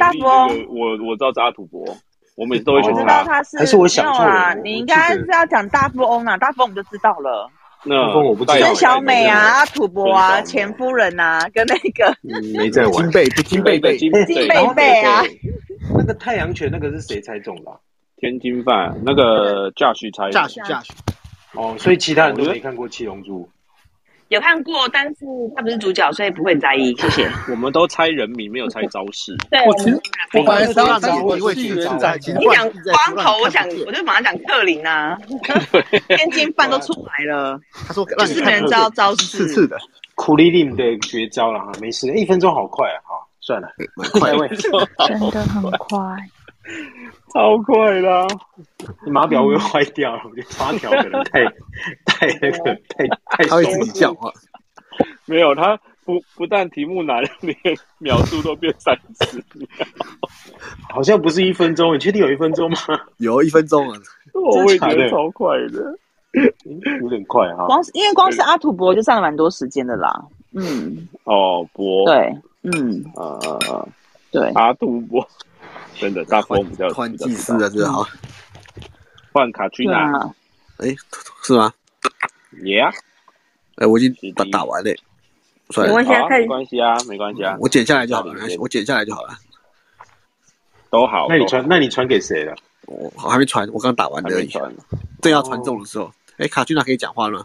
[SPEAKER 2] 大波
[SPEAKER 1] 我我知道是阿土伯，我每次都会选
[SPEAKER 2] 我知
[SPEAKER 1] 他
[SPEAKER 2] 道。他是
[SPEAKER 3] 还是我想错
[SPEAKER 2] 没
[SPEAKER 3] 了
[SPEAKER 2] 有啦
[SPEAKER 3] 我
[SPEAKER 2] 你应该是要讲大富翁啊，大富翁我们就知道了，
[SPEAKER 1] 那
[SPEAKER 3] 我不知道
[SPEAKER 2] 孙小美啊、阿土伯啊、
[SPEAKER 1] 孙小美
[SPEAKER 2] 前夫人啊，跟那个
[SPEAKER 3] 嗯没在玩
[SPEAKER 6] 金。贝不金贝贝，
[SPEAKER 1] 金
[SPEAKER 2] 金贝贝啊，
[SPEAKER 3] 那个太阳拳那个是谁猜中的啊？
[SPEAKER 1] 天津饭那个 Josh 才
[SPEAKER 6] 驾驶驾驶，
[SPEAKER 3] 哦，所以其他人都没看过《七龙珠
[SPEAKER 2] 有看过，但是他不是主角，所以不会在意。谢谢。
[SPEAKER 1] 我们都猜人名，没有猜招式。
[SPEAKER 7] 对，
[SPEAKER 10] 我其实我本来是要讲
[SPEAKER 6] 我
[SPEAKER 10] 我
[SPEAKER 6] 以
[SPEAKER 10] 是
[SPEAKER 6] 为
[SPEAKER 10] 园
[SPEAKER 6] 是
[SPEAKER 10] 长，
[SPEAKER 6] 其实
[SPEAKER 2] 你讲光头，我想我就马上讲克林啊，天津饭都出来了，
[SPEAKER 6] 他说
[SPEAKER 2] 就
[SPEAKER 6] 让你
[SPEAKER 2] 是没人知道招式
[SPEAKER 6] 刺。刺的，》
[SPEAKER 3] 苦力令的绝招了哈，没事，哎一分钟好快啊！哈，算了，
[SPEAKER 6] 蛮快
[SPEAKER 3] 下一。位，
[SPEAKER 8] 真的很快，
[SPEAKER 3] 超快啦！码表我又坏掉了，我觉得发条可能 太太那个太太
[SPEAKER 6] 他会
[SPEAKER 3] 松
[SPEAKER 6] 自
[SPEAKER 3] 了
[SPEAKER 6] 己讲话，
[SPEAKER 1] 没有，他不不但题目难，连秒数都变三十秒。
[SPEAKER 3] 好像不是一分钟，你确定有一分钟吗？
[SPEAKER 6] 有一分钟啊，
[SPEAKER 1] 我也觉
[SPEAKER 3] 真的假的
[SPEAKER 1] 得超快的。
[SPEAKER 3] 有点快啊哈。
[SPEAKER 2] 光是因为光是阿土伯就占了蛮多时间的啦。嗯，
[SPEAKER 1] 哦，博，
[SPEAKER 2] 对，嗯，
[SPEAKER 1] 呃，呃呃
[SPEAKER 2] 对，
[SPEAKER 1] 阿杜 博，真的大风比较
[SPEAKER 6] 换
[SPEAKER 1] 比较
[SPEAKER 6] 技师啊，这个好，
[SPEAKER 1] 换卡去
[SPEAKER 2] 对
[SPEAKER 1] 哪？
[SPEAKER 2] 啊，
[SPEAKER 6] 哎，是吗？
[SPEAKER 1] 也啊，
[SPEAKER 6] 哎，我已经打打完嘞，算
[SPEAKER 2] 没关，
[SPEAKER 6] 了
[SPEAKER 2] 系啊
[SPEAKER 1] 好啊，
[SPEAKER 2] 看
[SPEAKER 1] 没关系啊，没关系啊，
[SPEAKER 6] 我剪下来就好了，没关系我剪下来就好了。
[SPEAKER 1] 都好。
[SPEAKER 3] 那你
[SPEAKER 1] 都好
[SPEAKER 3] 传，那你传给谁了？
[SPEAKER 6] 我我还没传，哦我刚打完
[SPEAKER 1] 还
[SPEAKER 6] 而
[SPEAKER 1] 没
[SPEAKER 6] 已，
[SPEAKER 1] 传？
[SPEAKER 6] 正要传中的时候，哎，卡君娜可以讲话了吗？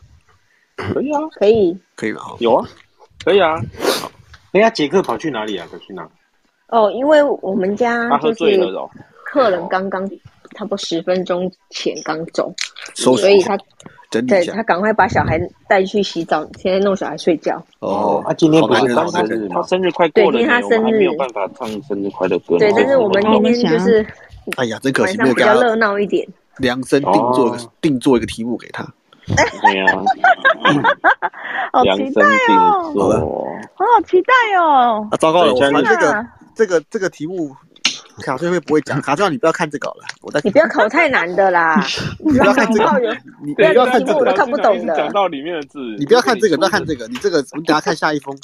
[SPEAKER 1] 可以啊，
[SPEAKER 7] 可以
[SPEAKER 6] 可以吗？好，
[SPEAKER 1] 有啊，可以啊。
[SPEAKER 3] 哎呀，杰克跑去哪里啊？跑去哪？
[SPEAKER 7] 哦，因为我们家
[SPEAKER 1] 他
[SPEAKER 7] 嗯
[SPEAKER 1] 喝
[SPEAKER 7] 就
[SPEAKER 1] 醉了
[SPEAKER 7] 是
[SPEAKER 1] 哦。
[SPEAKER 7] 客人刚刚差不多十分钟前刚走，
[SPEAKER 6] 收拾
[SPEAKER 7] 所
[SPEAKER 6] 一
[SPEAKER 7] 以
[SPEAKER 6] 下
[SPEAKER 7] 他，
[SPEAKER 6] 整理
[SPEAKER 7] 对
[SPEAKER 6] 一下
[SPEAKER 7] 他。赶快把小孩带去洗澡，现在弄小孩睡觉。
[SPEAKER 6] 哦，
[SPEAKER 3] 他啊今天不是他
[SPEAKER 6] 好吧
[SPEAKER 3] 生
[SPEAKER 6] 好
[SPEAKER 3] 日
[SPEAKER 1] 他
[SPEAKER 3] 吗？
[SPEAKER 1] 生日快过了
[SPEAKER 7] 对今
[SPEAKER 1] 呢，
[SPEAKER 7] 天他
[SPEAKER 1] 我们还
[SPEAKER 7] 生日
[SPEAKER 1] 没有办法唱生日快乐歌。
[SPEAKER 7] 对，
[SPEAKER 1] 哦
[SPEAKER 7] 但是我们
[SPEAKER 1] 哦
[SPEAKER 7] 今天就是
[SPEAKER 6] 哎呀，真可
[SPEAKER 7] 晚
[SPEAKER 6] 惜，
[SPEAKER 7] 上
[SPEAKER 6] 没有
[SPEAKER 7] 比
[SPEAKER 6] 给
[SPEAKER 7] 较
[SPEAKER 6] 他
[SPEAKER 7] 热闹一点。
[SPEAKER 6] 量身定做一个定做一个题目给他。
[SPEAKER 1] 对呀，
[SPEAKER 7] 哦
[SPEAKER 2] 好
[SPEAKER 1] 量
[SPEAKER 2] 期
[SPEAKER 1] 身
[SPEAKER 2] 待
[SPEAKER 1] 定
[SPEAKER 6] 好了
[SPEAKER 1] 做。
[SPEAKER 2] 哦，好期待哦。
[SPEAKER 6] 啊，糟糕了，我
[SPEAKER 1] 对
[SPEAKER 6] 们
[SPEAKER 1] 现
[SPEAKER 6] 这个
[SPEAKER 2] 啊
[SPEAKER 6] 这个这个题目，卡翠会不会讲？卡翠，你不要看这个好了，我再
[SPEAKER 7] 你不要考太难的啦，
[SPEAKER 6] 你不要看这个，你你不要看这
[SPEAKER 7] 我
[SPEAKER 6] 个
[SPEAKER 7] 都，看不懂的
[SPEAKER 1] 讲到里面的字，
[SPEAKER 6] 你不要看这个，
[SPEAKER 1] 如
[SPEAKER 6] 不
[SPEAKER 1] 果
[SPEAKER 6] 要
[SPEAKER 1] 你出
[SPEAKER 6] 看这个，你这个，我们等下看下一封。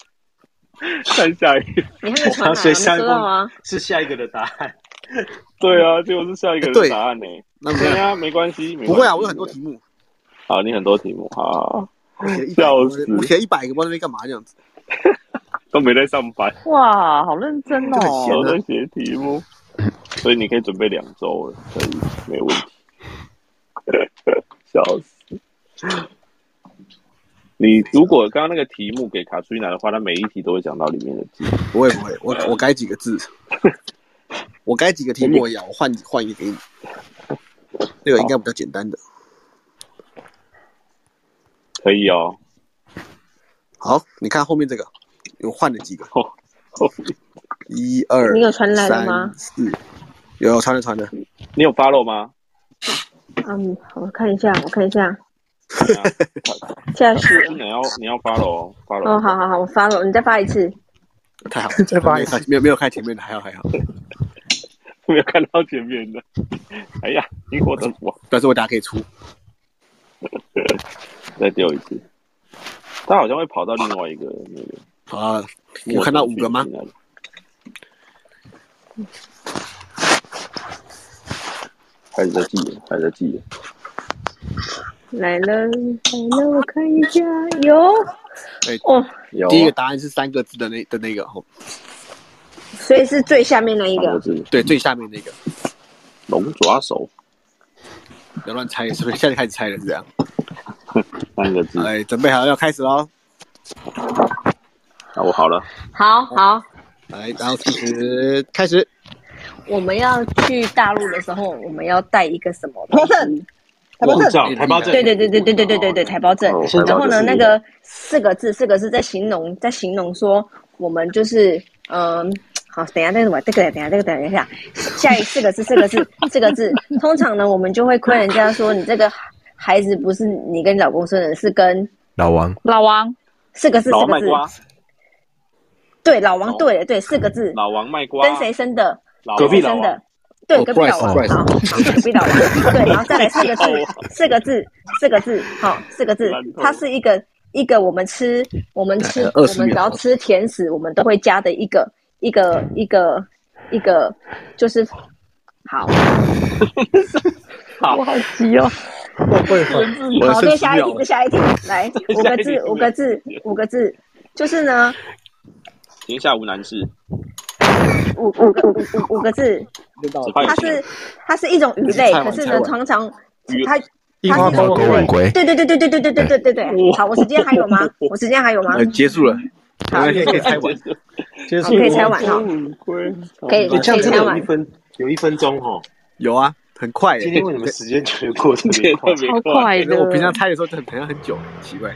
[SPEAKER 1] 看下一个。
[SPEAKER 7] 你还没传来
[SPEAKER 3] 哇
[SPEAKER 7] 啊，
[SPEAKER 3] 所以
[SPEAKER 7] 你
[SPEAKER 3] 下一
[SPEAKER 7] 收
[SPEAKER 3] 封
[SPEAKER 7] 到吗？
[SPEAKER 3] 是下一个的答案。
[SPEAKER 1] 对啊，结果是下一个
[SPEAKER 6] 哎
[SPEAKER 1] 人的答案呢。
[SPEAKER 6] 那我
[SPEAKER 1] 对
[SPEAKER 6] 们
[SPEAKER 1] 啊，没关系，没关系
[SPEAKER 6] 不会啊，我有很多题目，
[SPEAKER 1] 好，你很多题目，好好，好
[SPEAKER 6] 我写了
[SPEAKER 1] 笑死
[SPEAKER 6] 一百个，我写了一百个，不知道在那边干嘛这样子。
[SPEAKER 1] 都没在上班，
[SPEAKER 2] 哇，好认真
[SPEAKER 6] 这很
[SPEAKER 2] 哦
[SPEAKER 6] 闲！
[SPEAKER 1] 都在写题目，所以你可以准备两周了，可以，没问题。笑死！你如果刚刚那个题目给卡朱伊娜的话，他每一题都会讲到里面的字。
[SPEAKER 6] 不会不会，我我改几个字，我改几个题目一啊样，我换换一个给你。这个应该比较简单的。
[SPEAKER 1] 可以哦。
[SPEAKER 6] 好，你看后面这个，我换了几个。
[SPEAKER 1] 哦哦，
[SPEAKER 6] 一二，
[SPEAKER 7] 你有传来了吗？
[SPEAKER 6] 四，有传了传了。
[SPEAKER 1] 你有 follow 吗？
[SPEAKER 7] 嗯，我看一下，我看一下。下雪。
[SPEAKER 1] 啊你要你要 follow 哦，follow。
[SPEAKER 7] 哦，好好好，我 follow，你再发一次。
[SPEAKER 6] 太好， 了，再发一次。没有没有看前面的，还好还好。
[SPEAKER 1] 没有看到前面的。哎呀，你我的我，
[SPEAKER 6] 但是我大家可以出。
[SPEAKER 1] 再丢一次，他好像会跑到另外一个那个。
[SPEAKER 6] 啊，我看到五个吗？
[SPEAKER 1] 开始在记，开始在记。
[SPEAKER 7] 来了，来了，我看一下，有。
[SPEAKER 6] 哎，
[SPEAKER 7] 哦，
[SPEAKER 1] 有。啊
[SPEAKER 6] 第一个答案是三个字的那的那个哦，
[SPEAKER 7] 所以是最下面那一个。
[SPEAKER 6] 对，最下面那个。
[SPEAKER 1] 龙爪手。
[SPEAKER 6] 不要乱猜，是不是？现在开始猜了，是这样。
[SPEAKER 1] 三个字。
[SPEAKER 6] 哎，准备好要开始喽。
[SPEAKER 1] 那我好了。
[SPEAKER 7] 好好。
[SPEAKER 6] 来，哎然后计时开始。
[SPEAKER 7] 我们要去大陆的时候，我们要带一个什么东西？
[SPEAKER 2] 台胞证，
[SPEAKER 3] 台胞证，
[SPEAKER 7] 对对对对对对对对对，台胞证。
[SPEAKER 1] 哦
[SPEAKER 7] 然后呢，那个四个字，四个字在形容，在形容说我们就是嗯。好，等一下那个什么，这个等一下这个等一下，下一四个字四个字四个字。通常呢，我们就会亏人家说你这个孩子不是你跟你老公生的，是跟
[SPEAKER 4] 老王
[SPEAKER 8] 老王
[SPEAKER 7] 四个字
[SPEAKER 1] 老
[SPEAKER 7] 四
[SPEAKER 1] 王
[SPEAKER 7] 个
[SPEAKER 1] 卖
[SPEAKER 7] 字。
[SPEAKER 1] 瓜，
[SPEAKER 7] 对，老王对了对四个字。
[SPEAKER 1] 老王卖瓜，
[SPEAKER 7] 跟谁生的？
[SPEAKER 1] 老
[SPEAKER 3] 隔壁老
[SPEAKER 7] 生
[SPEAKER 3] 王
[SPEAKER 7] 的。对，
[SPEAKER 6] 哦
[SPEAKER 7] 隔壁老王，
[SPEAKER 6] 不好意思
[SPEAKER 7] 好，
[SPEAKER 6] 不
[SPEAKER 7] 隔壁老王，对，然后再来四 个字，四个字，四个字，好，四个字
[SPEAKER 1] 烂，透
[SPEAKER 7] 它是一个一个我们吃我们吃
[SPEAKER 6] 来
[SPEAKER 7] 我
[SPEAKER 6] 20
[SPEAKER 7] 们只
[SPEAKER 6] 秒
[SPEAKER 7] 要吃甜食，我们都会加的一个一个
[SPEAKER 6] 嗯
[SPEAKER 7] 一个一个，就是好，
[SPEAKER 1] 好
[SPEAKER 8] 我好急哦，
[SPEAKER 7] 好，
[SPEAKER 6] 剩
[SPEAKER 7] 对，
[SPEAKER 6] 十
[SPEAKER 7] 下一
[SPEAKER 6] 秒
[SPEAKER 7] 题，对，下一题，来五个字，五个字，五个字，就是呢，
[SPEAKER 1] 天下无难事，
[SPEAKER 7] 五五个五五五个字，
[SPEAKER 1] 只怕
[SPEAKER 7] 它
[SPEAKER 1] 有心
[SPEAKER 7] 是它是一种鱼类，
[SPEAKER 6] 猜完
[SPEAKER 7] 可是
[SPEAKER 6] 猜
[SPEAKER 7] 呢，
[SPEAKER 6] 完
[SPEAKER 7] 常常
[SPEAKER 1] 鱼
[SPEAKER 7] 它
[SPEAKER 10] 樱花
[SPEAKER 7] 它是一种
[SPEAKER 10] 钩
[SPEAKER 7] 鱼
[SPEAKER 4] 吻
[SPEAKER 7] 类。
[SPEAKER 4] 龟
[SPEAKER 7] 对对对对对对对对对对对。好，我时间还有吗？我时间还有吗？
[SPEAKER 6] 呃，结束了，
[SPEAKER 7] 好，
[SPEAKER 6] 大家可以猜完。
[SPEAKER 10] 结
[SPEAKER 7] 好
[SPEAKER 10] 束。
[SPEAKER 7] 可以猜完哈，哦可以
[SPEAKER 3] 你这
[SPEAKER 7] 可
[SPEAKER 3] 样
[SPEAKER 7] 以
[SPEAKER 3] 真
[SPEAKER 7] 猜
[SPEAKER 3] 的有一
[SPEAKER 7] 完。
[SPEAKER 3] 分有一分钟哦。
[SPEAKER 6] 有啊，很快耶。
[SPEAKER 3] 今天为什么时间觉得过得特别快
[SPEAKER 1] 特？别
[SPEAKER 8] 好
[SPEAKER 1] 快，
[SPEAKER 8] 快
[SPEAKER 2] 哦
[SPEAKER 6] 可是
[SPEAKER 8] 的。
[SPEAKER 6] 我平常猜的时候，很好像很久，奇怪。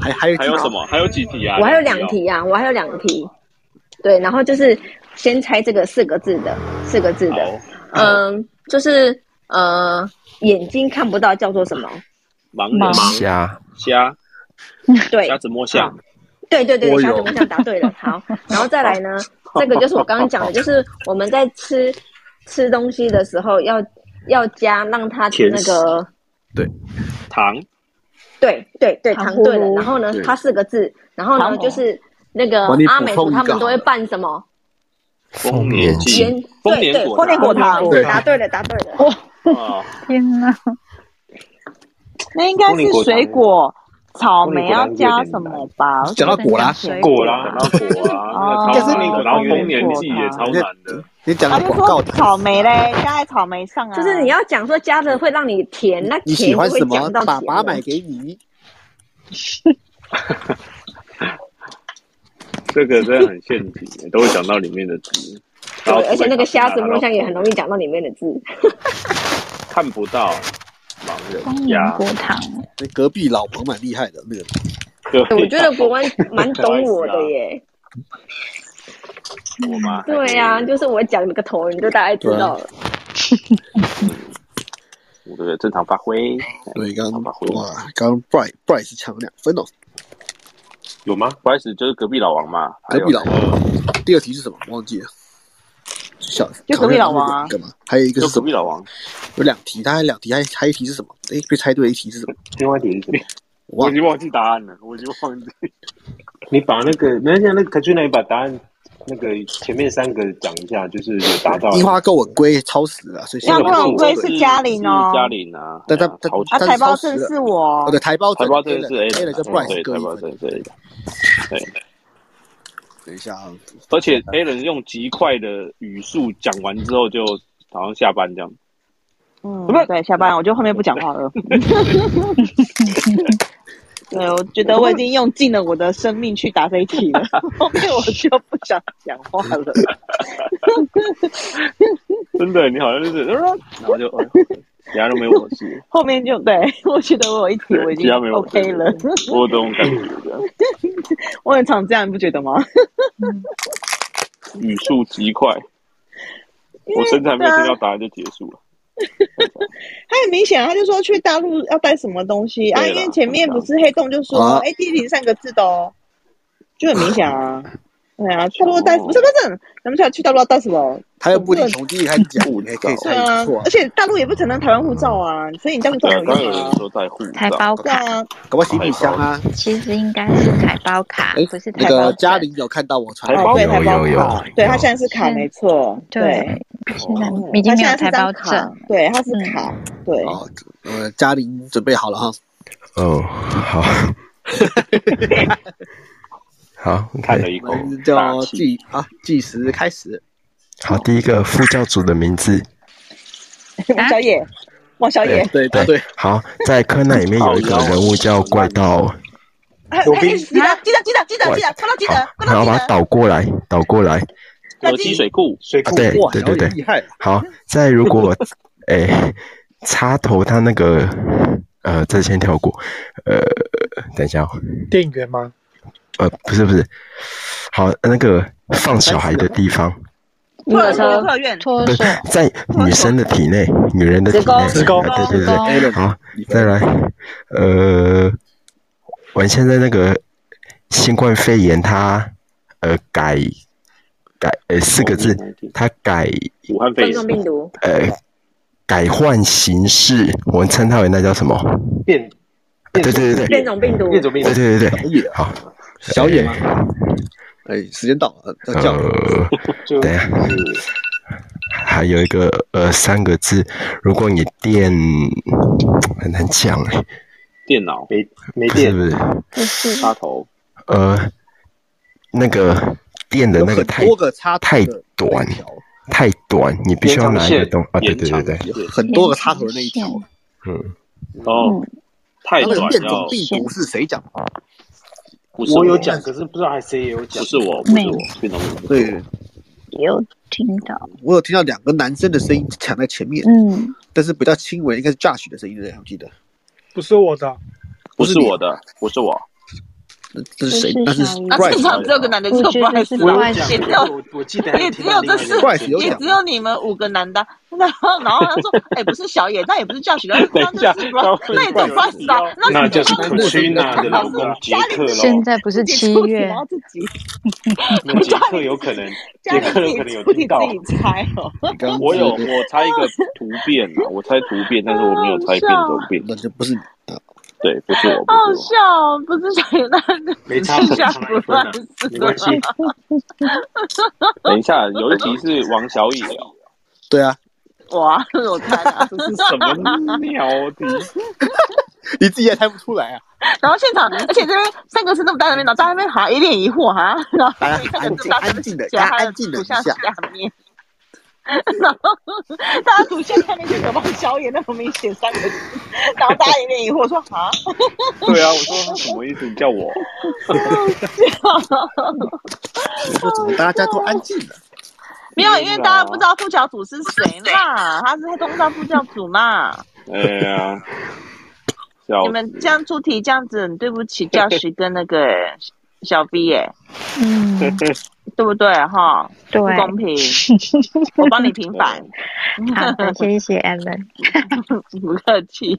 [SPEAKER 6] 还还有
[SPEAKER 1] 还有什？么？还有几题啊？
[SPEAKER 7] 我还有两题啊，我还有两题。对，然后就是先猜这个四个字的，四个字
[SPEAKER 1] 哦。
[SPEAKER 7] 的，
[SPEAKER 1] 好，
[SPEAKER 7] 嗯，就是呃，眼睛看不到叫做什么？
[SPEAKER 1] 盲人
[SPEAKER 4] 虾
[SPEAKER 1] 虾
[SPEAKER 7] 对，
[SPEAKER 1] 虾子摸象，
[SPEAKER 7] 对对
[SPEAKER 1] 哦
[SPEAKER 7] 对，
[SPEAKER 6] 蜗
[SPEAKER 7] 对小
[SPEAKER 6] 牛
[SPEAKER 7] 子梦想答对了。 好，然后再来呢，这个就是我刚刚讲的，就是我们在吃吃东西的时候要要加让它
[SPEAKER 3] 甜
[SPEAKER 7] 那个
[SPEAKER 1] 糖
[SPEAKER 7] 对对对
[SPEAKER 8] 糖
[SPEAKER 7] 糖对了，
[SPEAKER 8] 葫芦
[SPEAKER 7] 然后呢
[SPEAKER 6] 对
[SPEAKER 7] 它四个字，然后
[SPEAKER 8] 糖
[SPEAKER 7] 呢
[SPEAKER 8] 哦
[SPEAKER 7] 就是那个
[SPEAKER 6] 哇你
[SPEAKER 7] 阿美
[SPEAKER 6] 补
[SPEAKER 7] 族
[SPEAKER 6] 充
[SPEAKER 7] 他
[SPEAKER 6] 一个
[SPEAKER 7] 们都
[SPEAKER 6] 好
[SPEAKER 7] 会
[SPEAKER 6] 了
[SPEAKER 7] 拌什么
[SPEAKER 4] 丰年
[SPEAKER 1] 嗯
[SPEAKER 7] 盐
[SPEAKER 4] 祭，
[SPEAKER 1] 丰
[SPEAKER 7] 对
[SPEAKER 1] 年
[SPEAKER 7] 对
[SPEAKER 1] 果
[SPEAKER 7] 丰年
[SPEAKER 1] 糖
[SPEAKER 7] 果糖
[SPEAKER 6] 对
[SPEAKER 7] 答对了答对了，
[SPEAKER 1] 啊，
[SPEAKER 8] 天哪，
[SPEAKER 2] 那应该是水果，草莓要加什么吧？
[SPEAKER 6] 讲到果啦，
[SPEAKER 8] 水
[SPEAKER 3] 果
[SPEAKER 1] 讲
[SPEAKER 3] 啦，
[SPEAKER 1] 到果啊，那
[SPEAKER 2] 哦
[SPEAKER 1] 个超难的，然后丰年祭
[SPEAKER 2] 丰
[SPEAKER 1] 也
[SPEAKER 2] 年
[SPEAKER 1] 超
[SPEAKER 2] 果
[SPEAKER 1] 难的，
[SPEAKER 6] 你讲
[SPEAKER 2] 他
[SPEAKER 6] 的
[SPEAKER 2] 就
[SPEAKER 6] 广告
[SPEAKER 2] 说，草莓嘞，加在草莓上啊。
[SPEAKER 7] 就是你要讲说加的会让你甜，那
[SPEAKER 6] 你
[SPEAKER 7] 甜
[SPEAKER 6] 喜欢
[SPEAKER 7] 就会
[SPEAKER 6] 什么
[SPEAKER 7] 讲？到
[SPEAKER 6] 爸
[SPEAKER 7] 甜
[SPEAKER 6] 爸
[SPEAKER 7] 了
[SPEAKER 6] 买给你。
[SPEAKER 1] 这个真的很陷阱，都会讲到里面的字。
[SPEAKER 7] 对，而且那个
[SPEAKER 1] 虾
[SPEAKER 7] 虾子梦想也很容易讲到里面的字，
[SPEAKER 1] 看不到盲人
[SPEAKER 8] 丰年
[SPEAKER 1] 虾
[SPEAKER 8] 嗯果，糖，
[SPEAKER 6] 那隔壁老王蛮厉害的，那个
[SPEAKER 7] 对我觉得国文蛮懂我的 耶。
[SPEAKER 1] 我吗？
[SPEAKER 7] 对啊呀、就是我讲了个头，你就大
[SPEAKER 8] 啊
[SPEAKER 7] 概知道了。
[SPEAKER 1] 我的正常发挥，
[SPEAKER 6] 对，刚刚
[SPEAKER 1] 好吧回
[SPEAKER 6] 哇，刚刚 Bryce Bryce 抢两分哦。
[SPEAKER 3] 有吗？
[SPEAKER 1] 不好意思，就是隔壁老王嘛，还
[SPEAKER 6] 隔
[SPEAKER 1] 有
[SPEAKER 6] 壁老王，第二题是什么？忘记了。小
[SPEAKER 2] 就隔壁老王啊
[SPEAKER 6] 干嘛？还有一个
[SPEAKER 1] 就是
[SPEAKER 6] 什
[SPEAKER 1] 隔
[SPEAKER 6] 么
[SPEAKER 1] 壁？老王，
[SPEAKER 6] 有两题，他还两题，还还一题是什么？哎，被猜对一题是什么？
[SPEAKER 3] 另外一题是什么？
[SPEAKER 6] 我
[SPEAKER 1] 我
[SPEAKER 6] 忘
[SPEAKER 1] 已
[SPEAKER 6] 了。
[SPEAKER 1] 经忘记答案了，我已经忘记。
[SPEAKER 3] 你把那个，没关系啊，那可俊你把答案那个前面三个讲一下，就是有达到。
[SPEAKER 6] 樱花够吻龟超时了，所以现在
[SPEAKER 2] 樱花
[SPEAKER 6] 不
[SPEAKER 2] 够吻龟
[SPEAKER 6] 是我对
[SPEAKER 2] 是嘉玲哦
[SPEAKER 1] 是嘉玲啊，
[SPEAKER 6] 但他
[SPEAKER 1] 哎呀
[SPEAKER 6] 他
[SPEAKER 1] 超级
[SPEAKER 2] 啊，
[SPEAKER 6] 但
[SPEAKER 2] 台
[SPEAKER 6] 是
[SPEAKER 2] 胞
[SPEAKER 6] 超时
[SPEAKER 2] 证
[SPEAKER 6] 了。
[SPEAKER 2] 是我
[SPEAKER 6] 哦，对，台胞
[SPEAKER 1] 台
[SPEAKER 6] 证
[SPEAKER 1] 胞证是 A
[SPEAKER 6] A 了，
[SPEAKER 1] 跟
[SPEAKER 6] 跟 Bryce
[SPEAKER 1] 对，
[SPEAKER 6] 各
[SPEAKER 1] 台
[SPEAKER 6] 一
[SPEAKER 1] 胞
[SPEAKER 6] 分。
[SPEAKER 1] 证是 A 的。对，
[SPEAKER 6] 等一下啊，
[SPEAKER 1] 而且 A 人用极快的语速讲完之后，就好像下班这样。
[SPEAKER 2] 嗯，对，下班了我就后面不讲 话了。 对，我觉得我已经用尽了我的生命去答这一题 了，后面我就不想讲话了。
[SPEAKER 1] 真的，你好像就是，然后就哎其他都没有我事。
[SPEAKER 2] 后面就对我觉得我有一题我 已
[SPEAKER 1] 其
[SPEAKER 2] 经
[SPEAKER 1] 他没有我事
[SPEAKER 2] OK 了，
[SPEAKER 1] 我有这种感觉的，
[SPEAKER 2] 我很常这样，你不觉得吗？
[SPEAKER 10] 嗯
[SPEAKER 1] 语速极快，
[SPEAKER 2] 因为
[SPEAKER 1] 我甚至还没有
[SPEAKER 2] 对啊
[SPEAKER 1] 听到答案就结束了。
[SPEAKER 2] 他很明显、啊，他就说去大陆要带什么东西啊？
[SPEAKER 1] 对
[SPEAKER 2] 因
[SPEAKER 1] 啦
[SPEAKER 2] 为前面不是黑洞就说，
[SPEAKER 1] 啊
[SPEAKER 2] 哎、地零三个字的哦，就很明 显啊。对啊，大陆
[SPEAKER 1] 哦
[SPEAKER 2] 带不是不是，咱们想去大陆要带什么？
[SPEAKER 6] 他又不理从弟开始讲，你还可以
[SPEAKER 2] 对
[SPEAKER 6] 猜
[SPEAKER 2] 啊
[SPEAKER 6] 不错，啊
[SPEAKER 2] 而。且大陆也不承认台湾护照啊，所以你这样做
[SPEAKER 1] 对
[SPEAKER 2] 没
[SPEAKER 1] 啊，刚刚
[SPEAKER 2] 有啊
[SPEAKER 1] 有
[SPEAKER 2] 用啊
[SPEAKER 1] 人。说带护
[SPEAKER 8] 台
[SPEAKER 1] 照
[SPEAKER 8] 胞卡，
[SPEAKER 6] 搞不好行李箱啊。
[SPEAKER 8] 其实应该是台胞卡，不是
[SPEAKER 6] 哎那
[SPEAKER 8] 台胞
[SPEAKER 6] 个
[SPEAKER 8] 证
[SPEAKER 6] 嘉玲有看到我传
[SPEAKER 8] 台
[SPEAKER 2] 哦，
[SPEAKER 6] 的，
[SPEAKER 2] 对，台胞卡，对他现在是卡，没错，
[SPEAKER 8] 嗯
[SPEAKER 2] 对，
[SPEAKER 8] 现在已经
[SPEAKER 2] 他
[SPEAKER 8] 嗯没
[SPEAKER 2] 现
[SPEAKER 8] 有
[SPEAKER 2] 在
[SPEAKER 8] 台
[SPEAKER 2] 是
[SPEAKER 8] 胞
[SPEAKER 2] 张卡
[SPEAKER 8] 证，，嗯
[SPEAKER 2] 对，他是卡，对，
[SPEAKER 6] 呃，嘉玲准备好了哈。
[SPEAKER 4] 哦，好，好，
[SPEAKER 1] 叹了一
[SPEAKER 6] 我们就计啊计时开始。
[SPEAKER 4] 好，第一个副教主的名字，
[SPEAKER 2] 王小野，王小野，
[SPEAKER 6] 对
[SPEAKER 4] 对对，好，在柯南里面有一个人物叫怪盗，
[SPEAKER 2] 哎，哎哎记
[SPEAKER 8] 啊
[SPEAKER 2] 得记得记得记得记得，快到记得，
[SPEAKER 4] 然后把它倒过来，倒过来，
[SPEAKER 1] 有机水库，
[SPEAKER 3] 水
[SPEAKER 4] 啊，对对对对，
[SPEAKER 6] 啊
[SPEAKER 4] 好，在如果哎、插头它那个呃，这先跳过，呃，等一下、哦，
[SPEAKER 10] 店员吗？
[SPEAKER 4] 呃，不是不是，好，那个放小孩的地方，
[SPEAKER 2] 托儿所、托儿院，
[SPEAKER 7] 哦
[SPEAKER 8] 托
[SPEAKER 4] 不是在女生的体内，女人的体内，
[SPEAKER 2] 子宫
[SPEAKER 4] 啊对对
[SPEAKER 2] 子宫
[SPEAKER 4] 对对，好，再来，呃，我们现在那个新冠肺炎它呃改改呃四个字，它改
[SPEAKER 1] 武汉
[SPEAKER 7] 冠
[SPEAKER 1] 肺炎
[SPEAKER 7] 状病毒
[SPEAKER 4] 呃改换形式，我们称它为那叫什么？
[SPEAKER 3] 变
[SPEAKER 4] 对对对对
[SPEAKER 7] 变种病毒，
[SPEAKER 3] 变种病
[SPEAKER 4] 对对对对，好，
[SPEAKER 6] 啊小野吗？哎，时间到了，要叫
[SPEAKER 4] 呃，
[SPEAKER 3] 就
[SPEAKER 4] 等一下，还有一个呃三个字，如果你电很难讲哎、
[SPEAKER 1] 电脑
[SPEAKER 3] 没没
[SPEAKER 4] 不是不是，
[SPEAKER 1] 插头，
[SPEAKER 4] 呃，那个电的那个太
[SPEAKER 6] 有很多个插头
[SPEAKER 4] 太
[SPEAKER 6] 的
[SPEAKER 4] 短太短，你必须要拿一个东啊，对对对对，
[SPEAKER 6] 很多个插头的那一条。
[SPEAKER 4] 嗯，
[SPEAKER 1] 哦，太
[SPEAKER 6] 那
[SPEAKER 1] 短
[SPEAKER 6] 个变种
[SPEAKER 1] 了，
[SPEAKER 6] 病毒是谁讲的？
[SPEAKER 1] 不是
[SPEAKER 3] 我有讲，可是不知道还谁也有讲。
[SPEAKER 1] 不是我，不是我，变种病毒
[SPEAKER 6] 对，
[SPEAKER 8] 有听到，
[SPEAKER 6] 我有听到两个男生的声音抢在前面，
[SPEAKER 8] 嗯，
[SPEAKER 6] 但是比较轻微，应该是 Josh 的声音，对不对我记得。
[SPEAKER 10] 不是我的，
[SPEAKER 1] 不是我的，不是我，
[SPEAKER 6] 这是谁？那是 b
[SPEAKER 2] 啊，
[SPEAKER 6] r
[SPEAKER 2] 正
[SPEAKER 6] y
[SPEAKER 2] 常只有个男的，只有
[SPEAKER 8] 我觉得
[SPEAKER 2] Bryce，
[SPEAKER 8] 是
[SPEAKER 2] 吧
[SPEAKER 8] Bryce
[SPEAKER 2] 也只有
[SPEAKER 3] 我记得还
[SPEAKER 2] 也
[SPEAKER 3] 有
[SPEAKER 2] 只
[SPEAKER 3] 听
[SPEAKER 2] 有
[SPEAKER 3] 到另
[SPEAKER 2] 这
[SPEAKER 3] 外一
[SPEAKER 2] 四
[SPEAKER 3] 个
[SPEAKER 6] 怪
[SPEAKER 3] 人
[SPEAKER 6] 有
[SPEAKER 2] 也
[SPEAKER 6] 两
[SPEAKER 2] 只有你们五个男的，然后然后他说，哎，不是小野，那也不是教学，那
[SPEAKER 1] 等一下
[SPEAKER 2] 那就是那也叫 Bryce 啊，
[SPEAKER 3] 那
[SPEAKER 2] 你
[SPEAKER 3] 就是
[SPEAKER 2] 刚
[SPEAKER 3] 库屈娜的老公杰克
[SPEAKER 8] 现
[SPEAKER 3] 喽。
[SPEAKER 8] 在不是七
[SPEAKER 2] 自己出题
[SPEAKER 8] 月
[SPEAKER 2] 然，后自己
[SPEAKER 3] 那杰克有可能，
[SPEAKER 2] 家
[SPEAKER 3] 杰
[SPEAKER 2] 里自
[SPEAKER 3] 克有可能
[SPEAKER 2] 己
[SPEAKER 3] 有
[SPEAKER 2] 出
[SPEAKER 3] 听
[SPEAKER 2] 题
[SPEAKER 3] 到。
[SPEAKER 2] 自己猜哦，
[SPEAKER 1] 我 有，我猜一个突变啊，我猜突变，但是我没有猜变种病，
[SPEAKER 6] 那就不是
[SPEAKER 1] 对，不是我，
[SPEAKER 2] 好好
[SPEAKER 1] 不是
[SPEAKER 2] 笑哦，不是小野，那
[SPEAKER 3] 没差
[SPEAKER 2] 是小
[SPEAKER 3] 没差
[SPEAKER 2] 不
[SPEAKER 3] 没关系，
[SPEAKER 1] 我。等一下，有一题是王小野哦，
[SPEAKER 6] 对啊，
[SPEAKER 2] 哇，我猜的。啊
[SPEAKER 1] 这是什么鸟题？
[SPEAKER 6] 你自己也猜不出来啊！
[SPEAKER 2] 然后现场，而且这边三个字那么大的面，然后大家那边好像一脸疑惑哈，然后
[SPEAKER 6] 哎
[SPEAKER 2] 三个字大家
[SPEAKER 6] 安静的，给
[SPEAKER 2] 加
[SPEAKER 6] 他安静的一
[SPEAKER 2] 下
[SPEAKER 6] 下。
[SPEAKER 2] 面。然后大家吐下下面就怎么小野那么明显三个字，然后大家一脸疑惑说啊，
[SPEAKER 1] 对啊，我说什么意思？你叫我？
[SPEAKER 6] 我说怎么大家都安静了？
[SPEAKER 2] 没有，因为大家不知道副教主是谁嘛，他是东大副教主嘛。
[SPEAKER 1] 哎呀，笑
[SPEAKER 2] 你们这样出题这样子，很对不起教师跟那个小 B 耶、
[SPEAKER 8] 嗯，
[SPEAKER 2] 对不对哈？
[SPEAKER 8] 对
[SPEAKER 2] 不公平，我帮你平反，
[SPEAKER 8] 好的，谢谢 Evan，
[SPEAKER 2] 不客气。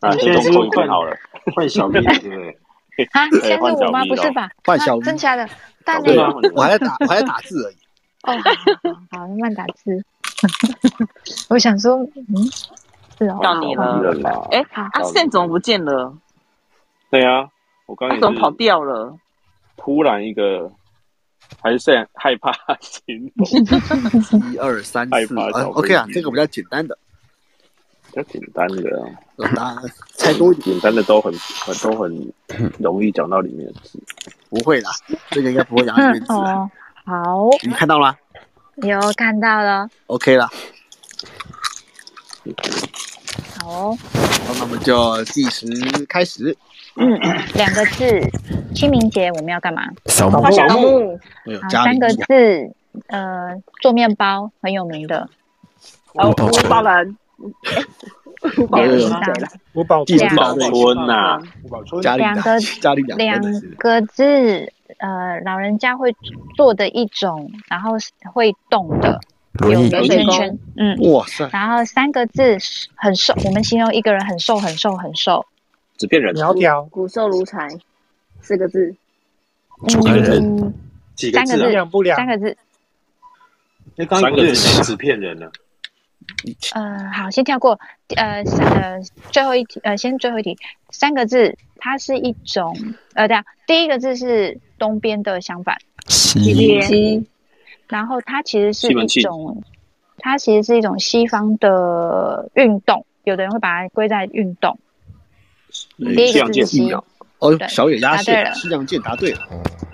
[SPEAKER 1] 啊，
[SPEAKER 3] 现在
[SPEAKER 1] 先
[SPEAKER 3] 是
[SPEAKER 1] 动一
[SPEAKER 3] 换
[SPEAKER 1] 分好了，
[SPEAKER 3] 换小丽了，对不对？
[SPEAKER 8] 啊，
[SPEAKER 1] 对
[SPEAKER 8] 现在是
[SPEAKER 1] 换小
[SPEAKER 8] 我吗？
[SPEAKER 1] 咪
[SPEAKER 8] 不是
[SPEAKER 1] 咯
[SPEAKER 8] 吧？
[SPEAKER 6] 换
[SPEAKER 8] 啊
[SPEAKER 6] 小咪
[SPEAKER 8] 真假的，大内
[SPEAKER 6] 对
[SPEAKER 8] 哦，
[SPEAKER 6] 啊，我还在打，我还在打字而已。
[SPEAKER 8] 好好好，慢打字， 我想说，嗯，是哦，
[SPEAKER 2] 到你了
[SPEAKER 1] 人啦。
[SPEAKER 2] 哎，
[SPEAKER 8] 好
[SPEAKER 2] 阿胜怎么不见了？
[SPEAKER 1] 对啊，我刚刚
[SPEAKER 2] 他
[SPEAKER 1] 也
[SPEAKER 2] 怎么跑
[SPEAKER 1] 是
[SPEAKER 2] 掉了？
[SPEAKER 1] 突然一个，还是很害怕心动，
[SPEAKER 6] 一二三
[SPEAKER 1] 害
[SPEAKER 6] 四
[SPEAKER 1] 怕
[SPEAKER 6] 啊
[SPEAKER 1] 小
[SPEAKER 6] ，OK 啊
[SPEAKER 1] 飞，机
[SPEAKER 6] 这个比较简 单的，
[SPEAKER 1] 比较简单的啊，
[SPEAKER 6] 呃答案猜多一点
[SPEAKER 1] 简单的都很很都很容易讲到里面的字。
[SPEAKER 6] 不会啦，这个应该不会讲
[SPEAKER 8] 嗯
[SPEAKER 6] 名字啊。
[SPEAKER 8] 哦，好，
[SPEAKER 6] 你们看到啦
[SPEAKER 8] 有看到了，
[SPEAKER 6] ？OK 啦，
[SPEAKER 8] 好哦，
[SPEAKER 6] 好，那我们就计时开始。
[SPEAKER 8] 嗯，两个字，清明节我们要干嘛？
[SPEAKER 4] 扫墓
[SPEAKER 7] 花小
[SPEAKER 3] 小
[SPEAKER 7] 木，
[SPEAKER 6] 哎呦
[SPEAKER 8] 好，，
[SPEAKER 6] 嘉
[SPEAKER 8] 三
[SPEAKER 6] 玲
[SPEAKER 8] 个字，呃，做面包很有名的，
[SPEAKER 2] 哦，
[SPEAKER 4] 吴宝
[SPEAKER 2] 吴
[SPEAKER 4] 成
[SPEAKER 2] 宝兰，
[SPEAKER 7] 五
[SPEAKER 2] 哦
[SPEAKER 6] 宝
[SPEAKER 7] 村
[SPEAKER 6] 村
[SPEAKER 7] 对了，
[SPEAKER 6] 五宝
[SPEAKER 1] 村五宝村呐
[SPEAKER 6] 五宝村家里
[SPEAKER 8] 两个
[SPEAKER 6] 家里
[SPEAKER 8] 两
[SPEAKER 6] 啊两
[SPEAKER 8] 个字，呃，老人家会做的一种，然后是会动的，
[SPEAKER 4] 轮
[SPEAKER 8] 有
[SPEAKER 4] 椅
[SPEAKER 8] 个圈圈，嗯，
[SPEAKER 6] 哇塞，
[SPEAKER 8] 然后三个字很瘦，我们形容一个人很瘦很瘦很瘦，
[SPEAKER 1] 纸片人，
[SPEAKER 10] 苗条，
[SPEAKER 7] 骨瘦如柴，四个字，
[SPEAKER 1] 几个字？
[SPEAKER 3] 几
[SPEAKER 8] 三
[SPEAKER 3] 个
[SPEAKER 8] 个
[SPEAKER 3] 字
[SPEAKER 8] 字
[SPEAKER 3] 啊？，
[SPEAKER 8] 嗯三个字，
[SPEAKER 3] 那刚刚不是是纸片人
[SPEAKER 1] 啊
[SPEAKER 3] 呢？
[SPEAKER 8] 呃，好，先跳过，呃，三呃，最后一题，呃，先最后一题，三个字，它是一种，呃，这样，第一个字是东边的相反，
[SPEAKER 4] 西
[SPEAKER 7] 西，
[SPEAKER 8] 然后它其实是
[SPEAKER 4] 西
[SPEAKER 8] 一
[SPEAKER 4] 门庆
[SPEAKER 8] 种，它其实是一种西方的运动，有的人会把它归在运动。
[SPEAKER 4] 呃
[SPEAKER 8] 第一
[SPEAKER 6] 西
[SPEAKER 8] 个
[SPEAKER 6] 洋
[SPEAKER 8] 字是
[SPEAKER 6] 剑
[SPEAKER 8] 西，
[SPEAKER 6] 哦
[SPEAKER 8] 对，
[SPEAKER 6] 小野鸭
[SPEAKER 8] 答对
[SPEAKER 6] 线，
[SPEAKER 8] 了
[SPEAKER 6] 西洋剑答对了，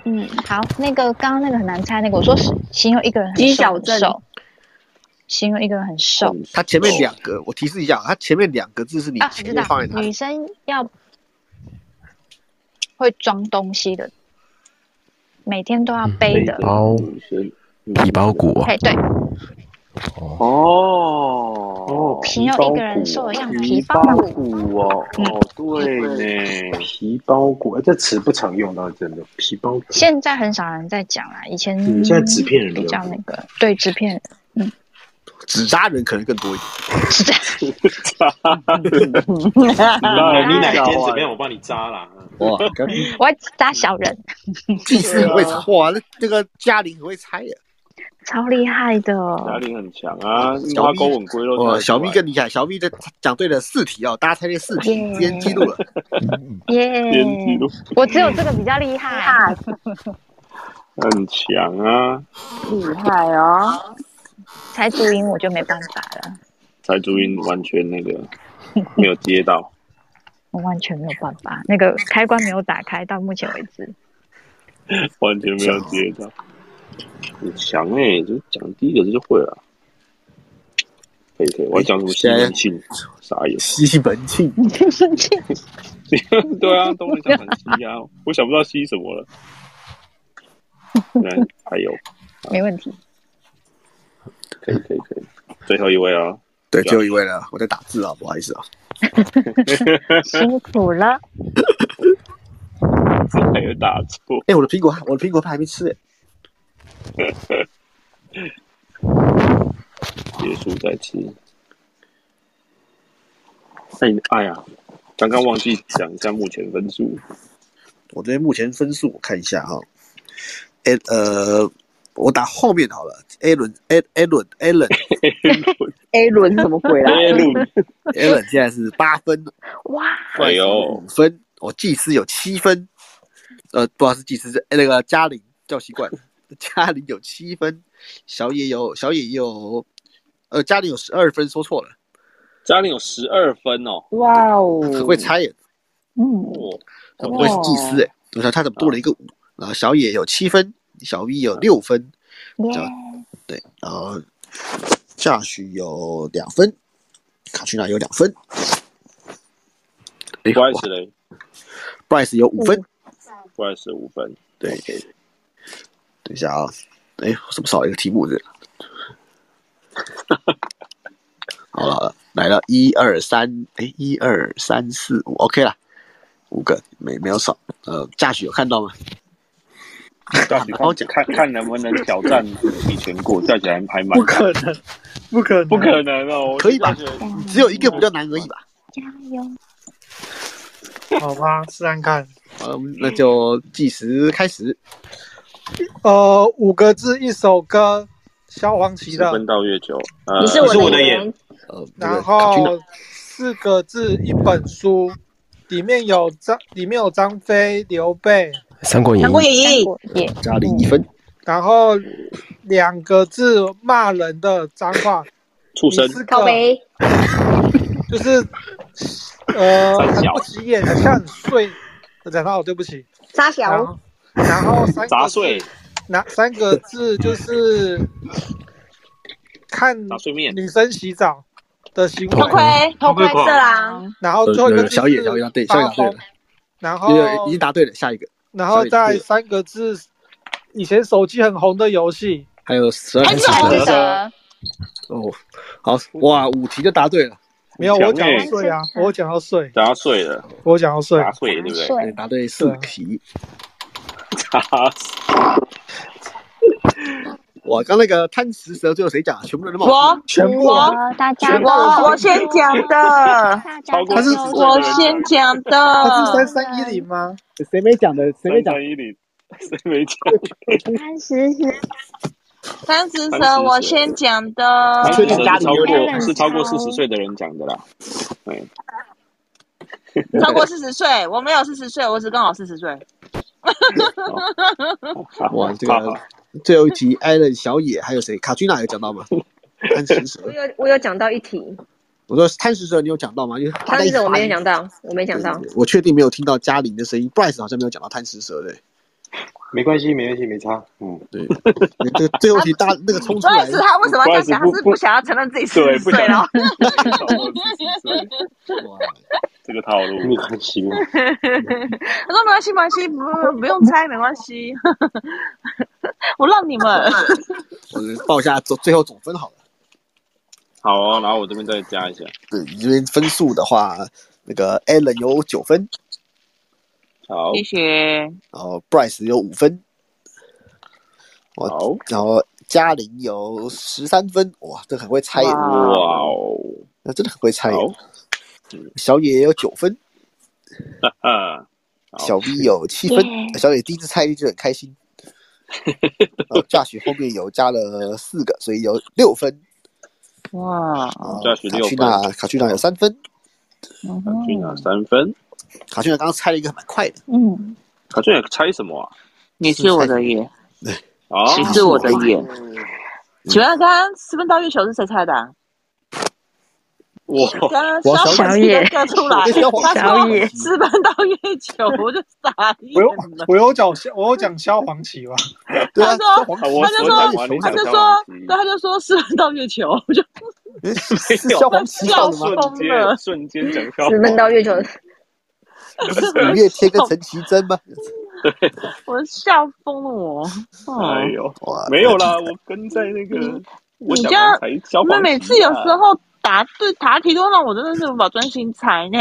[SPEAKER 8] 嗯，好，那个刚刚那个很难猜，那个我说是形容一个人很
[SPEAKER 7] 鸡
[SPEAKER 8] 瘦
[SPEAKER 7] 脚
[SPEAKER 8] 很
[SPEAKER 7] 症
[SPEAKER 8] 瘦，形容一个人很瘦，
[SPEAKER 6] 它前面两个，我提示一下，它前面两个字哦是你
[SPEAKER 8] 啊，
[SPEAKER 6] 前
[SPEAKER 8] 知
[SPEAKER 6] 面
[SPEAKER 8] 道
[SPEAKER 6] 放在哪
[SPEAKER 8] 女
[SPEAKER 6] 里？
[SPEAKER 8] 生要会装东西的，每天都要背
[SPEAKER 3] 嗯
[SPEAKER 8] 的。
[SPEAKER 4] 包皮包骨啊
[SPEAKER 8] 哎，对，
[SPEAKER 1] 哦哦，
[SPEAKER 8] 形容一个人瘦的样子
[SPEAKER 1] 皮
[SPEAKER 8] 皮包
[SPEAKER 1] 包
[SPEAKER 8] 骨
[SPEAKER 1] 骨哦，哦 对呢，
[SPEAKER 3] 皮包骨，哎这词不常用到，真的皮包骨。
[SPEAKER 8] 现在很少人在讲啦，以前
[SPEAKER 3] 嗯现在纸片人比
[SPEAKER 8] 比
[SPEAKER 3] 较
[SPEAKER 8] 较那个，对，纸片人。
[SPEAKER 6] 纸扎人可能更多一点。
[SPEAKER 3] 当然，你哪一天怎么样，我帮你扎啦。
[SPEAKER 6] 哇，
[SPEAKER 8] 我要打小人，
[SPEAKER 6] 技师很会 猜，哇，那那个嘉玲很会猜啊耶，
[SPEAKER 8] 超厉害的。
[SPEAKER 1] 哪里很强啊？
[SPEAKER 6] 小
[SPEAKER 1] 挖
[SPEAKER 6] 咪
[SPEAKER 1] 沟吻龟都
[SPEAKER 6] 哇，哦小
[SPEAKER 1] 咪
[SPEAKER 6] 咪更厉害，小咪的讲对了四题哦，大家猜对四题，今天记录了，
[SPEAKER 8] 耶
[SPEAKER 1] 编辑录
[SPEAKER 8] 我只有这个比较厉害。
[SPEAKER 1] 很强啊，
[SPEAKER 2] 厉害哦！
[SPEAKER 8] 猜注音我就没办法了，
[SPEAKER 1] 才朱茵完全那 个没有接到。
[SPEAKER 8] 我完全没有办法，那个开关没有打开，到目前为止。
[SPEAKER 1] 完全没有接到。很强哎、欸，就讲第一个字就会了。可以可以，我要讲什
[SPEAKER 6] 哎
[SPEAKER 1] 么西门庆？傻眼。
[SPEAKER 6] 西门庆，
[SPEAKER 1] 对啊，东门相反西啊， 我想不到西什么了。 来，还有，
[SPEAKER 8] 没问题。
[SPEAKER 1] 可以可以可以，最后一位哦。
[SPEAKER 6] 对，最后一位了，我在打字啊，不好意思啊，
[SPEAKER 8] 辛苦了，
[SPEAKER 1] 还有打错。
[SPEAKER 6] 哎，我的苹果，我的苹果派还没吃哎，
[SPEAKER 1] 结束再吃。哎哎呀，刚刚忘记讲一下目前分数，
[SPEAKER 6] 我这边目前分数我看一下哈，A 呃，我打后面好了，A 轮 A A 轮 A 轮
[SPEAKER 2] A 轮是什么鬼啦
[SPEAKER 1] A 轮
[SPEAKER 6] A 轮现在是八分，
[SPEAKER 8] 哇，
[SPEAKER 1] 哎呦
[SPEAKER 6] 五，分，我技师有七分，呃，不好意思，技师是哎那个嘉玲叫习惯了， 嘉玲有七分，小野有小野也有，呃，嘉玲有十二分，说错了，
[SPEAKER 1] 家里有十二分哦。
[SPEAKER 2] 哇哦，
[SPEAKER 6] 很会猜耶，
[SPEAKER 8] 嗯，
[SPEAKER 1] 哦，
[SPEAKER 6] 很会技师哎，我想他怎么多了一个五，然后小野有七分，小 V 有六分，
[SPEAKER 8] 耶
[SPEAKER 6] 这，对，然后夏许有两分，卡曲娜有两分，哎
[SPEAKER 1] 不好意思嘞，
[SPEAKER 6] ，Bryce 有五分，
[SPEAKER 1] 不好意思，五分。
[SPEAKER 6] 对，等一下啊、哎，我怎么少了一个题目？这个 好了，好了来了，一二三，哎，一二三四五，OK 了，五个没没有少。呃，驾驶有看到吗？
[SPEAKER 1] 到底
[SPEAKER 6] 好讲
[SPEAKER 1] 看看能不能挑战比全过，再起来还蛮
[SPEAKER 10] 不可能，不可能，
[SPEAKER 1] 不可能哦，我
[SPEAKER 6] 可以吧
[SPEAKER 1] 就发觉
[SPEAKER 6] 只有一个比较难而已吧。
[SPEAKER 8] 加油！
[SPEAKER 10] 好吧，试看看。
[SPEAKER 6] 好了，我们嗯那就计时开始。
[SPEAKER 10] 呃，五个字一首歌，萧煌奇
[SPEAKER 1] 十
[SPEAKER 10] 的。
[SPEAKER 1] 分到月球，呃，
[SPEAKER 7] 你是
[SPEAKER 3] 你是我
[SPEAKER 7] 我
[SPEAKER 3] 的
[SPEAKER 7] 的
[SPEAKER 3] 眼
[SPEAKER 7] 眼，
[SPEAKER 6] 呃，这个
[SPEAKER 10] 然
[SPEAKER 6] 卡君
[SPEAKER 10] 后四个字一本书，里面有张，里面有张飞、刘备，
[SPEAKER 4] 《三国演义》
[SPEAKER 8] 三
[SPEAKER 2] 义
[SPEAKER 8] 国演
[SPEAKER 6] 娜嘉玲一分，
[SPEAKER 10] 然后两个字骂人的脏话，
[SPEAKER 1] 畜生
[SPEAKER 10] 你，是
[SPEAKER 7] 靠
[SPEAKER 10] 个
[SPEAKER 7] 背，
[SPEAKER 10] 就是呃
[SPEAKER 1] 三
[SPEAKER 10] 很
[SPEAKER 1] 小
[SPEAKER 10] 不起眼的，像睡。我讲到，对不起。
[SPEAKER 7] 沙
[SPEAKER 10] 然
[SPEAKER 7] 小，
[SPEAKER 10] 后，然后三
[SPEAKER 1] 杂
[SPEAKER 10] 个字，
[SPEAKER 1] 碎，
[SPEAKER 10] 那三个字就是看
[SPEAKER 1] 杂碎面，
[SPEAKER 10] 女生洗澡的行
[SPEAKER 7] 偷
[SPEAKER 10] 为，
[SPEAKER 7] 窥，
[SPEAKER 6] 嗯
[SPEAKER 7] 偷窥
[SPEAKER 3] 偷窥
[SPEAKER 7] 色狼，
[SPEAKER 10] 然后最后一个字是
[SPEAKER 6] 呃小野小野答对，小野答对
[SPEAKER 10] 发
[SPEAKER 6] 了
[SPEAKER 10] 疯，然
[SPEAKER 6] 因为已
[SPEAKER 10] 后
[SPEAKER 6] 经答对了，下一个
[SPEAKER 10] 然后再三个字，以前手机很红的游戏，
[SPEAKER 6] 还有十二
[SPEAKER 8] 很
[SPEAKER 6] 分
[SPEAKER 8] 丑
[SPEAKER 6] 十分，
[SPEAKER 8] 的蛇，
[SPEAKER 6] 哦，好哇，五题就答对了。
[SPEAKER 10] 没有，我讲
[SPEAKER 6] 讲
[SPEAKER 10] 到睡啊，我讲到睡，
[SPEAKER 1] 答碎了，
[SPEAKER 10] 我讲到睡，
[SPEAKER 1] 答碎对不对？
[SPEAKER 6] 答对四题。
[SPEAKER 1] 答
[SPEAKER 6] 哇，刚那个贪食蛇最后谁讲？啊全部人都冒
[SPEAKER 2] 我我
[SPEAKER 8] 大
[SPEAKER 6] 全部
[SPEAKER 2] 我我先讲的，
[SPEAKER 6] 他是
[SPEAKER 2] 我先讲的，
[SPEAKER 11] 哦
[SPEAKER 10] 他是三三一零吗？
[SPEAKER 11] 谁没讲的？谁没讲？
[SPEAKER 1] 一零，谁没讲？
[SPEAKER 8] 三十十，
[SPEAKER 2] 三十蛇我先讲的，
[SPEAKER 1] 确定是超过是超过四十岁的人讲的啦。对，
[SPEAKER 2] 超过四十岁，我没有四十岁，我只刚好四十岁。
[SPEAKER 6] 哇，这个最后一题，艾伦、小野还有谁？卡君娜啊有讲到吗？贪食蛇，
[SPEAKER 7] 我有我有讲到一题，
[SPEAKER 6] 我说贪食蛇你有讲到吗？因为
[SPEAKER 7] 贪食蛇我没有讲到，我没讲到。
[SPEAKER 6] 我确定没有听到嘉玲的声音，Bryce 好像没有讲到贪食蛇对。
[SPEAKER 3] 没关系，没关系，没差。嗯，
[SPEAKER 6] 对，这个最后题大那个冲出
[SPEAKER 2] 所
[SPEAKER 6] 来
[SPEAKER 2] 以，是他为什么要这样讲？他是不想要承认自己四十岁了。
[SPEAKER 1] 这个套路
[SPEAKER 3] 没关系吗？
[SPEAKER 2] 他说没关系，没关系，不不用猜，没关系， 我让你们。
[SPEAKER 6] 我报一下总最后总分好了。
[SPEAKER 1] 好哦，然后我这边再加一下。
[SPEAKER 6] 对，你这边分数的话，那个 Allen 有九分，
[SPEAKER 1] 好，
[SPEAKER 2] 谢谢。
[SPEAKER 6] 然后 Bryce 有五分，好，然后嘉玲有十三分，哇，这很会猜耶！
[SPEAKER 1] 哇哦，
[SPEAKER 6] 那真的很会猜耶。小野也有九分，
[SPEAKER 1] 哈哈，
[SPEAKER 6] 小 V 有七分，
[SPEAKER 2] 嗯
[SPEAKER 1] 耶
[SPEAKER 6] 小野第一次猜就很开 心。呃，大学后面有加了四个，所以有六分。啊
[SPEAKER 2] 哇，
[SPEAKER 1] 加许嗯
[SPEAKER 6] 卡
[SPEAKER 1] 六
[SPEAKER 6] 去
[SPEAKER 1] 分，
[SPEAKER 6] 娜，卡去娜有三分，
[SPEAKER 2] 嗯
[SPEAKER 1] 去拿三分，
[SPEAKER 6] 卡去娜刚刚猜了一个蛮快的，
[SPEAKER 8] 嗯，
[SPEAKER 1] 卡俊也猜什么啊？
[SPEAKER 2] 你是我的眼，
[SPEAKER 1] 哦，
[SPEAKER 2] 你是我的眼。请问刚刚私奔到月球是谁猜的啊？
[SPEAKER 6] 我
[SPEAKER 2] 刚刚
[SPEAKER 6] 我
[SPEAKER 2] 小
[SPEAKER 10] 小
[SPEAKER 2] 野
[SPEAKER 10] 野
[SPEAKER 2] 叫出来，他
[SPEAKER 10] 小野
[SPEAKER 2] 说 私奔到月球，我就傻眼
[SPEAKER 10] 我有
[SPEAKER 2] 了。
[SPEAKER 10] 我有讲消我有讲消黄 旗吧？
[SPEAKER 6] 啊
[SPEAKER 2] 他说，
[SPEAKER 1] 啊
[SPEAKER 10] 我
[SPEAKER 2] 他就
[SPEAKER 10] 我
[SPEAKER 2] 说
[SPEAKER 10] 讲完了，
[SPEAKER 2] 他就
[SPEAKER 10] 你讲
[SPEAKER 2] 说，对，他就说私奔到月球，我就
[SPEAKER 6] 消防旗
[SPEAKER 2] 笑
[SPEAKER 6] 好的吗？
[SPEAKER 2] 疯了。
[SPEAKER 1] 瞬间讲
[SPEAKER 7] 私奔到月球，
[SPEAKER 6] 不是五月天跟陈绮贞吗？
[SPEAKER 2] 我笑疯了我。哦
[SPEAKER 1] 哎呦
[SPEAKER 6] 哇，
[SPEAKER 1] 没有啦，我跟在那个，我
[SPEAKER 2] 嗯你
[SPEAKER 1] 想
[SPEAKER 2] 这样
[SPEAKER 1] 才消，防
[SPEAKER 2] 你们每次有
[SPEAKER 1] 局啊
[SPEAKER 2] 时候答对答题都让我真的是无法专心猜呢。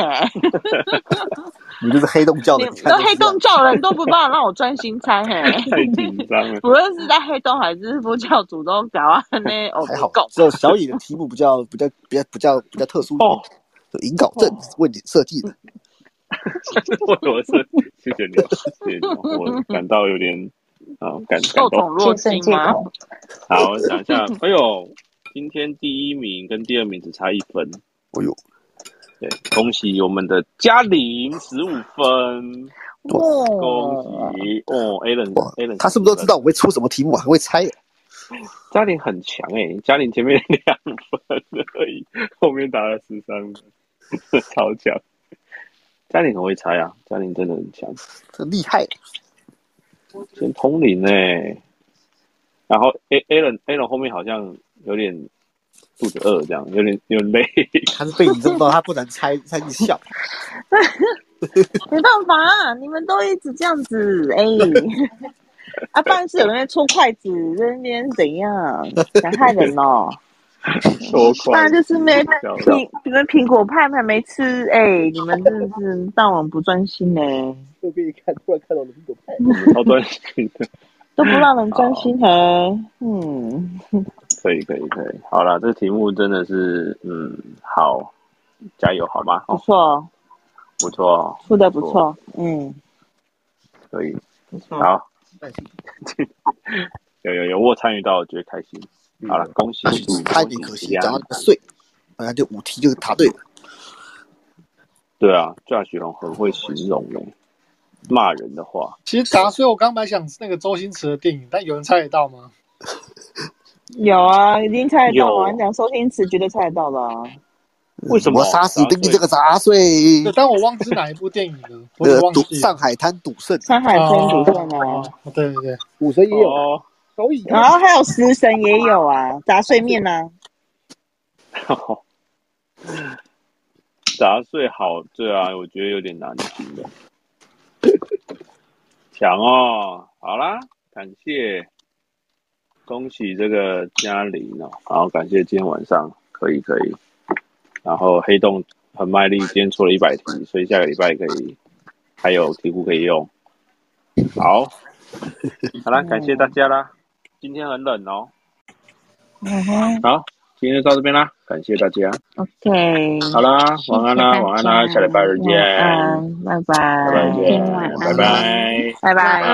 [SPEAKER 6] 你这是黑洞教的，
[SPEAKER 2] 你都黑洞教人都不办法让我专心猜嘿。
[SPEAKER 1] 太紧张了。
[SPEAKER 2] 不论是在黑洞还是佛教主都搞啊那哦
[SPEAKER 6] 还好
[SPEAKER 2] 够，，
[SPEAKER 6] 只有小野的题目比较比较比较比较比较特殊一点，就引导
[SPEAKER 2] 哦
[SPEAKER 6] 证问你设计的。
[SPEAKER 2] 嗯
[SPEAKER 1] 我我是谢谢你，谢谢你，我感到有点啊感感
[SPEAKER 2] 受
[SPEAKER 1] 动
[SPEAKER 2] 宠。若惊吗？
[SPEAKER 1] 好，我想一 下，哎呦，今天第一名跟第二名只差一分。
[SPEAKER 6] 哎呦，
[SPEAKER 1] 对，恭喜我们的嘉玲十五分，
[SPEAKER 2] 哇
[SPEAKER 1] 恭喜哦，Allen Allen，
[SPEAKER 6] 他是不是都知道我会出什么题目啊？很会猜耶。
[SPEAKER 1] 嘉玲很强哎、嘉玲前面两分而已，后面打了十三分，超强。嘉玲很会猜啊，嘉玲真的很强，
[SPEAKER 6] 很厉害。
[SPEAKER 1] 先通灵哎、然后 A A 人 A 人后面好像有点肚子饿，这样有点有点累。
[SPEAKER 6] 他是被你这么到，他不能 猜，他一笑。
[SPEAKER 2] 没办法、啊你们都一直这样子哎。 啊，办事有人在戳筷子，在那边怎样？想害人 哦！
[SPEAKER 1] 戳
[SPEAKER 2] 不然就是没
[SPEAKER 1] 笑
[SPEAKER 2] 苹，你们苹果派还没吃，哎、你们真的是让我们不专心呢、
[SPEAKER 11] 右边一看，突然看到了苹果派。
[SPEAKER 1] 超专心的，
[SPEAKER 2] 都不让人专心还，嗯，
[SPEAKER 1] 可以可以可以，好啦，这题目真的是嗯好，加油好吗？
[SPEAKER 2] 不错，
[SPEAKER 1] 不错哦，
[SPEAKER 2] 出的不错，嗯，
[SPEAKER 1] 可以，
[SPEAKER 2] 不错
[SPEAKER 1] 好。 有有有，我参与到，我觉得开心。
[SPEAKER 6] 嗯
[SPEAKER 1] 好了，恭喜祝
[SPEAKER 6] 差一点可惜，讲到那个岁，好像就五题就答对了。
[SPEAKER 1] 对啊，赵雪龙很会形容嘞，骂人的
[SPEAKER 6] 嗯
[SPEAKER 1] 话，
[SPEAKER 10] 其实答，所以我刚本来想那个周星驰的电影，但有人猜得到吗？
[SPEAKER 2] 有啊，已经猜得到啊！
[SPEAKER 10] 有
[SPEAKER 2] 你讲收听词绝对猜得到的、啊，
[SPEAKER 1] 为什么
[SPEAKER 6] 我杀死定义这个杂碎
[SPEAKER 10] 对，？但我忘记哪一部电影了，我
[SPEAKER 6] 那
[SPEAKER 10] 有点
[SPEAKER 6] 个
[SPEAKER 10] 忘
[SPEAKER 6] 赌
[SPEAKER 10] 记了。
[SPEAKER 6] 上海滩赌圣，
[SPEAKER 2] 上海滩赌圣
[SPEAKER 10] 啊，对对对，
[SPEAKER 11] 武神
[SPEAKER 10] 也有
[SPEAKER 1] 哦
[SPEAKER 11] 所以
[SPEAKER 10] 啊
[SPEAKER 2] 然后还有食神也有啊，杂碎面啊，
[SPEAKER 1] 杂碎好，对啊，我觉得有点难听的。强哦，好啦，感谢恭喜这个嘉玲哦，然后感谢今天晚上可以可以，然后黑洞很卖力，今天出了一百题，所以下个礼拜可以还有题库可以用。好，好啦，感谢大家啦，今天很冷哦。
[SPEAKER 2] 嗯哼
[SPEAKER 1] 好，今天就到这边啦，感谢大家。
[SPEAKER 2] ，OK，
[SPEAKER 1] 好啦，晚安啦，晚安啦，下礼拜日见，
[SPEAKER 2] um, 嗯，拜拜，
[SPEAKER 1] 拜拜见，拜拜。
[SPEAKER 2] 拜拜。